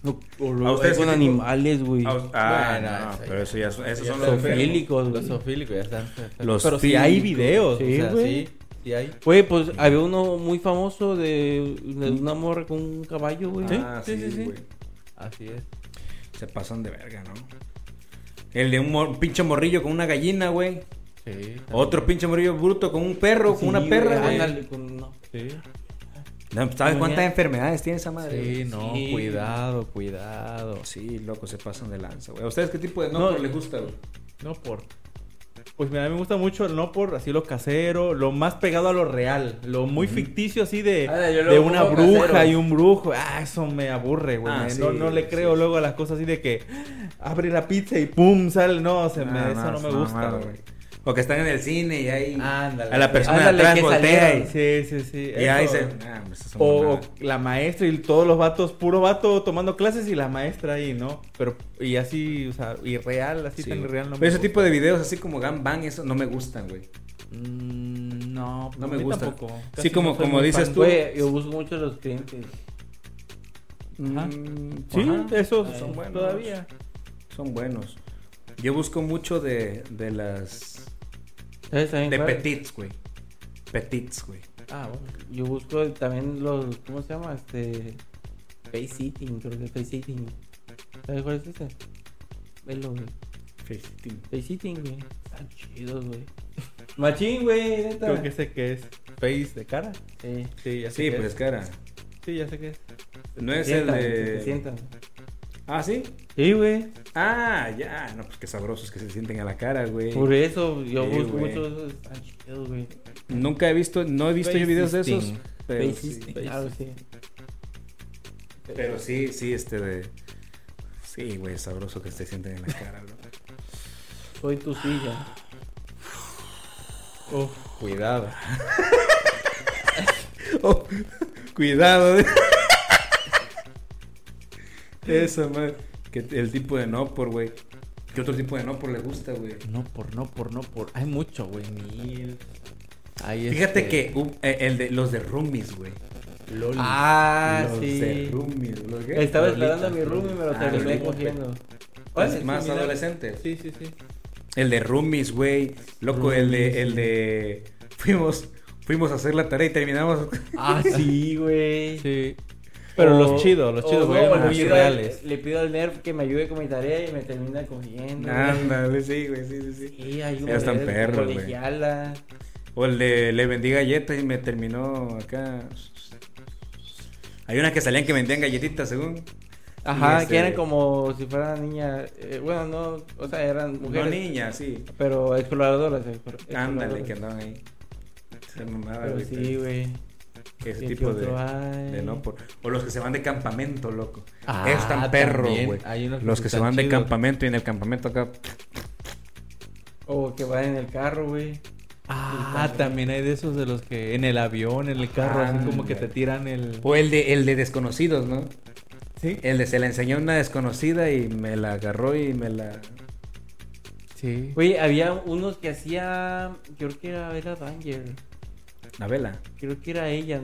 S4: No, o
S3: ¿A
S4: luego
S3: ustedes
S4: con
S3: qué tipo?
S4: animales, güey.
S3: Ah, ah,
S7: Bueno,
S3: no,
S7: eso ya-
S3: pero eso ya son, esos
S7: ya
S3: son los
S7: son
S4: Sofílicos,
S7: Los
S4: güey.
S7: zoofílicos ya están. ya están.
S8: Los
S2: Pero si hay
S8: fílicos.
S2: videos.
S7: O
S4: Sí,
S7: sea,
S4: güey.
S7: sí, sí hay.
S4: Güey, pues había uno muy famoso de, de una morra con un caballo, güey.
S3: Ah, sí, sí, güey.
S7: Así es.
S3: Se pasan de verga, ¿no? El de un mor- pinche morrillo con una gallina, güey.
S7: Sí.
S3: Otro pinche morrillo bruto con un perro,
S4: Sí,
S3: con una perra,
S4: güey.
S3: güey.
S4: Ándale, con- no.
S2: Sí.
S3: No, ¿Sabes cuántas enfermedades tiene esa madre?
S7: Sí,
S3: güey?
S7: no,
S4: Sí.
S7: cuidado, cuidado.
S3: Sí, loco, se pasan de lanza, güey. ¿A ustedes qué tipo de
S2: No.
S3: no, les gusta, güey?
S2: No por. Pues mira, a mí me gusta mucho el no por así lo casero, lo más pegado a lo real, lo muy ficticio así de,
S4: Ah, yo lo
S2: de una
S4: pongo
S2: bruja
S4: casero.
S2: y un brujo. Ah, eso me aburre, güey.
S3: Ah,
S2: Me-
S3: sí,
S2: no, no le
S3: sí,
S2: creo
S3: sí.
S2: luego a las cosas así de que "Ah, abre la pizza y pum, sale. No, se me,
S3: Nada
S2: eso
S3: más,
S2: no me
S3: nada
S2: gusta,
S3: más,
S2: güey.
S3: O que están en el cine y ahí
S7: Ándale.
S3: a la persona de
S4: Ándale,
S3: atrás
S4: que
S3: voltea
S4: salieron.
S3: y,
S2: Sí, sí, sí.
S3: y ahí
S2: eso.
S3: se... Ah, pues, eso no
S2: O
S3: es nada.
S2: la maestra y todos los vatos, puro vato tomando clases y la maestra ahí, ¿no? Pero, y así, o sea, irreal, así
S3: Sí,
S2: tan
S3: güey.
S2: irreal no me
S3: Pero ese
S2: gusta.
S3: tipo de videos así como gangbang, eso no me gustan, güey.
S2: Mm, no,
S3: No
S2: a
S3: me
S2: mí
S3: gusta.
S2: tampoco.
S3: Sí,
S2: Casi
S3: como-
S2: no soy
S3: como
S2: muy
S3: dices
S2: fan.
S3: tú.
S4: Güey, yo busco mucho a los clientes.
S2: Ajá.
S3: Mm,
S2: Sí,
S3: ajá.
S2: esos
S3: Son buenos.
S2: todavía.
S3: Son buenos. Yo busco mucho de, de las...
S4: ¿Sabes también?
S3: De
S4: cuál?
S3: petits, güey. Petits, güey.
S4: Ah, bueno. Yo busco también los. ¿Cómo se llama? Este. Face sitting, creo que es face sitting. ¿Sabes cuál es ese? Velo, güey. Face sitting, güey. Están chidos, güey. Machín, güey, neta.
S2: Creo que sé que es face de cara.
S4: Sí.
S2: Sí, ya sé
S3: Sí,
S2: qué
S3: pues
S2: es.
S3: es cara.
S2: Sí, ya sé que es.
S3: No es
S4: Sientan,
S3: el
S4: que
S3: de...
S4: se sientan.
S3: Ah, ¿sí?
S4: Sí, güey.
S3: Ah, ya. No, pues qué sabrosos que se sienten a la cara, güey.
S4: Por eso yo
S3: Sí,
S4: busco
S3: güey.
S4: mucho esos. Están chidos, güey.
S3: Nunca he visto, no he visto yo videos de esos.
S2: Facisting.
S3: Pero
S4: Face
S3: sí,
S4: sitting, Claro, sí.
S3: pero sí, sí, este de... Sí, güey, sabroso que se sienten en la cara, loco.
S4: Soy tu silla.
S7: Cuidado.
S3: Oh, cuidado. Eso, madre. Que el tipo de no por, güey. ¿Qué otro tipo de no por le gusta, güey?
S7: No por, no por, no por. Hay mucho, güey. Mil. Hay
S3: Fíjate
S7: este,
S3: que uh, eh, el de, los de roomies, güey.
S7: Loli.
S3: Ah,
S4: Los
S3: sí.
S4: de
S3: roomies, ¿los qué?
S4: Estaba
S3: Lolitas,
S4: esperando a mi room y me lo
S3: Ah,
S4: terminé
S3: lolitas.
S4: cogiendo.
S3: Pues,
S2: es
S3: más
S2: similar.
S3: adolescente.
S2: Sí, sí, sí.
S3: El de roomies, güey. Loco, el de, el de. Fuimos, fuimos a hacer la tarea y terminamos.
S4: Ah, sí, güey.
S2: Sí. Pero
S4: O-
S2: los chidos, los
S4: o
S2: chidos,
S4: no,
S2: güey, eran
S4: le
S2: muy
S4: pido al-
S2: reales.
S4: Le pido al nerd que me ayude con mi tarea y me termina cogiendo.
S3: Ándale, sí, güey, sí, sí, sí.
S4: Sí, hay un
S3: Ya están
S4: nerd
S3: perros, güey.
S4: colegiala.
S3: O el de le vendí galletas y me terminó acá. Hay unas que salían que vendían galletitas, según.
S4: Ajá,
S3: Y ese-
S4: que eran como si fueran niñas. eh, bueno, no, o sea, eran mujeres.
S3: No niñas, sí.
S4: Pero exploradoras. eh, pero-
S3: Ándale,
S4: exploradoras.
S3: que andaban ahí. Se mamaba,
S4: Pero
S3: güey,
S4: sí, güey.
S3: que Ese
S4: ¿Qué- qué
S3: tipo de,
S4: otro hay?
S3: de no por. O los que se van de campamento, loco.
S7: Ah,
S3: es tan perro,
S7: también.
S3: güey.
S7: Hay unos que
S3: Los
S7: sí
S3: que se
S7: están
S3: van de
S7: chidos.
S3: campamento y en el campamento acá.
S4: O que van en el carro, güey.
S2: Ah, también hay de esos de los que en el avión, en el carro, así como que te tiran el.
S3: O el de, el de desconocidos, ¿no?
S2: Sí.
S3: El de se la enseñó una desconocida y me la agarró y me la.
S7: Sí.
S4: Oye, había unos que hacía. Creo que era Vera Danger.
S3: La vela.
S4: Creo que era ella.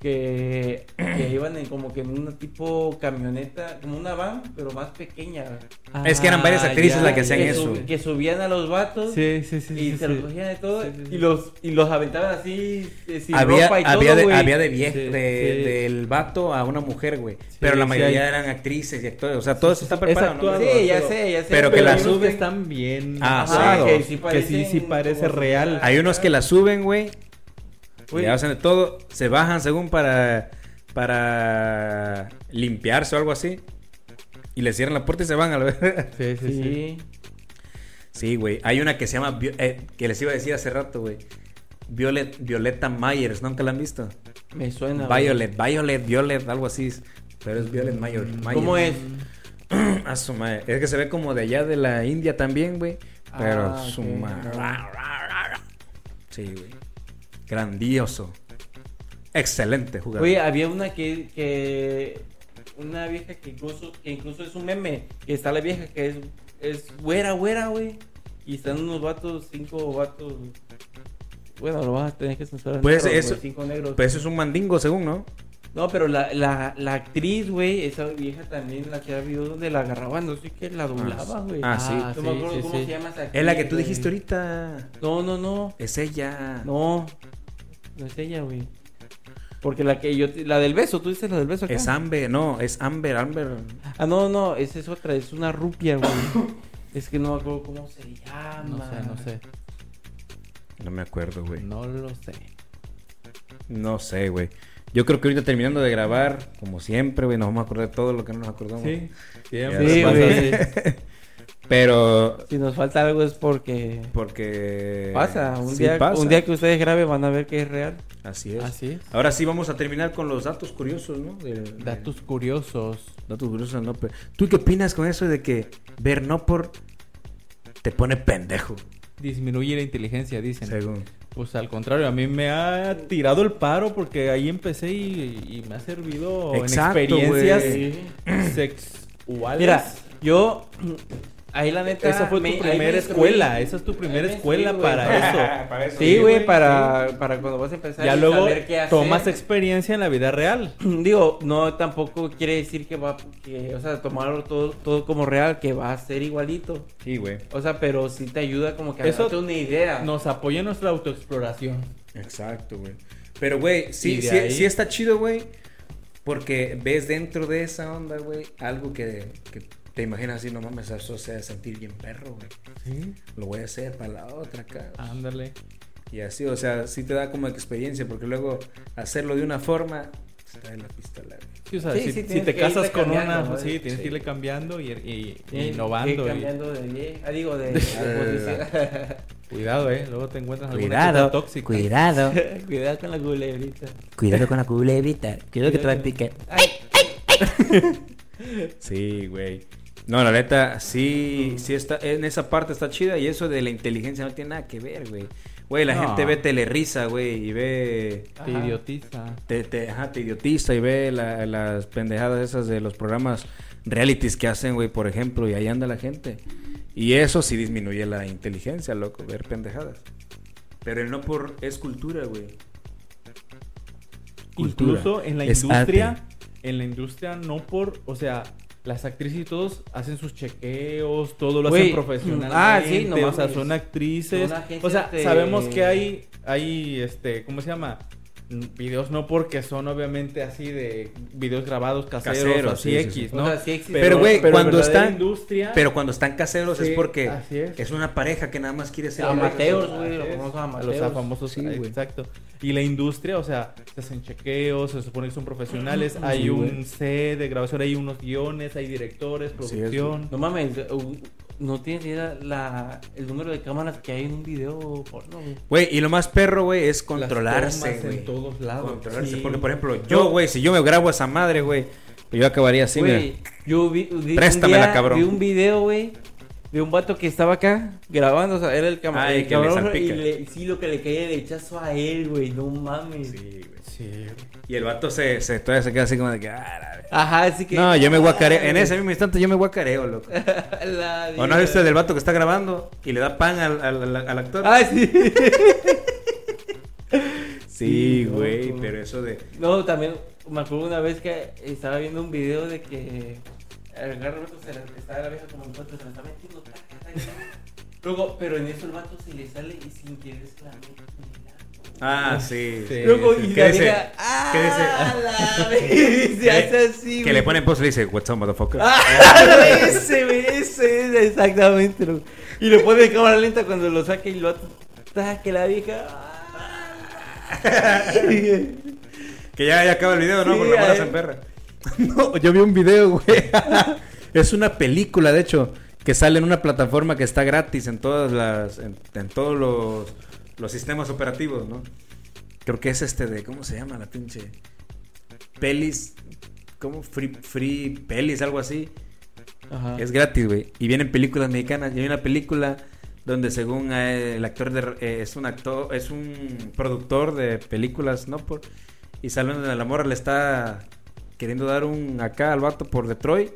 S4: Que, que iban en como que en una tipo camioneta, como una van, pero más pequeña.
S3: es que eran varias
S2: Ah,
S3: actrices
S2: ya,
S3: las que hacían
S2: ya.
S3: eso.
S4: sub-
S3: güey.
S4: que subían a los vatos
S2: Sí, sí, sí.
S4: y
S2: sí,
S4: se
S2: sí.
S4: los cogían de todo
S2: Sí, sí, sí.
S4: y los y los aventaban así eh, sin
S3: había,
S4: ropa y
S3: había
S4: todo,
S3: de,
S4: güey.
S3: había de viejo,
S2: Sí,
S3: de-
S2: sí.
S3: del vato a una mujer, güey.
S2: Sí,
S3: pero la
S2: sí
S3: mayoría
S2: hay.
S3: eran actrices y actores. O sea, todo eso está preparado.
S2: Es
S3: ¿no?
S2: actuado,
S4: Sí, ya
S2: pero-
S4: sé, ya sé.
S3: pero que
S2: Pero
S3: la
S2: hay unos
S3: suben.
S2: están bien.
S3: Ah,
S2: actuados,
S4: sí. Que sí
S2: Que sí, sí
S4: parecen
S2: parece
S4: como si
S2: real.
S4: fuera-
S3: Hay unos que la suben, güey.
S4: Güey.
S3: Le hacen de todo. Se bajan según para, para limpiarse o algo así. Y le cierran la puerta y se van a la verga.
S2: Sí, sí, sí.
S4: Sí.
S3: Sí, güey. Hay una que se llama. Vi- eh, que les iba a decir hace rato, güey. Violet, Violeta Myers. ¿Nunca la han visto?
S4: me suena. güey.
S3: Violet, Violet, Violet, algo así. Pero es Violet Myers.
S4: ¿Cómo
S3: Myers.
S4: es?
S3: A su madre. Es que se ve como de allá de la India también, güey. Pero
S4: Ah,
S3: su
S4: ok.
S3: madre. Sí, güey. Grandioso. Excelente jugador.
S4: Oye, ah, había una que, que una vieja que incluso que incluso es un meme, que está la vieja que es es güera, güera, güey. Y están unos vatos, cinco vatos. güey. Bueno, lo vas a tener que censurar.
S3: Pues
S4: negros,
S3: eso-
S4: güey, Cinco negros.
S3: Pues eso es un mandingo, según, ¿no?
S4: No, pero la, la, la actriz, güey, esa vieja también, la que ha habido donde la agarraban, no sé qué, la doblaba, güey.
S3: Ah, sí.
S4: no me acuerdo cómo se llama esa actriz.
S3: Es la que tú
S4: güey.
S3: dijiste ahorita.
S4: No, no, no.
S3: Es ella.
S4: No. No es ella, güey. Porque la que yo. te- La del beso, tú dices la del beso acá.
S3: Es Amber, no, es Amber, Amber.
S4: Ah, no, no, esa es otra, es una rupia, güey. es que no me acuerdo cómo se llama.
S9: No sé, no sé.
S3: No me acuerdo, güey.
S9: No lo sé.
S3: No sé, güey. Yo creo que ahorita terminando de grabar, como siempre, güey, nos vamos a acordar todo lo que no nos acordamos.
S2: Sí.
S3: Siempre
S4: Sí,
S3: pasa.
S4: güey.
S3: Pero
S4: si nos falta algo es porque.
S3: porque
S4: Pasa. Un,
S3: Eh, Sí
S4: día,
S3: pasa.
S4: un día que ustedes graben van a ver que es real.
S3: Así es.
S9: Así es.
S3: Ahora sí vamos a terminar con los datos curiosos, ¿no? Del- del-
S9: Datos curiosos.
S3: datos curiosos de Noper. ¿Tú qué opinas con eso de que ver Nopor te pone pendejo?
S9: Disminuye la inteligencia, dicen.
S3: Según.
S2: Pues al contrario, a mí me ha tirado el paro porque ahí empecé y, y me ha servido
S3: Exacto,
S2: en experiencias
S3: güey.
S2: sexuales.
S4: Mira, yo. Ahí la neta.
S2: esa fue
S4: me-
S2: tu
S4: ahí
S2: primera
S4: me
S2: escuela,
S4: instruí.
S2: esa es tu primera
S4: Ahí me
S2: escuela
S4: instruí, güey.
S2: para eso.
S3: para eso.
S4: Sí, güey, para, para cuando vas a empezar
S2: Ya
S4: y
S2: luego
S4: saber qué hacer.
S2: tomas experiencia en la vida real.
S4: Digo, no tampoco quiere decir que va, que, o sea, tomarlo todo, todo como real, que va a ser igualito.
S3: Sí, güey.
S4: O sea, pero sí te ayuda como que a
S2: Eso
S4: darte una idea.
S2: Nos apoya en nuestra autoexploración.
S3: Exacto, güey. Pero, güey,
S2: Y
S3: sí,
S2: de
S3: sí,
S2: ahí-
S3: sí está chido, güey. Porque ves dentro de esa onda, güey, algo que, que te imaginas así, no mames, eso se ha de sentir bien perro, güey. Lo voy a hacer para la otra, acá.
S2: Ándale.
S3: Y así, o sea, sí te da como experiencia, porque luego hacerlo de una forma está de la pistola, güey.
S2: Sí, o sea,
S4: Sí,
S2: si,
S4: sí,
S2: si
S4: tienes
S2: te
S4: que irle
S2: casas con
S4: cambiando,
S2: una,
S4: ¿no?
S2: pues sí, tienes
S3: Sí.
S2: que irle cambiando y, y- y
S4: Eh,
S2: innovando.
S4: que
S2: y-
S4: cambiando de vie- ah, digo, de, de
S2: Cuidado, eh. Luego te encuentras alguna
S1: Cuidado,
S2: chica tóxica.
S1: cuidado,
S4: posición. Cuidado con la culebrita.
S1: cuidado con la culebrita. Cuidado que te va a picar.
S3: Sí, güey. No, la neta, sí, sí está, en esa parte está chida y eso de la inteligencia no tiene nada que ver, güey. Güey, la
S2: No.
S3: gente ve telerisa, güey, y ve...
S2: Te idiotiza.
S3: Te, te, ajá, te idiotiza y ve la- las pendejadas esas de los programas realities que hacen, güey, por ejemplo, y ahí anda la gente. Y eso sí disminuye la inteligencia, loco, ver pendejadas. Pero el no por es cultura, güey. Cultura.
S2: Incluso en la
S3: Es
S2: industria,
S3: arte.
S2: en la industria no por, o sea, las actrices y todos hacen sus chequeos, todo lo
S4: Güey,
S2: hacen profesionalmente.
S4: ah, sí, no
S2: o sea,
S4: mames.
S2: son actrices.
S4: Una agencia
S2: O sea,
S4: te-
S2: sabemos que hay, hay, este, ¿cómo se llama? Mm, Videos no porque son obviamente así de videos grabados caseros,
S3: Caseros,
S2: así
S3: sí, sí,
S2: X,
S3: sí.
S2: ¿no?
S4: O sea, sí existe.
S3: Pero, güey,
S2: en
S3: cuando
S2: verdadera
S3: están-
S2: industria,
S3: Pero cuando están caseros
S2: Sí,
S3: es porque
S2: así es.
S3: es. una pareja que nada más quiere ser
S4: Amateurs, güey,
S2: Así
S4: lo
S2: es,
S4: famoso
S2: a los
S4: amateurs.
S2: famosos,
S3: Sí,
S2: ah,
S3: güey.
S2: exacto. Y la industria, o sea, se hacen chequeos, se supone que son profesionales, hay un set de grabación, hay unos guiones, hay directores,
S3: Así es,
S2: producción.
S4: No mames, uh, no tienes idea la, el número de cámaras que hay en un video porno, güey.
S3: Güey, y lo más perro, güey, es
S2: Las
S3: controlarse,
S2: tomas
S3: güey.
S2: en todos lados.
S3: Controlarse,
S2: Sí.
S3: porque por ejemplo, yo, güey, si yo me grabo a esa madre, güey, yo acabaría así,
S4: Güey,
S3: mira.
S4: yo vi, vi-
S3: Préstamela,
S4: un día
S3: cabrón.
S4: vi un video, güey, de un vato que estaba acá grabando, o sea, era el
S3: Ah,
S4: camarón.
S3: y
S4: el
S3: que le
S4: camarógrafo, y
S3: salpica.
S4: le- sí, lo que le caía de hechazo a él, güey, no mames.
S3: Sí, güey.
S2: Sí.
S3: Y el vato se, se, todavía se queda así como de que, ah, la verga.
S4: Ajá, así que...
S3: No, yo me guacareo. En ese mismo instante yo me guacareo, loco.
S4: La
S3: ¿O no
S4: vida.
S3: es usted del vato que está grabando y le da pan al, al- al- al actor?
S4: Ah, sí.
S3: sí, güey,
S4: loco.
S3: pero eso de...
S4: No, también me acuerdo una vez que estaba viendo un video de que el gran Roberto se le estaba la vieja como en cuanto se la está metiendo. tac, tac, tac, tac. Luego, pero en eso el vato se le sale y sin querer se la mete. en el ano.
S3: Ah, sí.
S2: Sí.
S4: Luego,
S3: sí.
S4: y
S3: ¿Qué
S4: la
S3: dice?
S4: vieja, ¡ah!
S3: ¿Qué dice?
S4: La ve- se hace así,
S3: Que
S4: güey.
S3: le ponen post y le dice, what's up, motherfucker?
S4: ¡Ah! la ve- Ese, güey, ese es exactamente. loco. Y le pone en cámara lenta cuando lo saca y lo ataca que la vieja. ¡ah!
S3: Que ya, ya acaba el video, ¿no?
S4: Sí,
S3: Porque la
S4: ahí-
S3: buena se emperra. No, yo vi un video, güey. es una película, de hecho, que sale en una plataforma que está gratis en todas las. en, en todos los, los sistemas operativos, ¿no? Creo que es este de. ¿Cómo se llama la pinche? Pelis. ¿Cómo? Free, free Pelis, algo así.
S4: Ajá.
S3: Es gratis, güey. Y vienen películas mexicanas. Y hay una película donde según eh, el actor de- eh, es un actor, es un productor de películas, ¿no? Por, y salen de la morra le está queriendo dar un acá al vato por Detroit.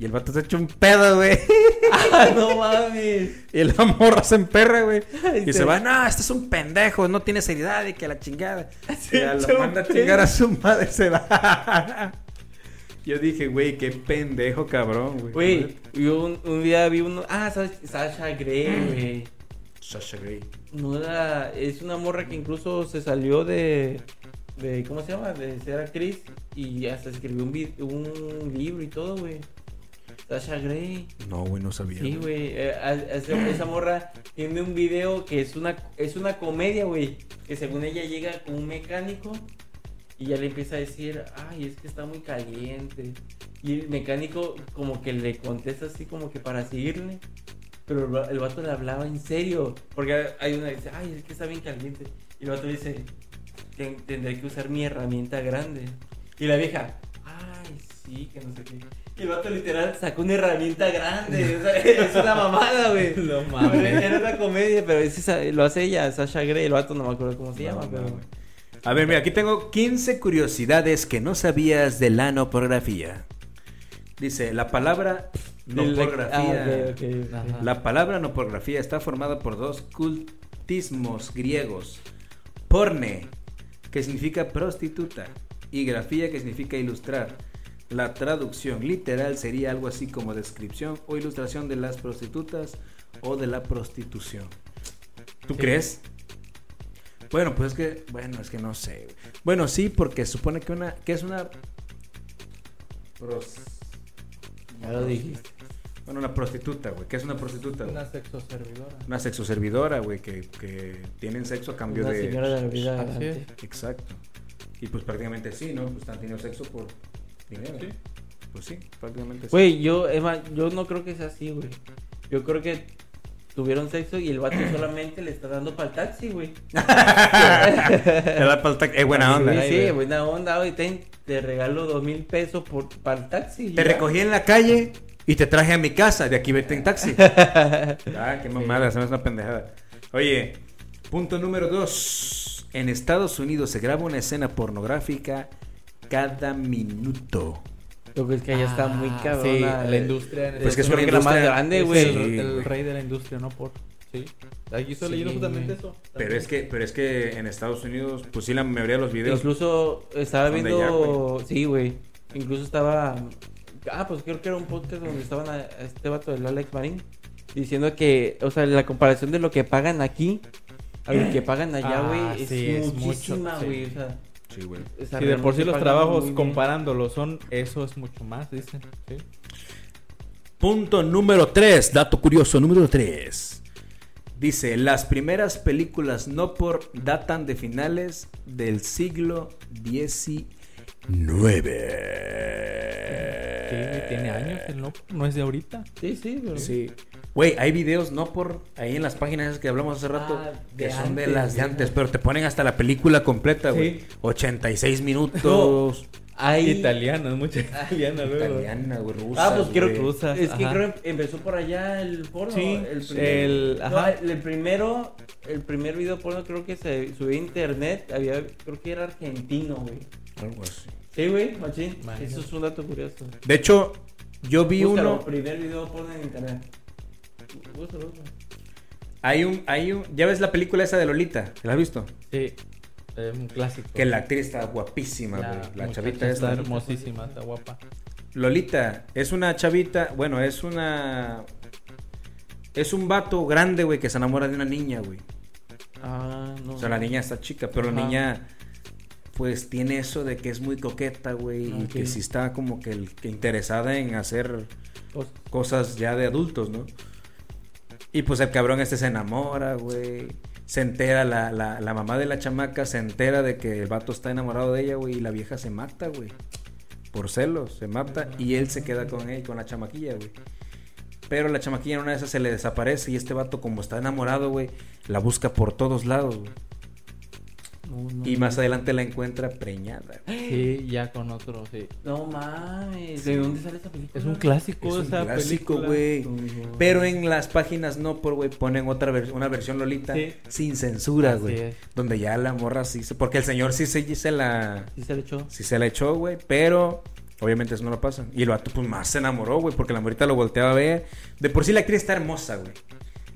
S3: Y el vato se echa un pedo, güey.
S4: Ah, no mames.
S3: Y la morra se emperra, güey.
S4: Ay,
S3: Y
S4: te-
S3: se va, no, este es un pendejo, no tiene seriedad y que la chingada. Y a
S4: yo
S3: lo manda a chingar a su madre, se va. Yo dije, güey, qué pendejo, cabrón, güey.
S4: Güey, yo un, un día vi uno. Ah, Sas- Sasha Grey, güey.
S3: Sasha Grey.
S4: No era. Es una morra que incluso se salió de. de ¿Cómo se llama? De ser actriz. Y hasta escribió un, vi- un libro y todo, güey. Sasha Grey.
S3: No, güey, no sabía.
S4: Sí, güey. eh, a- a- esa- esa morra tiene un video que es una, es una comedia, güey. Que según ella llega con un mecánico y ya le empieza a decir, ay, es que está muy caliente. Y el mecánico como que le contesta así como que para seguirle. Pero el, va- el vato le hablaba en serio. Porque hay una que dice, ay, es que está bien caliente. Y el vato le dice, "Ten- tendré que usar mi herramienta grande. Y la vieja, ay, sí, que no sé qué. Y el vato literal sacó una herramienta grande. o sea, es una mamada, güey. No mames. Era una comedia, pero es esa- lo hace ella, Sasha Grey. El vato no me acuerdo cómo se llama, pero.
S3: A ver, mira, aquí tengo 15 curiosidades que no sabías de la noporografía. Dice, la palabra noporografía.
S4: Ah, ok, ok.
S3: La palabra noporografía está formada por dos cultismos griegos. Porne, que significa prostituta, y grafía, que significa ilustrar. La traducción literal sería algo así como descripción o ilustración de las prostitutas o de la prostitución. ¿Tú crees? Bueno, pues es que, bueno, es que no sé. güey. Bueno, sí, porque supone que una, que es una... pros-
S4: Ya lo dijiste.
S3: bueno, una prostituta, güey. ¿Qué es una prostituta? güey?
S2: Una sexo servidora.
S3: una sexoservidora, güey, que, que tienen sexo a cambio
S4: Una
S3: de...
S4: señora de la vida
S2: Así es.
S4: galante.
S3: Exacto. Y pues prácticamente sí, ¿no? Pues están teniendo sexo por dinero. Pues sí, prácticamente sí.
S4: Güey, yo, Emma, yo no creo que sea así, güey. Yo creo que tuvieron sexo y el vato solamente le está dando para el taxi, güey.
S3: Te da pa'l tac- Es buena onda.
S4: Sí, sí, buena onda, güey. Ten- te regalo dos mil pesos por, para el taxi.
S3: Te
S4: Ya.
S3: recogí en la calle y te traje a mi casa. De aquí vete en taxi. ah, qué mamada, se me hace una pendejada. Oye, punto número dos. En Estados Unidos se graba una escena pornográfica cada minuto.
S4: Lo que es que allá está muy eh,
S2: Ah,
S4: cabrón.
S2: Sí, la industria. en Estados
S3: Pues que es una
S2: Unidos
S4: que la más
S3: industria- este,
S4: grande,
S2: es
S4: güey.
S2: el-
S3: Sí,
S2: El
S3: güey.
S2: rey de la industria, no por. Sí. Aquí estoy
S4: Sí,
S2: leyendo justamente
S4: güey.
S2: eso.
S3: Pero es que, pero es que en Estados Unidos, pues sí, la mayoría de los videos.
S4: Incluso estaba
S3: Son de
S4: viendo.
S3: allá, güey.
S4: sí, güey. Incluso estaba. Ah, pues creo que era un podcast donde estaban a, a este vato del Alex Marín diciendo que, o sea, la comparación de lo que pagan aquí a lo que pagan allá,
S2: Ah,
S4: güey, es,
S2: sí, es mucho,
S4: muchísima,
S2: sí.
S4: güey. O sea,
S3: Sí, güey.
S4: o sea,
S2: Y de por sí
S4: realmente
S2: los
S4: pagan
S2: trabajos
S4: muy bien.
S2: comparándolo son, eso es mucho más, dicen. Sí.
S3: Punto número 3, dato curioso número 3. Dice, las primeras películas no por datan de finales del siglo XIX. Eh.
S2: tiene años el no, no es de ahorita.
S4: Sí, sí, pero...
S3: Sí. Güey, hay videos no por ahí en las páginas esas que hablamos hace rato
S4: Ah,
S3: que
S4: de
S3: son de
S4: antes,
S3: las de
S4: ya.
S3: antes, pero te ponen hasta la película completa, güey.
S2: Sí.
S3: 86 minutos.
S4: Ahí...
S2: Italianas, mucha italiana luego.
S3: Italiana, güey, rusa.
S4: Ah, pues creo que
S3: güey.
S2: rusas,
S4: Es que
S2: ajá.
S4: creo que empezó por allá el porno.
S2: Sí,
S4: el primero.
S2: el-
S4: No,
S2: ajá.
S4: el primero, el primer video porno creo que se subió a internet. Había, creo que era argentino, güey.
S3: Algo así.
S4: Sí, güey, machín.
S2: Imagínate.
S4: Eso es un dato curioso.
S3: De hecho, yo vi
S4: Búscalo,
S3: uno.
S4: primer video porno en internet. Búscalo, búscalo.
S3: Hay un, hay un. ¿Ya ves la película esa de Lolita? ¿La has visto?
S2: Sí. Es un clásico.
S3: Que la actriz está guapísima, güey. La,
S2: muchacha
S3: chavita
S2: está
S3: esta.
S2: hermosísima, está guapa.
S3: Lolita es una chavita. Bueno, es una. Es un vato grande, güey, que se enamora de una niña, güey.
S4: Ah, no.
S3: O sea, la niña está chica, pero la
S4: Ajá.
S3: niña. Pues tiene eso de que es muy coqueta, güey. Y
S4: Ok.
S3: que sí está como que, el- que interesada en hacer
S4: Cos-
S3: cosas ya de adultos, ¿no? Y pues el cabrón este se enamora, güey. Se entera, la, la, la mamá de la chamaca se entera de que el vato está enamorado de ella, güey. Y la vieja se mata, güey. Por celos, se mata. Y él se queda con él, con la chamaquilla, güey. Pero la chamaquilla en una de esas se le desaparece. Y este vato, como está enamorado, güey, la busca por todos lados, güey.
S4: No, no.
S3: Y más adelante la encuentra preñada. güey.
S2: Sí, ya con otro, sí.
S4: No mames. ¿De dónde sale esa película?
S2: Es un clásico
S3: Ah, Es un
S2: esa
S3: clásico,
S2: película.
S3: güey.
S4: No, no.
S3: Pero en las páginas no por, güey, ponen otra vers- una versión Lolita
S2: Sí.
S3: sin censura,
S2: Así
S3: güey.
S2: es.
S3: Donde ya la morra sí se... Porque el señor sí se, se la...
S4: Sí se le echó.
S3: Sí se la echó, güey. Pero Obviamente eso no lo pasa. Y el vato pues más se enamoró, güey, porque la morita lo volteaba a ver. De por sí la actriz está hermosa, güey.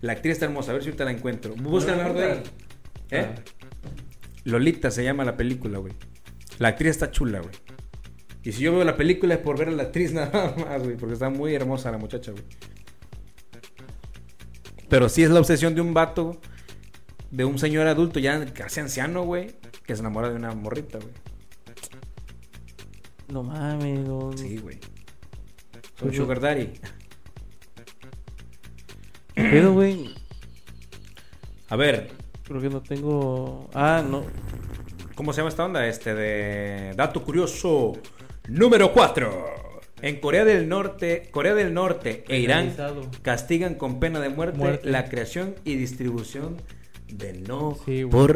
S3: La actriz está hermosa, a ver si ahorita la encuentro. Busca mejor de ahí. ¿Eh?
S2: Ah.
S3: Lolita se llama la película, güey. La actriz está chula, güey. Y si yo veo la película es por ver a la actriz nada más, güey, porque está muy hermosa la muchacha, güey. Pero sí es la obsesión de un vato, de un señor adulto, ya casi anciano, güey, que se enamora de una morrita, güey.
S4: No mames, no.
S3: Sí, güey. Soy un sugar daddy.
S4: Pero, güey,
S3: A ver,
S4: creo que no tengo. Ah, no.
S3: ¿Cómo se llama esta onda? Este de dato curioso número 4. En Corea del Norte, Corea del Norte
S2: Ah,
S3: e Irán
S4: Penalizado.
S3: castigan con pena de muerte,
S4: Muerte.
S3: la creación y distribución de no
S2: Sí, güey.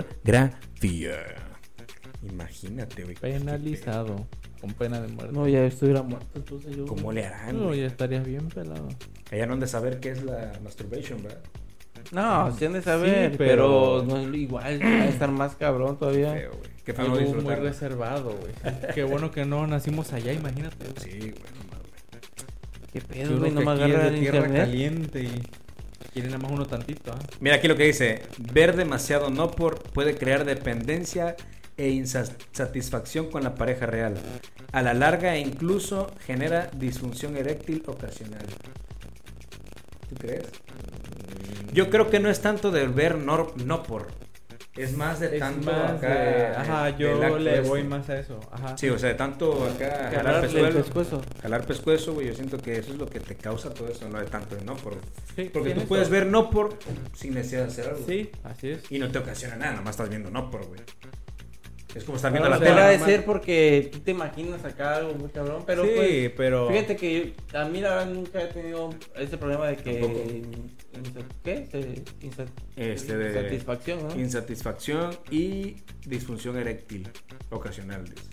S3: pornografía. Imagínate, güey.
S2: Penalizado. Con pena de muerte. Ah,
S4: No, ya estuviera muerto, entonces yo.
S3: ¿Cómo le harán?
S2: No,
S3: güey?
S2: ya estarías bien pelado.
S3: Ella no han de saber qué es la masturbation, ¿verdad?
S4: No, se han de saber,
S2: Sí,
S4: pero...
S2: pero-
S4: no es lo igual, va a estar más cabrón todavía.
S3: Feo, güey. Qué feo no
S2: Algo muy
S3: disfrutarla.
S2: reservado, güey. Qué bueno que no nacimos allá, imagínate. güey.
S3: Sí, güey. no mames.
S4: ¿Qué
S2: Que
S4: pedo,
S2: uno
S4: güey? No
S2: que
S4: me
S2: aquí es
S4: agarra
S2: de
S4: el
S2: tierra
S4: internet.
S2: caliente y quiere nada más uno tantito, ¿ah?
S3: Mira aquí lo que dice, ver demasiado no por puede crear dependencia e insatisfacción con la pareja real. A la larga e incluso genera disfunción eréctil ocasional. ¿Tú crees? Yo creo que no es tanto de ver no, no por. Es más de
S2: Es
S3: tanto
S2: más
S3: acá.
S2: de-
S3: eh,
S2: ajá,
S3: del
S2: yo
S3: acto
S2: le
S3: este.
S2: voy más a eso. Ajá.
S3: Sí, o sea, de tanto acá jalar
S4: Agarrarle el
S3: pescuezo,
S4: pescuezo.
S3: jalar pescuezo, güey, yo siento que eso es lo que te causa todo eso, no de tanto de no por.
S2: Sí,
S3: Porque tú
S2: tienes
S3: puedes
S2: razón.
S3: ver no por sin necesidad de hacer algo.
S2: Sí, así es.
S3: Y no te ocasiona nada, nomás estás viendo no por, güey. Es como estar viendo la
S4: No, o sea, ha
S3: tele.
S4: de
S3: normal.
S4: ser porque tú te imaginas acá algo muy cabrón, pero
S10: sí,
S4: pues...
S10: pero.
S4: Fíjate que yo, a mí la verdad nunca he tenido ese problema de que... insa- ¿Qué? Se- insa-
S3: Este de-
S4: Insatisfacción, ¿no?
S3: Insatisfacción y disfunción eréctil ocasional, dice.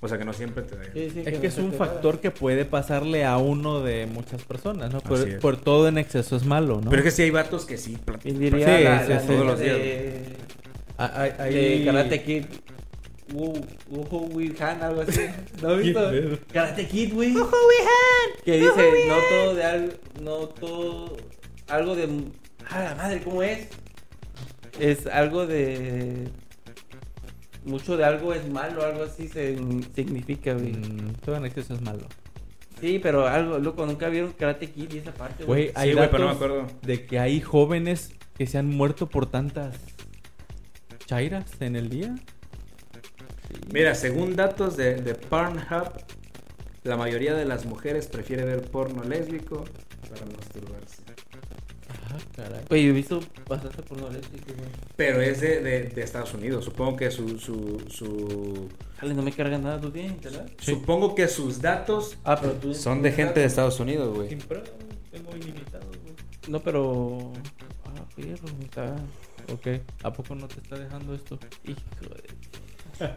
S3: O sea que no siempre te da.
S4: Sí, sí,
S10: Es
S4: no
S10: que es
S4: se
S10: un
S4: te
S10: factor que puede pasarle a uno de muchas personas, ¿no?
S3: Así
S10: Por,
S3: es.
S10: por todo en exceso es malo, ¿no?
S3: Pero es que sí hay vatos que sí. plat-
S4: Y diría
S10: Sí,
S4: la,
S10: sí,
S4: la
S10: sí.
S4: niña
S3: Todos los días.
S4: de-
S10: Ah, hay- hay-
S4: de Karate Kid. Woo, Woo Wee Han, algo así. ¿No has visto?
S10: pedo?
S4: Karate Kid, güey. Woo Wee Han. Que dice, no todo de algo, no todo, algo de, ah, la madre, ¿cómo es? Es algo de, mucho de algo es malo, algo así se significa, güey.
S2: Mm, todo en exceso es malo.
S4: Sí, pero algo, loco, nunca vieron Karate Kid y esa parte, güey.
S2: Güey, hay
S3: Sí, güey, pero no me
S2: datos
S3: acuerdo.
S2: de que hay jóvenes que se han muerto por tantas chairas en el día.
S3: Mira, según datos de, de Pornhub, la mayoría de las mujeres prefiere ver porno lésbico para masturbarse.
S2: Ah, caray.
S4: Güey, yo he visto bastante porno eléctrico, güey.
S3: Pero es de, de- de Estados Unidos. Supongo que su- su, su
S4: Jale, no me carga nada, ¿tú tienes internet?
S2: Sí.
S3: Supongo que sus datos
S4: Ah, pero tú...
S3: son de gente de Estados Unidos, güey.
S10: Tengo ilimitado, güey.
S4: No, pero. Ah, perro, está.
S2: Ok, ¿a poco no te está dejando esto?
S4: Hijo de.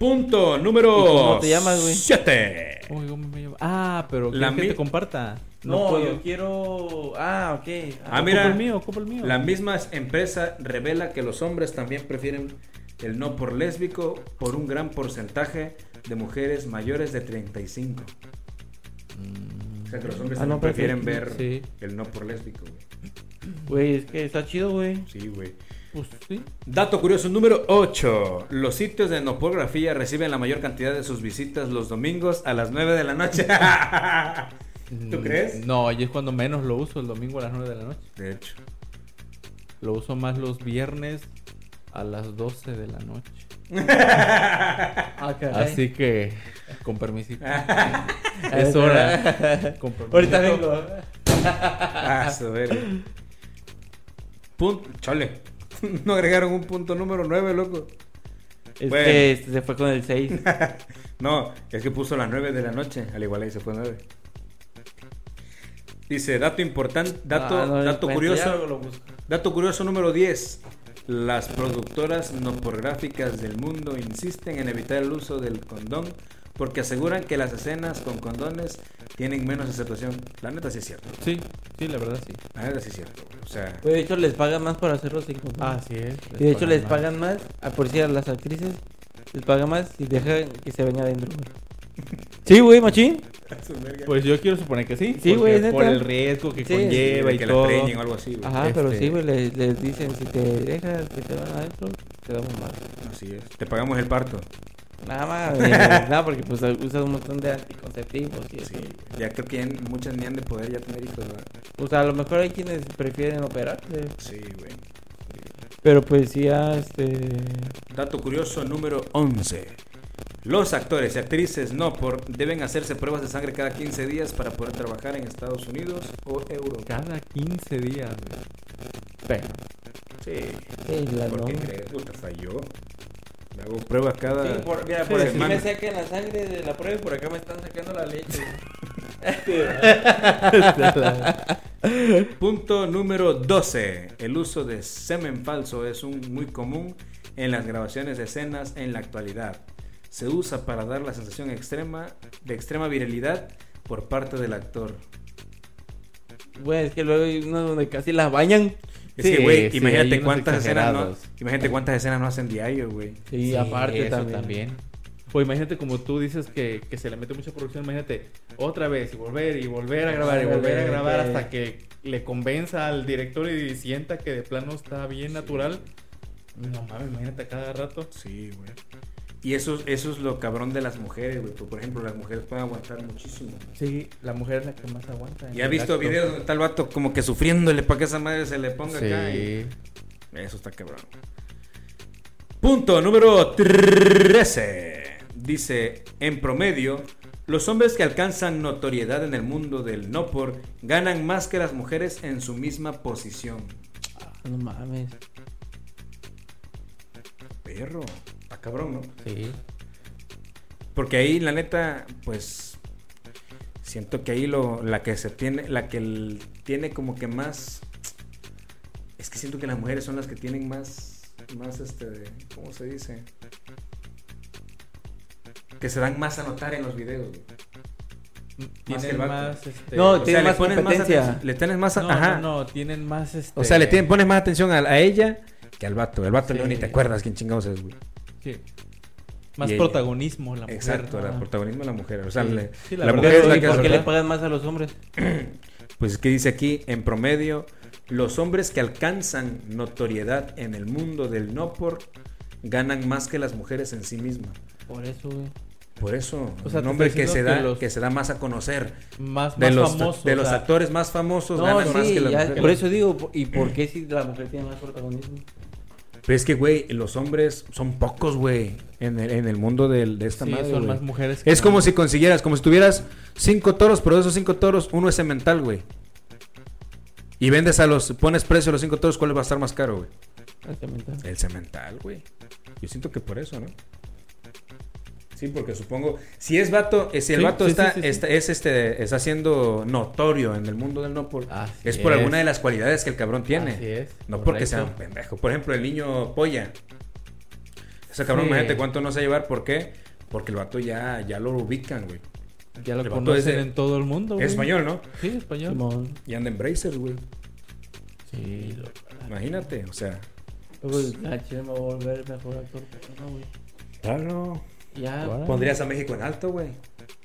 S3: Punto
S4: ¿Y cómo
S3: número
S4: te llamas, güey?
S3: 7.
S2: Uy, ¿cómo Oh, me llamo? Ah, pero
S3: La
S2: ¿quieres que
S3: mi-
S2: te comparta?
S4: No,
S2: puedo.
S4: yo quiero. Ah, ok.
S3: Ah,
S2: Ocupo
S3: mira.
S2: el mío, ocupo el mío.
S3: La misma empresa revela que los hombres también prefieren el no por lésbico por un gran porcentaje de mujeres mayores de 35. O sea que los hombres
S4: Ah,
S3: también
S4: no,
S3: prefieren ver
S4: perfecto.
S2: Sí.
S3: el no por lésbico, güey.
S4: Güey, es que está chido, güey.
S3: Sí, güey.
S2: Pues sí.
S3: Dato curioso número 8. Los sitios de pornografía reciben la mayor cantidad de sus visitas los domingos a las 9 de la noche. ¿Tú
S2: Mm,
S3: crees?
S2: No, y es cuando menos lo uso, el domingo a las 9 de la noche.
S3: De hecho.
S2: Lo uso más los viernes a las 12 de la noche.
S4: Ah,
S2: Así que, con permiso.
S4: Es
S2: es
S4: hora.
S2: hora. Con permiso.
S4: Ahorita vengo. ¿eh?
S3: Ah, su verga. Punto. Chole. No agregaron un punto número 9, loco.
S4: Es
S3: Bueno.
S4: que este se fue con el 6.
S3: No, es que puso las 9 de la noche. Al igual ahí se fue 9. Dice, dato importante, dato,
S2: Ah,
S4: Ah,
S3: dato curioso. Dato curioso número 10. Las productoras no pornográficas del mundo insisten en evitar el uso del condón porque aseguran que las escenas con condones tienen menos aceptación. La neta sí es cierto.
S2: Sí, sí, la verdad sí.
S3: La neta sí es cierto. güey. O sea,
S4: Güey, de hecho, les pagan más por hacerlo sin condón.
S3: Ah,
S2: sí es.
S4: Ah, Y de hecho, ah, les pagan más. A por si a las actrices les pagan más si dejan que se ven adentro, güey. Sí, güey, machín.
S2: Pues yo quiero suponer que sí.
S4: Sí, güey,
S2: porque Por
S4: neta.
S2: el riesgo que
S4: Sí,
S2: conlleva
S3: De
S2: y
S3: que la
S2: todo.
S3: preñen o algo así, güey.
S4: Ajá, pero
S3: Este,
S4: sí, güey, les, les dicen, si te dejas que te van adentro, te damos más.
S3: Así es. Te pagamos el parto.
S4: Nada más, güey, nada, porque pues usas un montón de anticonceptivos y eso.
S3: Sí. Ya creo que ya n- muchas ni han de poder ya tener hijos, ¿verdad?
S4: Pues a lo mejor hay quienes prefieren operarse.
S3: Sí, güey.
S4: Pero pues sí, ah, este...
S3: Dato curioso número 11. Los actores y actrices no por deben hacerse pruebas de sangre cada 15 días para poder trabajar en Estados Unidos o Europa.
S2: Cada 15 días, güey.
S3: Sí,
S4: Sí, la
S3: ¿por
S4: no.
S3: qué crees? Ah, Puta, falló. Me hago pruebas cada
S4: Sí, por, mira,
S3: Sí,
S4: por aquí
S3: hermano.
S4: me sacan la sangre de la prueba y por acá me están sacando la leche.
S2: Este,
S3: Punto número 12. El uso de semen falso es un muy común en las grabaciones de escenas en la actualidad. Se usa para dar la sensación extrema de extrema viralidad por parte del actor.
S4: Güey, es que luego hay unos donde casi las bañan.
S3: Es que,
S11: Sí,
S3: güey,
S11: sí, hay
S3: imagínate
S11: unos
S3: cuántas escenas no,
S11: exagerados.
S3: imagínate cuántas escenas no hacen diario, güey.
S4: Sí, aparte también.
S2: Pues imagínate como tú dices que, que se le mete mucha producción, imagínate otra vez y volver y volver a grabar y volver a grabar
S4: Ok.
S2: hasta que le convenza al director y sienta que de plano está bien natural. No mames, imagínate a cada rato.
S3: Sí, güey. Y eso, eso es lo cabrón de las mujeres, güey. Por ejemplo, las mujeres pueden aguantar muchísimo.
S2: Sí, la mujer es la que más aguanta.
S3: Y ha visto videos donde está el vato como que sufriéndole para que esa madre se le ponga acá. y- Eso está cabrón. Punto número 13. Dice, en promedio, los hombres que alcanzan notoriedad en el mundo del no por ganan más que las mujeres en su misma posición.
S4: No mames.
S3: Perro, está cabrón, ¿no?
S11: Sí.
S3: Porque ahí, la neta, pues siento que ahí lo, la que se tiene, la que el- tiene como que más, es que siento que las mujeres son las que tienen más, más este, de- ¿cómo se dice? Que se dan más a notar en los videos. güey. Más que el
S2: Tienen
S3: vato.
S2: más, este...
S4: No,
S3: O
S4: tiene
S3: sea, le
S4: más
S3: pones más
S4: competencia.
S3: atención- le tienes más, a-
S2: no,
S3: ajá. Eh,
S2: no, no, tienen más este...
S3: O sea, le tienen, pones más atención a, a ella que al vato. El vato
S2: Sí.
S3: León ni te acuerdas quién chingados es, güey.
S2: sí. Más
S3: Y ella.
S2: protagonismo la mujer.
S3: Exacto, el
S2: Ah.
S3: protagonismo de la mujer. O sea,
S2: Sí.
S3: le-
S2: Sí,
S3: la,
S2: la verdad.
S3: mujer es
S4: Pero,
S3: la
S4: ¿y
S3: que
S4: por
S3: hace-
S4: qué le pagan más a los hombres?
S3: Pues es que dice aquí, en promedio, los hombres que alcanzan notoriedad en el mundo del no por ganan más que las mujeres en sí mismas.
S4: Por eso, güey.
S3: Por eso,
S2: O sea,
S3: un
S2: te
S3: hombre
S2: está
S3: que se
S2: diciendo
S3: da,
S2: que los-
S3: que se da más a conocer.
S2: Más,
S3: De
S2: más
S3: los,
S2: famoso,
S3: de
S2: o
S3: los
S2: sea,
S3: actores más famosos
S4: No,
S3: ganan
S4: sí,
S3: más que Mm. las
S4: ya,
S3: mujeres.
S4: por eso digo, po- ¿y por qué si la mujer tiene más protagonismo?
S3: Pero es que, güey, los hombres son pocos, güey, en el, en el mundo del- de esta
S2: sí,
S3: madre,
S2: son
S3: güey.
S2: más mujeres. que
S3: Es como
S2: hombres.
S3: si consiguieras, como si tuvieras cinco toros, pero de esos cinco toros, uno es semental, güey. Y vendes a los, pones precio a los cinco toros, ¿cuál va a estar más caro, güey?
S4: Exactamente.
S3: El cemental, güey. Yo siento que por eso, ¿no? Sí, porque supongo. Si es vato, eh, si el
S2: Sí,
S3: vato
S2: sí,
S3: está,
S2: sí, sí, sí.
S3: está- es este, está siendo notorio en el mundo del no por.
S11: Así
S3: es por
S11: es.
S3: alguna de las cualidades que el cabrón tiene.
S11: Así es,
S3: No porque
S11: correcto.
S3: sea un pendejo. Por ejemplo, el niño polla. Ese cabrón,
S11: Sí.
S3: imagínate cuánto no se llevar, ¿por qué? Porque el vato ya, ya lo ubican, güey.
S2: Ya
S3: el
S2: lo
S3: vato
S2: conocen
S3: ese-
S2: en todo el mundo. güey.
S3: Es español, ¿no?
S2: Sí, español.
S4: Simón.
S3: Y anda en bracers, güey.
S11: Sí, lo-
S3: Imagínate, o sea.
S4: Uy, la chile me va a volver mejor actor. No, güey.
S3: Claro.
S4: Ya.
S3: Pondrías a México en alto, güey.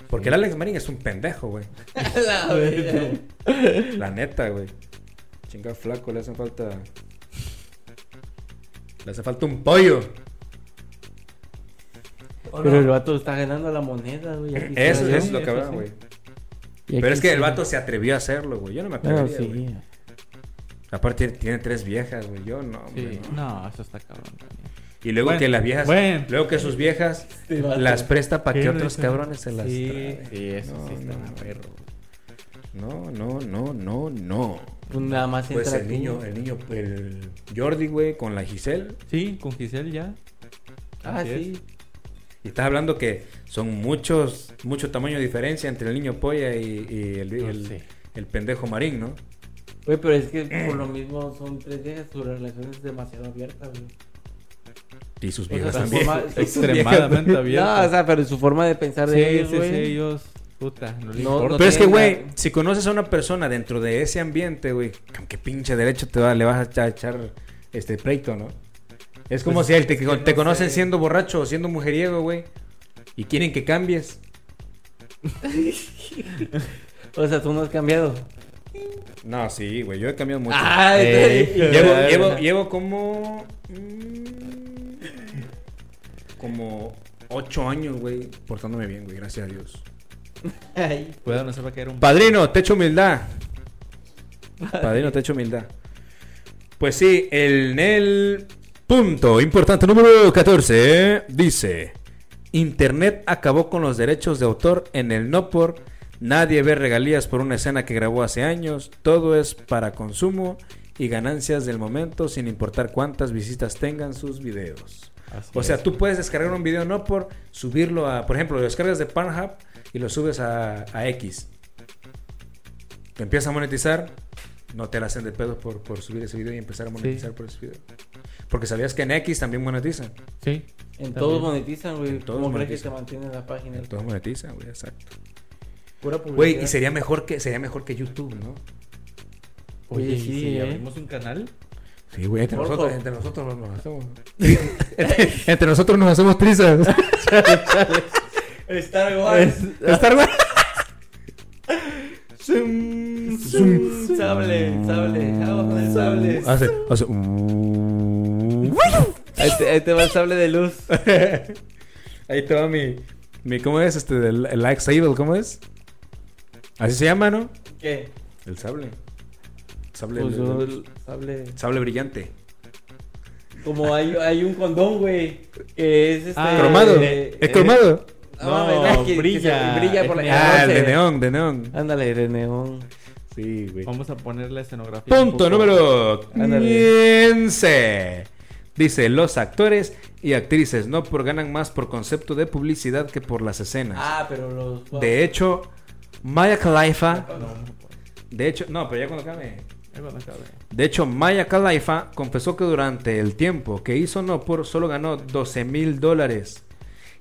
S3: Porque el Alex Marín es un pendejo, güey.
S4: La verga.
S3: La neta, güey. Chinga flaco, le hacen falta. Le hace falta un pollo.
S4: Pero el vato está ganando la moneda, güey. ya quisiera
S3: Oh, Eso,
S4: yo.
S3: es lo que habrá,
S4: sí.
S3: güey.
S4: Ya
S3: Pero es que el
S4: quisiera.
S3: vato se atrevió a hacerlo, güey. Yo no me atrevería,
S4: No, sí.
S3: güey. Aparte tiene tres viejas, güey. Yo no,
S11: sí.
S3: güey, no.
S11: No, eso está cabrón. también.
S3: Y luego
S2: Bueno,
S3: que las viejas.
S2: bueno.
S3: Luego que sus viejas
S4: Este vato.
S3: las presta para que
S2: Qué
S3: otros
S2: rico.
S3: cabrones se las
S11: Sí,
S3: traen.
S11: sí, eso
S3: No,
S11: sí está
S3: no.
S11: más perro.
S3: No, no, no, no, no.
S4: Pues nada más
S3: Pues
S4: entra
S3: el
S4: tú.
S3: niño, el niño, el Jordi, güey, con la Giselle.
S2: Sí, con Giselle ya.
S4: Ah,
S2: Así es.
S4: sí.
S3: Y estás hablando que son muchos, mucho tamaño de diferencia entre el niño polla y, y el,
S4: Ah,
S11: No
S3: el-
S11: sé.
S3: el pendejo marín, ¿no?
S4: Güey, pero es que por lo mismo son tres viejas, su relación es demasiado abierta, güey.
S3: Y sus
S4: O sea,
S3: viejas
S4: su
S3: también.
S4: forma- su-
S2: Extremadamente abierta.
S4: No, o sea, pero su forma de pensar
S2: sí,
S4: de ellos,
S2: sí,
S4: güey.
S2: sí, ellos. Puta, no le
S4: No,
S2: importa.
S3: Pero es que,
S4: tiene
S3: güey,
S4: nada.
S3: si conoces a una persona dentro de ese ambiente, güey, ¿con qué pinche derecho te va, le vas a echar, echar, este pleito, no? Es
S4: Pues
S3: como si él te, te conocen siendo borracho o siendo mujeriego, güey, y quieren que cambies.
S4: O sea, tú no has cambiado.
S3: No, sí, güey, yo he cambiado mucho. Eh,
S4: Ay,
S12: Ey,
S4: te dije.
S3: llevo,
S4: Ay,
S3: llevo,
S4: no.
S3: llevo como. mm, Como ocho años, güey, portándome bien, güey, gracias a Dios.
S4: Ay.
S2: Cuidado, no se va a caer un.
S3: Padrino, te echo humildad. Padrino, te echo humildad. Pues sí, el Nel. Punto importante número 14 dice: Internet acabó con los derechos de autor en el no por. Nadie ve regalías por una escena que grabó hace años. Todo es para consumo y ganancias del momento, sin importar cuántas visitas tengan sus videos.
S2: Así
S3: O sea,
S2: es.
S3: tú puedes descargar un video no por subirlo a, por ejemplo, lo descargas de Pornhub y lo subes a, a X. Te empiezas a monetizar, no te la hacen de pedo por, por subir ese video y empezar a monetizar por ese video. Porque sabías que en X también monetizan.
S2: Sí.
S4: En
S2: Está
S4: todos
S2: bien.
S4: monetizan, güey.
S3: En todos
S4: ¿Cómo crees que se
S3: monetizan.
S4: mantiene la página?
S3: Todos monetizan, güey, exacto.
S4: Pura publicidad.
S3: Güey, y sería mejor que sería mejor que YouTube, ¿no?
S4: Oye,
S2: Oye, ¿y
S4: sí,
S2: si
S4: eh.
S2: abrimos un canal?
S3: Sí, güey, entre
S4: Pornhub.
S3: nosotros, entre nosotros nos hacemos. entre, entre nosotros nos hacemos trizas.
S4: Star Wars.
S3: Star Wars.
S4: Zum, Sable, sable,
S3: Mm.
S4: jabón el sable.
S3: Hace, hace.
S4: Ahí te, ahí te va el sable de luz.
S3: Ahí te va mi, mi ¿cómo es? Este, del el Lightsaber, ¿cómo es? Así se llama, ¿no?
S4: ¿Qué?
S3: El sable. Sable,
S4: Pues yo el sable.
S3: sable brillante.
S4: Como hay, hay un condón, güey. Que es este.
S2: Ah,
S3: cromado.
S4: eh,
S3: es cromado.
S4: no, mames,
S2: No,
S4: que- que se-
S2: brilla.
S4: brilla por
S2: Es
S4: la
S3: ah,
S4: noche.
S3: de neón, de neón.
S4: Ándale, de neón.
S3: Sí, güey.
S2: Vamos a poner la escenografía. un poco-
S3: Punto número
S4: Ándale.
S3: 15. Dice, los actores y actrices no por ganan más por concepto de publicidad que por las escenas.
S4: Ah, pero los.
S3: De hecho, Maya Khalifa. De hecho, no, pero ya cuando acabe.
S2: Ahí va, acá, güey.
S3: De hecho, Maya Khalifa confesó que durante el tiempo que hizo No por solo ganó 12 mil dólares.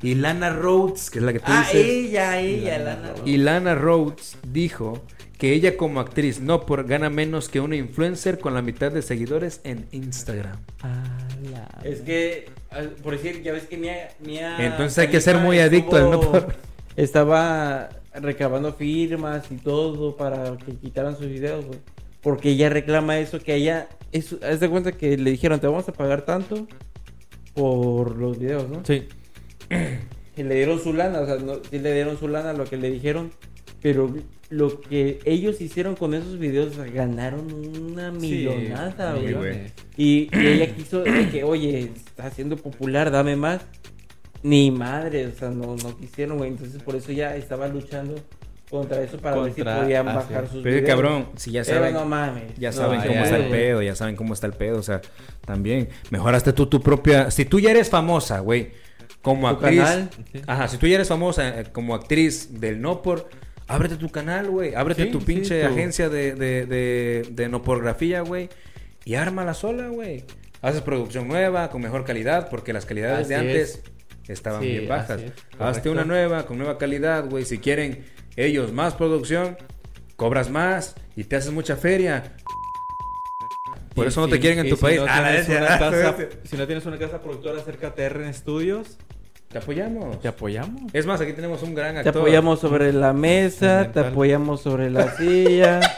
S3: Y Lana Rhodes, que es la que tú
S4: Ah,
S3: dices.
S4: ella, ella, Lana.
S3: Y Lana Rhodes dijo que ella como actriz No por gana menos que una influencer con la mitad de seguidores en Instagram.
S4: Es que, al- por decir, ya ves que Mia. Mia
S3: Entonces hay que ser
S4: Khalifa
S3: muy adicto al no
S4: estuvo-
S3: por-
S4: Estaba recabando firmas y todo para que quitaran sus videos, güey. Porque ella reclama eso, que ella. Eso, haz de cuenta que le dijeron, te vamos a pagar tanto por los videos, ¿no?
S2: Sí.
S4: Y le dieron su lana, o sea, no, sí le dieron su lana lo que le dijeron. Pero lo que ellos hicieron con esos videos, o sea, ganaron una millonada,
S2: Sí,
S4: güey.
S2: güey.
S4: Y, y ella quiso de que, oye, está siendo popular, dame más. Ni madre, o sea, no, no quisieron, güey. Entonces por eso ya estaba luchando contra eso para ver
S2: Contra-
S4: si podían
S2: ah,
S4: bajar
S2: sí.
S4: sus
S3: Pero
S4: videos. Eh,
S3: cabrón, si ya
S4: Pero
S3: saben,
S4: no mames.
S3: ya
S4: no,
S3: saben
S2: ya,
S3: cómo
S2: ya,
S3: está
S2: ya.
S3: el pedo, ya saben cómo está el pedo, o sea, también mejoraste tú tu propia, si tú ya eres famosa, güey, como
S4: Tu
S3: actriz,
S4: canal.
S3: ajá, si tú ya eres famosa eh, como actriz del no por, ábrete tu canal, güey, ábrete
S2: Sí,
S3: tu
S2: sí,
S3: pinche
S2: tu-
S3: agencia de, de, de, de no pornografía, güey, y ármala sola, güey, haces producción nueva, con mejor calidad, porque las calidades de
S2: Así
S3: antes estaban
S2: Sí,
S3: bien bajas,
S2: así es,
S3: hazte
S2: correcto.
S3: una nueva, con nueva calidad, güey, si quieren ellos más producción, cobras más y te haces mucha feria. Por
S2: Y
S3: eso no
S2: si-
S3: te quieren en
S2: y
S3: tu
S2: si
S3: país.
S2: no
S3: Ah, la
S2: tienes
S3: bestia,
S2: una
S3: ah, la
S2: casa-
S3: bestia.
S2: Si no tienes una casa productora, acércate a RN Studios.
S3: Te apoyamos.
S2: Te apoyamos.
S3: Es más, aquí tenemos un gran
S4: Te
S3: actor.
S4: apoyamos sobre la mesa, te
S2: Fundamental.
S4: apoyamos sobre la silla.
S3: Este,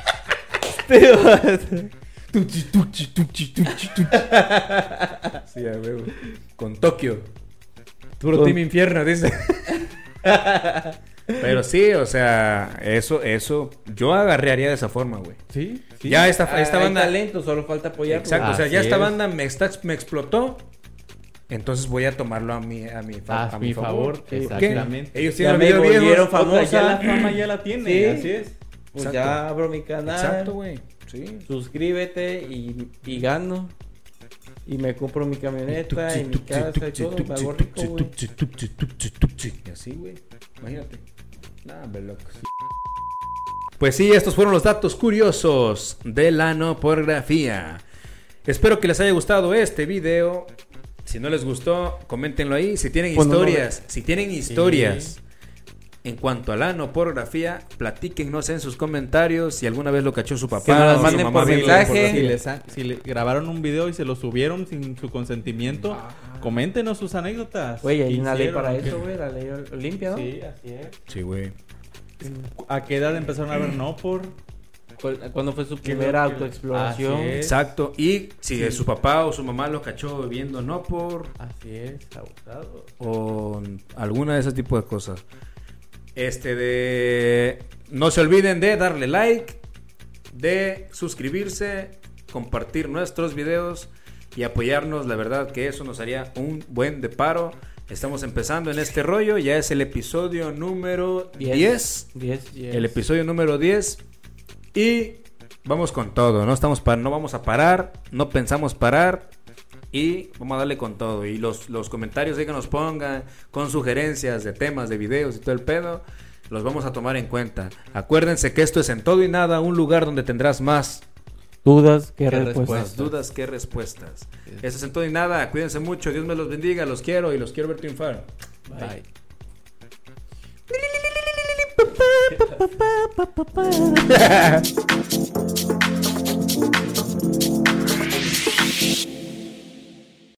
S4: Ah, Te vas-
S3: Tuchi, tuchi, tuchi, tuchi, tuchi. sí, a huevo. Con Tokio. Puro
S4: Con-
S3: Team Infierno, dice. Pero sí, o sea, eso, eso. Yo agarraría de esa forma, güey.
S2: Sí, sí.
S3: Ya esta, esta
S4: Hay
S3: banda.
S4: talento, solo falta pues, apoyarlo.
S3: Exacto, o sea,
S2: Así
S3: ya esta
S2: es.
S3: banda me, está, me explotó. Entonces voy a tomarlo a mi, a mi, fa-
S2: A mi favor.
S4: ¿Qué?
S2: Exactamente.
S3: Ellos tienen
S4: Ya me
S3: videos viejos.
S4: volvieron
S2: Otra, ya la
S4: famosa.
S2: fama ya la tiene.
S4: Sí.
S2: Así es.
S4: Pues
S3: Exacto.
S4: ya abro mi canal.
S3: Exacto, güey. Sí.
S4: suscríbete y, y gano. Y me compro mi camioneta y mi casa y todo. Me hago rico, güey.
S3: Y así, güey. Imagínate. Nah, hombre, loco. Pues sí, estos fueron los datos curiosos de la no pornografía. Espero que les haya gustado este video. Si no les gustó, coméntenlo ahí. Si tienen
S4: Bueno, no,
S3: historias, si tienen historias en cuanto a la no pornografía, platíquennos en sus comentarios si alguna vez lo cachó su papá.
S4: Que nos
S3: o
S4: las
S3: su
S4: manden
S3: Ah, mamá
S4: por
S3: viendo
S4: mensaje.
S3: pornografía.
S4: Sí.
S2: Si, les han- si le grabaron un video y se lo subieron sin su consentimiento, coméntenos sus anécdotas.
S4: Güey, hay
S2: ¿Qué
S4: una ley
S2: hicieron?
S4: para
S2: ¿Qué-
S4: eso, güey. La ley Olimpia, ¿no?
S2: Sí, así es.
S3: Sí, güey.
S2: ¿A qué edad empezaron a ver no por?
S4: ¿Cuál- ¿Cuándo fue su primera autoexploración?
S2: Así es.
S3: Exacto. Y si su papá o su mamá lo cachó bebiendo no por
S2: Así es, abusado.
S3: o alguna de ese tipo de cosas. Este de no se olviden de darle like, de suscribirse, compartir nuestros videos y apoyarnos, la verdad que eso nos haría un buen deparo. Estamos empezando en este rollo, ya es el episodio número 10.
S4: 10,
S3: El episodio número 10. Y vamos con todo. No, estamos pa- no vamos a parar. No pensamos parar. Y vamos a darle con todo. Y los, los comentarios ahí que nos pongan con sugerencias de temas, de videos y todo el pedo. Los vamos a tomar en cuenta. Acuérdense que esto es en todo y nada un lugar donde tendrás más
S4: Dudas, que
S3: más dudas que respuestas. Eso es en todo y nada. Cuídense mucho. Dios me los bendiga. Los quiero y los quiero ver triunfar.
S4: Bye.